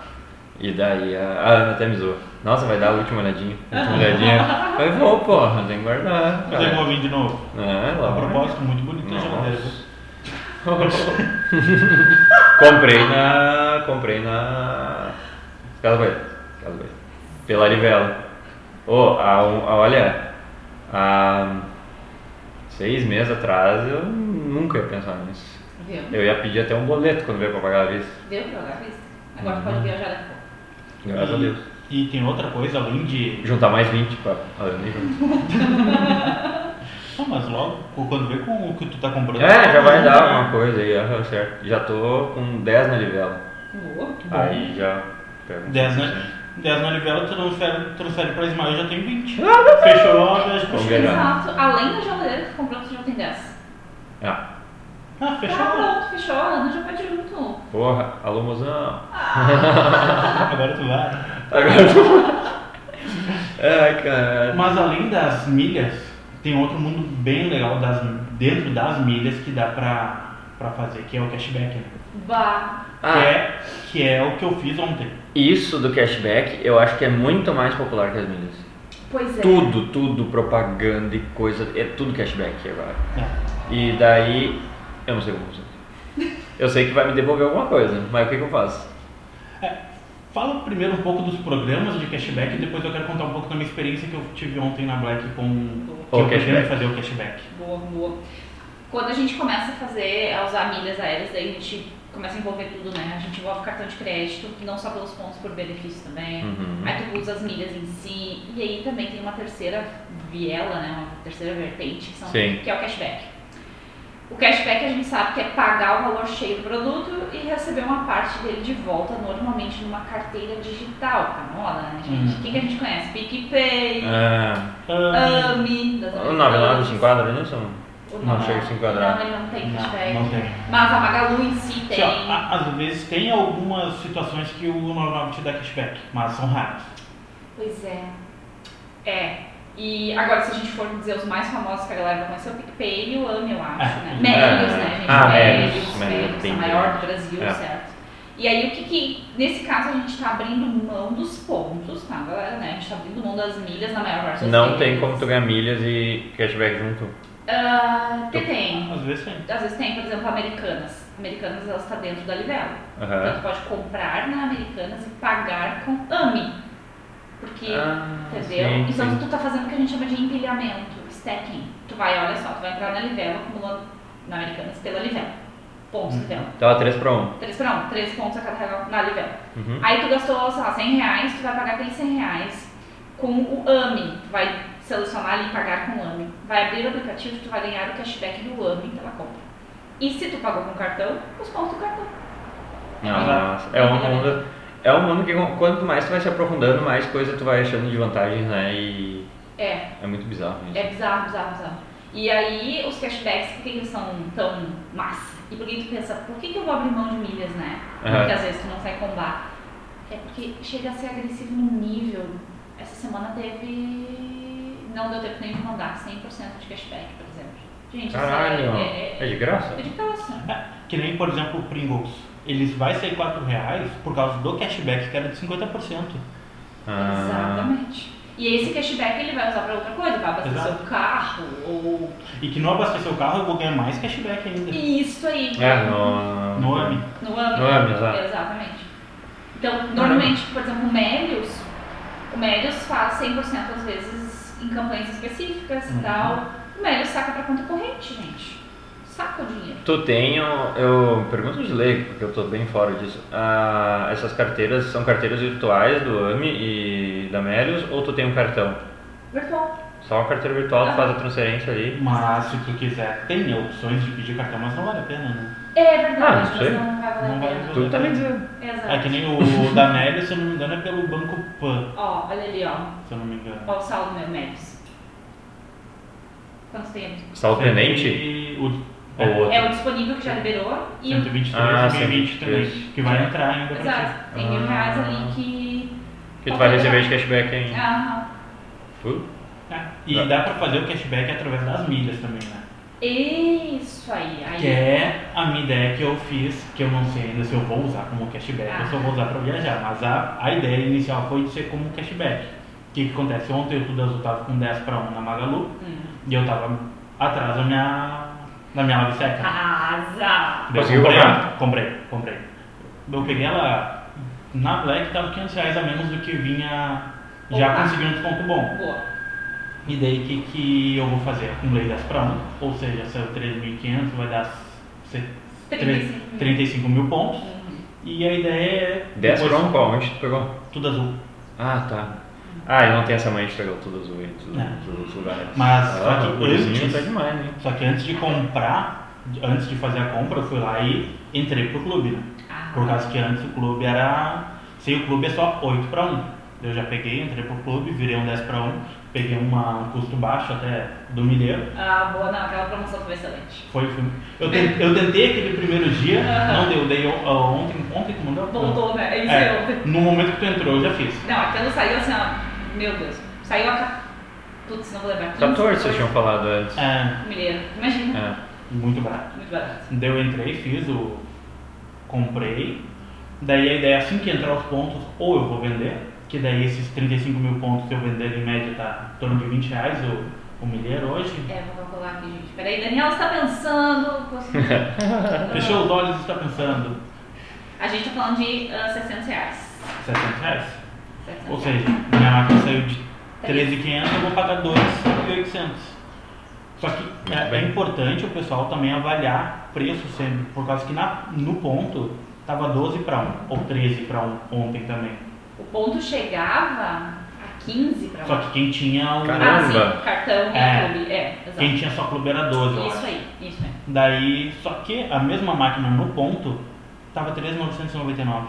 B: E daí a, a Ana até me zoou. Nossa, vai dar a última olhadinha, a última olhadinha. Mas vou, porra, tem que guardar.
A: Vou
B: Cara.
A: devolver de novo.
B: É,
A: A
B: lá vai.
A: propósito, muito bonita a
B: É. Nossa.
A: geladeira. viu?
B: comprei na. Comprei na. Casa Bahia. Casa Bahia. Pela Livela. Ô, a, um, a- olha, há seis meses atrás eu nunca ia pensar nisso.
C: Viu?
B: Eu ia pedir até um boleto quando veio pra pagar a vista.
C: Deu pra olhar isso? Agora
B: Uhum.
C: pode viajar depois.
B: Graças
A: e,
B: a Deus.
A: E tem outra coisa além de.
B: Juntar mais 20 pra. Olha, nem junto.
A: Não, mas logo, quando vê com o que tu tá comprando. né?
B: É, já vai dar alguma coisa aí, aham, certo. Já tô com 10 na Livela.
C: Boa.
B: Aí já. pego um
A: 10 na,
B: pouquinho.
A: 10 na livela, transfere, transfere pra Ismael, já tem 20. Fechou a viagem pra
B: Vamos
A: Chile.
B: viajar.
C: Exato. Além da geladeira que tu comprou, um tu já tem 10.
B: Ah,
A: Ah, fechou.
C: Tá pronto, fechou. A Ana já pode ir junto.
B: porra, alô mozão.
A: Agora tu vai.
B: Agora eu tô. Ai, cara.
A: Mas além das milhas, tem outro mundo bem legal das, dentro das milhas que dá pra, pra fazer, que é o cashback. né?
C: Bah.
A: Que,
B: Ah,
A: é, que é o que eu fiz ontem.
B: isso do cashback eu acho que é muito mais popular que as milhas.
C: Pois é.
B: Tudo, tudo, propaganda e coisa, é tudo cashback agora.
A: É.
B: E daí, eu não sei como funciona. Eu sei que vai me devolver alguma coisa, mas o que, que eu faço?
A: Fala primeiro um pouco dos programas de cashback e depois eu quero contar um pouco da minha experiência que eu tive ontem na Black com que
B: O
A: eu pretendo
B: cashback.
A: fazer o cashback.
C: Boa, boa. Quando a gente começa a fazer, a usar milhas aéreas, daí a gente começa a envolver tudo, né? A gente envolve cartão de crédito, não só pelos pontos por benefício também.
B: Uhum.
C: Aí tu usa as milhas em si. E aí também tem uma terceira viela, né? Uma terceira vertente, que, são-
B: Sim.
C: que é o cashback. O cashback a gente sabe que é pagar o valor cheio do produto e receber uma parte dele de volta, normalmente numa carteira digital, tá moda, né, gente?
A: Uhum.
C: Quem que a gente conhece? PicPay,
B: Ah, um
A: Ah,
C: AMI, das
B: o 99
C: americanas.
B: se enquadra nisso?
C: Ou
B: Não chega a se enquadrar.
C: Não, ele não tem cashback.
A: não, não tem.
C: Mas a Magalu em si tem.
A: Assim, ó, a- às vezes tem algumas situações que o 99 te dá cashback, mas são raras.
C: Pois é. É. E agora, se a gente for dizer os mais famosos que a galera vai conhecer, o PicPay e o AME, eu acho, né?
A: É.
C: Melios, né, gente?
B: Ah, Melios,
C: Melios,
B: Melios,
C: Melios,
B: bem
C: a maior do Brasil,
B: É.
C: certo? E aí, o que que... Nesse caso, a gente tá abrindo mão dos pontos, tá, galera, né? A gente tá abrindo mão das milhas na maior parte das
B: Não
C: vezes.
B: tem como tu ganhar milhas e cashback junto.
C: Ah, porque tem.
A: Às vezes tem.
C: Às vezes tem, por exemplo, Americanas. Americanas, ela está dentro da Livelo. Então,
B: Aham.
C: tu pode comprar na Americanas e pagar com AME. Porque...
B: Ah,
C: Entendeu?
B: sim,
C: Então
B: sim.
C: tu tá fazendo o que a gente chama de empilhamento, stacking. Tu vai, olha só, tu vai entrar na Livelo acumulando na Americanas pela Livelo. Pontos
A: Uhum.
C: Livelo.
B: Então, 3 para 1.
C: 3 para 1, 3 um, pontos a cada real na Livelo.
B: Uhum.
C: Aí tu gastou, sei lá, 100 reais, tu vai pagar aqueles 100 reais com o AMI. Tu vai selecionar ali e pagar com o AMI. Vai abrir o aplicativo tu vai ganhar o cashback do AMI pela compra. E se tu pagou com cartão, os pontos do cartão.
B: Nossa, é um mundo. É um mundo que quanto mais tu vai se aprofundando, mais coisa tu vai achando de vantagens, né? E
C: É,
B: é muito bizarro isso.
C: É bizarro, bizarro, bizarro. E aí, os cashbacks, por que eles são tão massa? E por que tu pensa, por que, que eu vou abrir mão de milhas, né? Porque
B: Aham.
C: às vezes tu não sai combar. É porque chega a ser agressivo num nível. Essa semana teve. Não deu tempo nem de mandar 100% de cashback, por exemplo. Gente, isso
B: Caralho, é
C: é, é,
B: de graça?
C: é de graça.
A: Que nem, por exemplo, o Pringles. Eles vai sair 4 reais por causa do cashback, que era de 50%.
B: Ah,
C: Exatamente. E esse cashback ele vai usar pra outra coisa, vai abastecer
A: Exato.
C: o carro ou.
A: E que não abastecer o carro, eu vou ganhar mais cashback ainda. é?
C: E isso aí.
B: é, no.
A: No AMI.
C: No âmbito.
B: No âmbito, exato.
C: Exatamente. Então, normalmente, por exemplo, o Melius, o Melius faz 100% às vezes em campanhas específicas e
A: Uhum.
C: tal. O Melius saca pra conta corrente, gente. Saca o dinheiro.
B: Tu tem, o- eu pergunto de leigo, porque eu tô bem fora disso. Ah, essas carteiras são carteiras virtuais do AMI e da Melius ou tu tem um cartão?
C: Virtual.
B: Só a carteira virtual tu
C: Ah.
B: faz a transferência ali.
A: Mas se tu quiser, tem opções de pedir cartão, mas não vale a pena, né?
C: É
B: Ah,
C: verdade,
B: não sei.
C: mas não vai valer
A: Não
C: a
A: vai
C: pena.
A: valer.
B: Tu tá me dizendo.
C: Exato.
A: É que nem o da Melios, se eu não me engano, é pelo Banco Pan,
C: Ó, olha ali, ó.
A: se eu não me engano.
C: Ó o saldo do meu Melius. Quantos tem?
B: Saltenente?
A: E O,
B: Ou
A: é,
B: outro?
C: É o disponível que já liberou e o
A: 123
B: Ah,
A: e 120
B: 123.
A: também, que vai entrar ainda pra ti.
C: Exato. Tem mil
B: Ah.
C: reais ali que. Ah,
B: Que tu vai receber de cashback em.
C: É. Aham.
B: Tudo?
A: É. E dá pra fazer o cashback através das milhas também, né?
C: Isso aí. aí
A: Que é a minha ideia que eu fiz, que eu não sei ainda se eu vou usar como cashback ou se eu vou usar pra viajar, mas a, a ideia inicial foi de ser como cashback. O que, que acontece? Ontem o Tudo Azul tava com 10 pra 1 na Magalu
C: Hum.
A: e eu tava atrás da minha, da minha lave seca.
C: Ah. Arrasa!
A: Daí eu
B: Conseguiu
A: comprei,
B: comprar?
A: ontem. comprei, comprei. Eu peguei ela na Black, tava 500 reais a menos do que vinha já
C: Opa.
A: conseguindo um desconto bom.
C: Boa.
A: E daí o que, que eu vou fazer? Acumulei 10 para 1, ou seja, é saiu 3.500, vai dar se-
C: 35 mil.
A: 35 mil pontos.
C: Uhum.
A: E a ideia é.
B: 10
A: depois
B: pra um qual? Onde tu pegou?
A: Tudo azul.
B: Ah, tá. Ah, eu não tenho essa mãe de pegar tudo azul em tudo-
A: Não.
B: todos os lugares.
A: Mas só
B: ah,
A: que
B: o gurizinho
A: antes-
B: tá demais, né?
A: Só que antes de comprar, antes de fazer a compra, eu fui lá e entrei pro clube, né?
C: Ah,
A: Por causa que antes o clube era. Sem o clube é só 8 para 1. Eu já peguei, entrei pro clube, virei um 10 para 1, peguei uma, um custo baixo até do milheiro.
C: ah, boa, não, aquela promoção foi excelente.
A: Foi, foi- Eu, ten- eu tentei aquele primeiro dia,
C: Aham.
A: não deu, dei on- ontem, ontem tu mandou?
C: Voltou, né? É isso aí.
A: É,
C: ontem.
A: no momento que tu entrou, eu já fiz.
C: Não, aquilo saiu assim, ó. Meu Deus. Saiu a. ca- Putz, não vou lembrar.
B: 14 vocês tinham falado antes.
A: É,
C: Milheiro. Imagina.
B: É.
A: muito barato.
C: Muito barato.
A: Daí eu entrei, fiz o. comprei. Daí a ideia é assim que entrar os pontos, ou eu vou vender, que daí esses 35 mil pontos que eu vender em média tá em torno de 20 reais o, o milheiro hoje.
C: É, vou calcular aqui, gente. Peraí, Daniela está pensando. posso- É
A: Fechou os olhos e está pensando,
C: A gente tá falando de ah, 600 reais.
A: 700 reais?
C: 700
A: Ou
C: reais.
A: seja, minha máquina saiu de 13,500, eu vou pagar 2,800. Só que
B: Muito
A: é,
B: bem.
A: é importante o pessoal também avaliar preço sempre, por causa que na, no ponto estava 12 para 1, ou 13 para 1 ontem também.
C: O ponto chegava a 15 pra
A: Só
C: lá.
A: que quem tinha o,
B: Caramba. tá.
C: Ah, sim. Cartão e
A: É.
C: clube. É, exato.
A: quem tinha só clube era 12, eu
C: Isso
A: acho.
C: aí, isso aí.
A: Daí, só que a mesma máquina no ponto estava 3.999.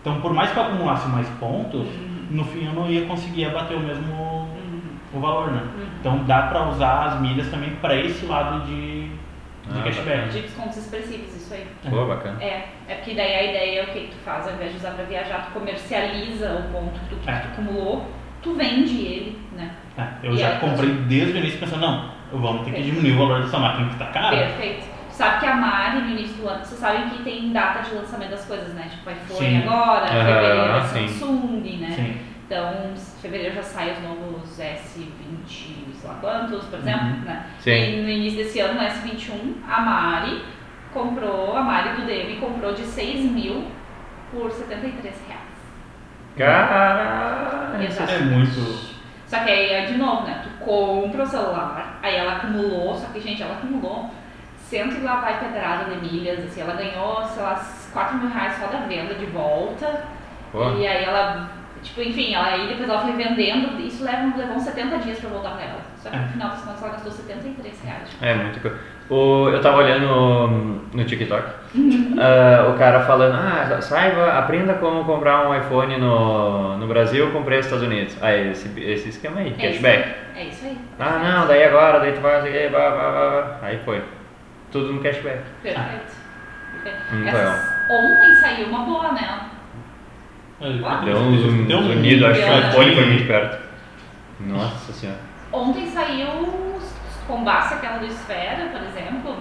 A: Então, por mais que eu acumulasse mais pontos, no fim eu não ia conseguir abater o mesmo
C: Uhum.
A: o valor, né?
C: Uhum.
A: Então dá pra usar as milhas também pra esse lado de, de
B: Ah,
A: cashback.
C: De descontos expressivos, isso aí.
B: Pô, bacana.
C: É, é porque daí a ideia é o que que tu faz, ao invés de usar pra viajar, tu comercializa o ponto que tu, que
A: É.
C: tu acumulou tu vende ele, né?
A: É, eu
C: E
A: já
C: aí,
A: comprei desde o início pensando, não, vamos ter que
C: É.
A: diminuir o valor dessa máquina que tá cara.
C: Perfeito. Sabe que a Mari, no início do ano, vocês sabem que tem data de lançamento das coisas, né? Tipo, iPhone
A: Sim.
C: agora,
B: Aham,
C: fevereiro é
B: sim.
C: Samsung, né?
A: Sim.
C: Então, s- fevereiro já sai os novos S20, sei lá quantos, por exemplo,
A: Uhum.
C: né?
B: Sim.
C: E no início desse ano, no S21, a Mari comprou, a Mari do DM comprou de 6 mil por 73 reais.
B: Caralho.
C: Exato.
A: É muito.
C: Só que aí, é de novo, né? Tu compra o celular, aí ela acumulou, só que, gente, ela acumulou cento e lá vai pedrada de milhas, assim, ela ganhou, sei lá, 4 mil reais só da venda de volta.
B: Pô.
C: E aí ela, tipo, enfim, ela, aí depois ela foi vendendo, isso leva, levou uns 70 dias pra voltar pra ela. Só que no final das contas ela gastou 73 reais.
B: É muito coisa. O, eu tava olhando no, no TikTok, ah, o cara falando, ah, saiba, aprenda como comprar um iPhone no, no Brasil com preço nos Estados Unidos. Ah, esse, esse esquema aí,
C: É isso,
B: cashback.
C: aí, é isso aí.
B: Ah, não, daí agora, daí tu vai, não sei o quê, blá, blá, blá, blá. aí foi. Tudo no cashback.
C: Perfeito. Perfeito.
B: Hum,
C: Essas- ontem saiu uma boa, né?
A: é,
B: Deu uns
A: um
B: unidos, acho que o
C: Deu, né?
B: iPhone foi muito perto. Nossa senhora.
C: Ontem saiu combaça aquela do Esfera, por exemplo.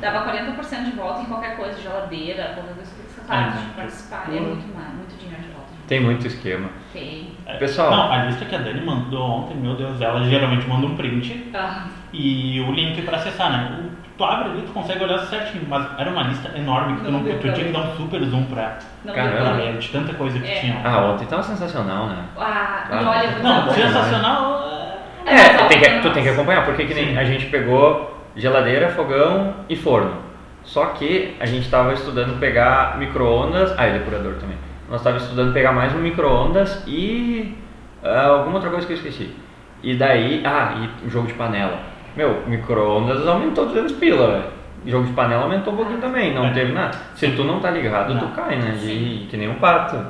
C: Dava 40% de volta em qualquer coisa, geladeira, qualquer coisa que você
A: Ah,
C: sabe,
B: Uhum.
A: não.
C: de participar. É muito, ma- muito dinheiro de volta.
B: Tem muito esquema.
C: Feio.
B: Pessoal.
A: Não, a lista que a Dani mandou ontem, meu Deus, ela geralmente manda um print
C: Ah,
A: e o link pra acessar, né? O- tu abre ali, tu consegue olhar certinho, mas era uma lista enorme que tu,
C: Não
A: não,
C: deu
A: tu
C: pra
A: tinha que
C: ver.
A: dar um super zoom pra,
C: não
B: Caramba.
A: pra
C: deu
A: ler de tanta coisa que
C: É.
A: tinha. lá.
B: Ah, ontem tava sensacional, né?
C: Ah, e
B: Ah,
C: olha, eu vou
A: Não,
C: dizer uma coisa.
A: sensacional.
C: É,
B: É,
C: mas
B: tu tem que,
C: algumas-
B: tu tem que acompanhar, porque que nem
A: Sim.
B: a gente pegou geladeira, fogão e forno. Só que a gente tava estudando pegar micro-ondas. Ah, e depurador também. Nós tava estudando pegar mais um micro-ondas e. ah, alguma outra coisa que eu esqueci. E daí. Ah, e jogo de panela. Meu, micro-ondas aumentou 200 pila, velho. Jogo de panela aumentou um pouquinho também, não
A: É.
B: teve nada. Se tu não tá ligado,
A: Não.
B: tu cai, né? De,
C: Sim.
B: que nem um pato.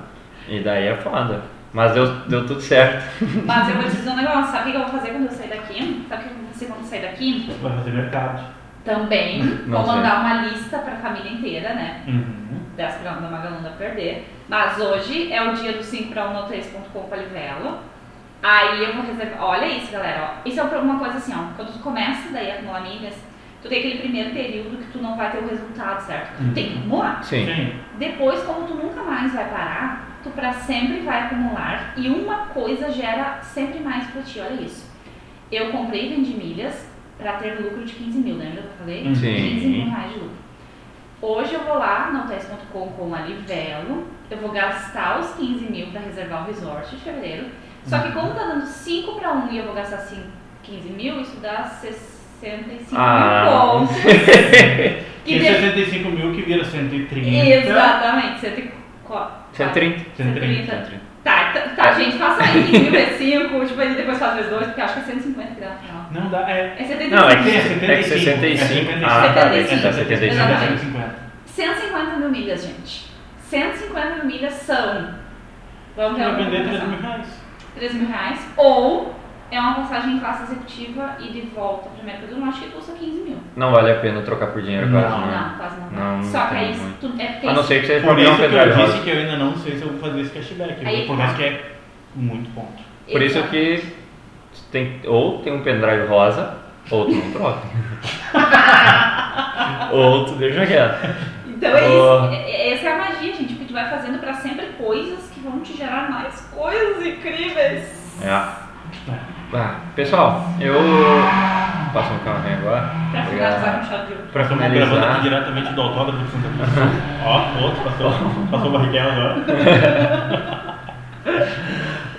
B: E daí é foda. Mas deu, deu tudo certo.
C: Mas eu vou te dizer um negócio, sabe o que eu vou fazer quando eu sair daqui? Sabe o que eu vou fazer quando eu sair daqui?
A: Vai tipo, é fazer mercado.
C: Também
B: Hum, Não
C: vou
B: sei.
C: mandar uma lista pra família inteira, né?
A: Uhum.
C: Das pra da Magalunda perder. Mas hoje é o dia do 5 para 193.com Palivelo. Aí eu vou reservar. Olha isso, galera. ó. Isso é uma coisa assim, ó. Quando tu começa daí a acumular milhas, tu tem aquele primeiro período que tu não vai ter o resultado, certo? Tu tem que acumular.
B: Sim.
C: Depois, como tu nunca mais vai parar, tu pra sempre vai acumular e uma coisa gera sempre mais pra ti, olha isso. Eu comprei e vendi milhas pra ter lucro de 15 mil, lembra que eu falei?
A: Sim.
C: 15 mil reais de lucro. Hoje eu vou lá na hotéis.com com a Livelo, eu vou gastar os 15 mil pra reservar o resort de fevereiro. Só que como tá dando 5 pra 1 e eu vou gastar 5, 15 mil, isso dá 65
B: Ah.
C: mil pontos.
A: Que
C: Que
A: 65 mil que vira 130.
C: Exatamente, 140.
B: 130.
A: 130.
C: Tá, tá, tá, gente, faça aí 15 vezes 5, tipo, aí depois faz vezes 2, porque eu acho que é 150 que dá no final.
A: Não dá, é.
C: É 75.
B: Não, é
A: É
B: que, é que 65. Ah, tá, é 75.
C: Exatamente.
A: é 150.
C: 150 mil milhas, gente. 150 mil milhas são. Vamos
A: Vai
C: ver
A: vender
C: uma
A: 3
C: cotação.
A: mil reais.
C: 3 mil reais. Ou é uma passagem em classe executiva e de volta para América do Norte que custa 15 mil.
B: Não vale a pena trocar por dinheiro quase,
A: Não.
B: né?
C: Não, quase não.
B: Não,
C: Só que
B: tem
C: aí isso
B: muito.
C: tudo é porque
B: A não
C: isso-
B: ser que seja
A: Por
B: comprar um
A: isso que eu
B: pendrive.
A: disse que eu ainda não sei se eu vou fazer esse cashback.
C: Aí-
A: por mais que é muito ponto.
B: Por isso
C: Exato.
B: que tem, ou tem um pendrive rosa, ou tu não troca. ou tu deixa quieto.
C: Então é
B: Boa.
C: isso. É- é- Essa é a magia, gente, porque tu vai fazendo pra sempre coisas que vão te gerar mais coisas incríveis.
B: É. Ah, pessoal, eu. Passo um carro agora.
C: Pra finalizar com chave de ouro.
B: Pra
A: Estamos tá gravando aqui
B: finalizar.
A: diretamente do autódromo de Santa Cruz. Ó, outro passou, passou o barriguel agora.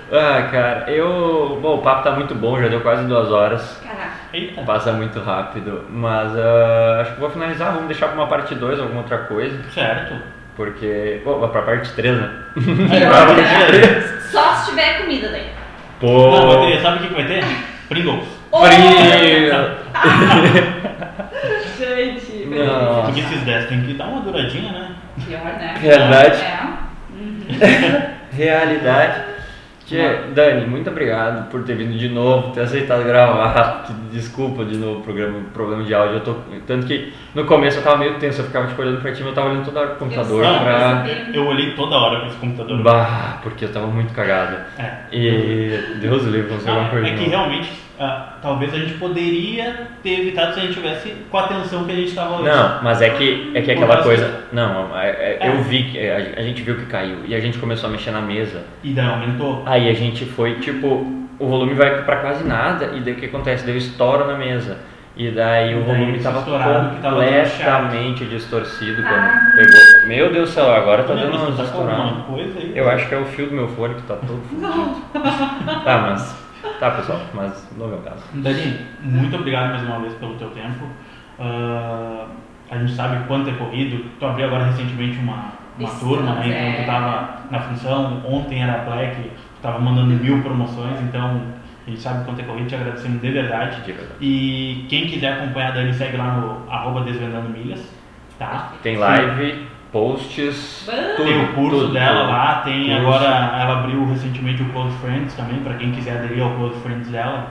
B: Ah, cara, eu. Bom, o papo tá muito bom, já deu quase duas horas.
C: Caraca.
A: Eita.
B: Passa muito rápido, mas ah, acho que vou finalizar, vamos deixar pra uma parte 2, alguma outra coisa,
A: Certo.
B: porque. Pô, vai pra parte 3, né?
A: Aí, agora eu vou dizer.
C: Só se tiver comida daí.
B: Pô!
A: Não, vai ter, sabe o que que vai ter? Pringles.
B: Frio!
C: Gente,
B: Não.
A: Porque esses 10 tem que dar uma duradinha, né?
C: pior, né?
B: Verdade.
C: É. Uhum.
B: Realidade. Tchê, Dani, muito obrigado por ter vindo de novo, ter aceitado gravar. Que- Desculpa de novo o programa, problema de áudio. Eu tô, tanto que no começo eu tava meio tenso, eu ficava tipo, olhando pra ti, mas eu tava olhando toda hora pro computador
A: sei,
B: pra.
A: Eu olhei toda hora pra esse computador.
B: Bah, porque eu tava muito cagado.
A: É.
B: E Deus o livre, aconteceu alguma
A: Não,
B: coisa.
A: é
B: de
A: que
B: novo.
A: realmente, ah, talvez a gente poderia ter evitado se a gente tivesse com a atenção que a gente estava hoje.
B: Não, mas é que é que
A: Por
B: aquela
A: causa-
B: coisa. Não, é- é-
A: É.
B: eu vi que é, a gente viu que caiu e a gente começou a mexer na mesa.
A: E daí aumentou.
B: Aí a gente foi tipo, o volume vai pra quase nada e daí o que acontece? Deu estouro na mesa. E daí
A: Daí
B: o volume
A: esse
B: tava
A: estourado que tava dando
B: completamente distorcido quando
C: Ah.
B: pegou. Meu Deus do céu, agora tá dando
A: Lembra,
B: uma
A: você tá com
B: estourada.
A: alguma coisa aí?
B: Eu acho que é o fio do meu fone que tá todo
C: Não.
B: Tá, mas. Tá, pessoal, mas no meu caso.
A: Dani, muito obrigado mais uma vez pelo teu tempo. Ah, a gente sabe o quanto é corrido. Tu abriu agora recentemente uma, uma
C: Isso,
A: turma, né?
C: é.
A: Então tu tava na função, ontem era Black, tu tava mandando mil promoções, então a gente sabe o quanto é corrido, te agradecemos de verdade.
B: De verdade.
A: E quem quiser acompanhar a Dani, segue lá no arroba Desvendando Milhas, tá?
B: Tem live, posts,
C: Bam!
B: tudo.
A: tem o curso
B: tudo,
A: dela
B: tudo.
A: lá, tem
B: Curso.
A: agora, ela abriu recentemente o Close Friends também, pra quem quiser aderir ao Close Friends dela.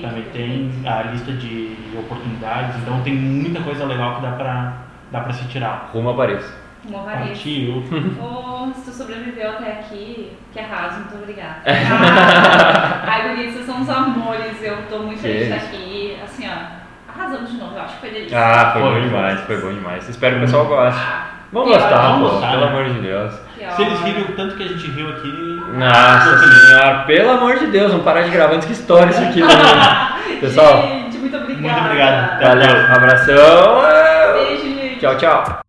A: Também tem a lista de oportunidades, então tem muita coisa legal que dá pra, dá pra se tirar.
B: Rumo a Paris.
C: Morrarei.
A: Partiu.
C: Oh, se tu sobreviveu até aqui, que arraso, muito obrigada. Ah, Ai, Guri, vocês são uns amores, eu tô muito feliz de estar aqui. Assim, ó, arrasamos de novo, eu acho que foi delícia.
B: Ah, foi,
A: Foi.
B: bom demais, foi bom demais. Espero que o pessoal goste.
C: Ah,
B: Vão
C: que
B: gostar,
A: Vão
B: pô,
A: gostar,
B: pelo
A: né?
B: amor de Deus.
C: que
A: Se eles
C: ótimo.
A: riram o tanto que a gente riu aqui.
B: Nossa senhora, pelo amor de Deus, vamos parar de gravar antes que estoure isso aqui, né? Pessoal,
C: Gente, muito obrigada.
A: Muito obrigado.
B: valeu, abração,
C: Beijo, gente.
B: tchau, tchau.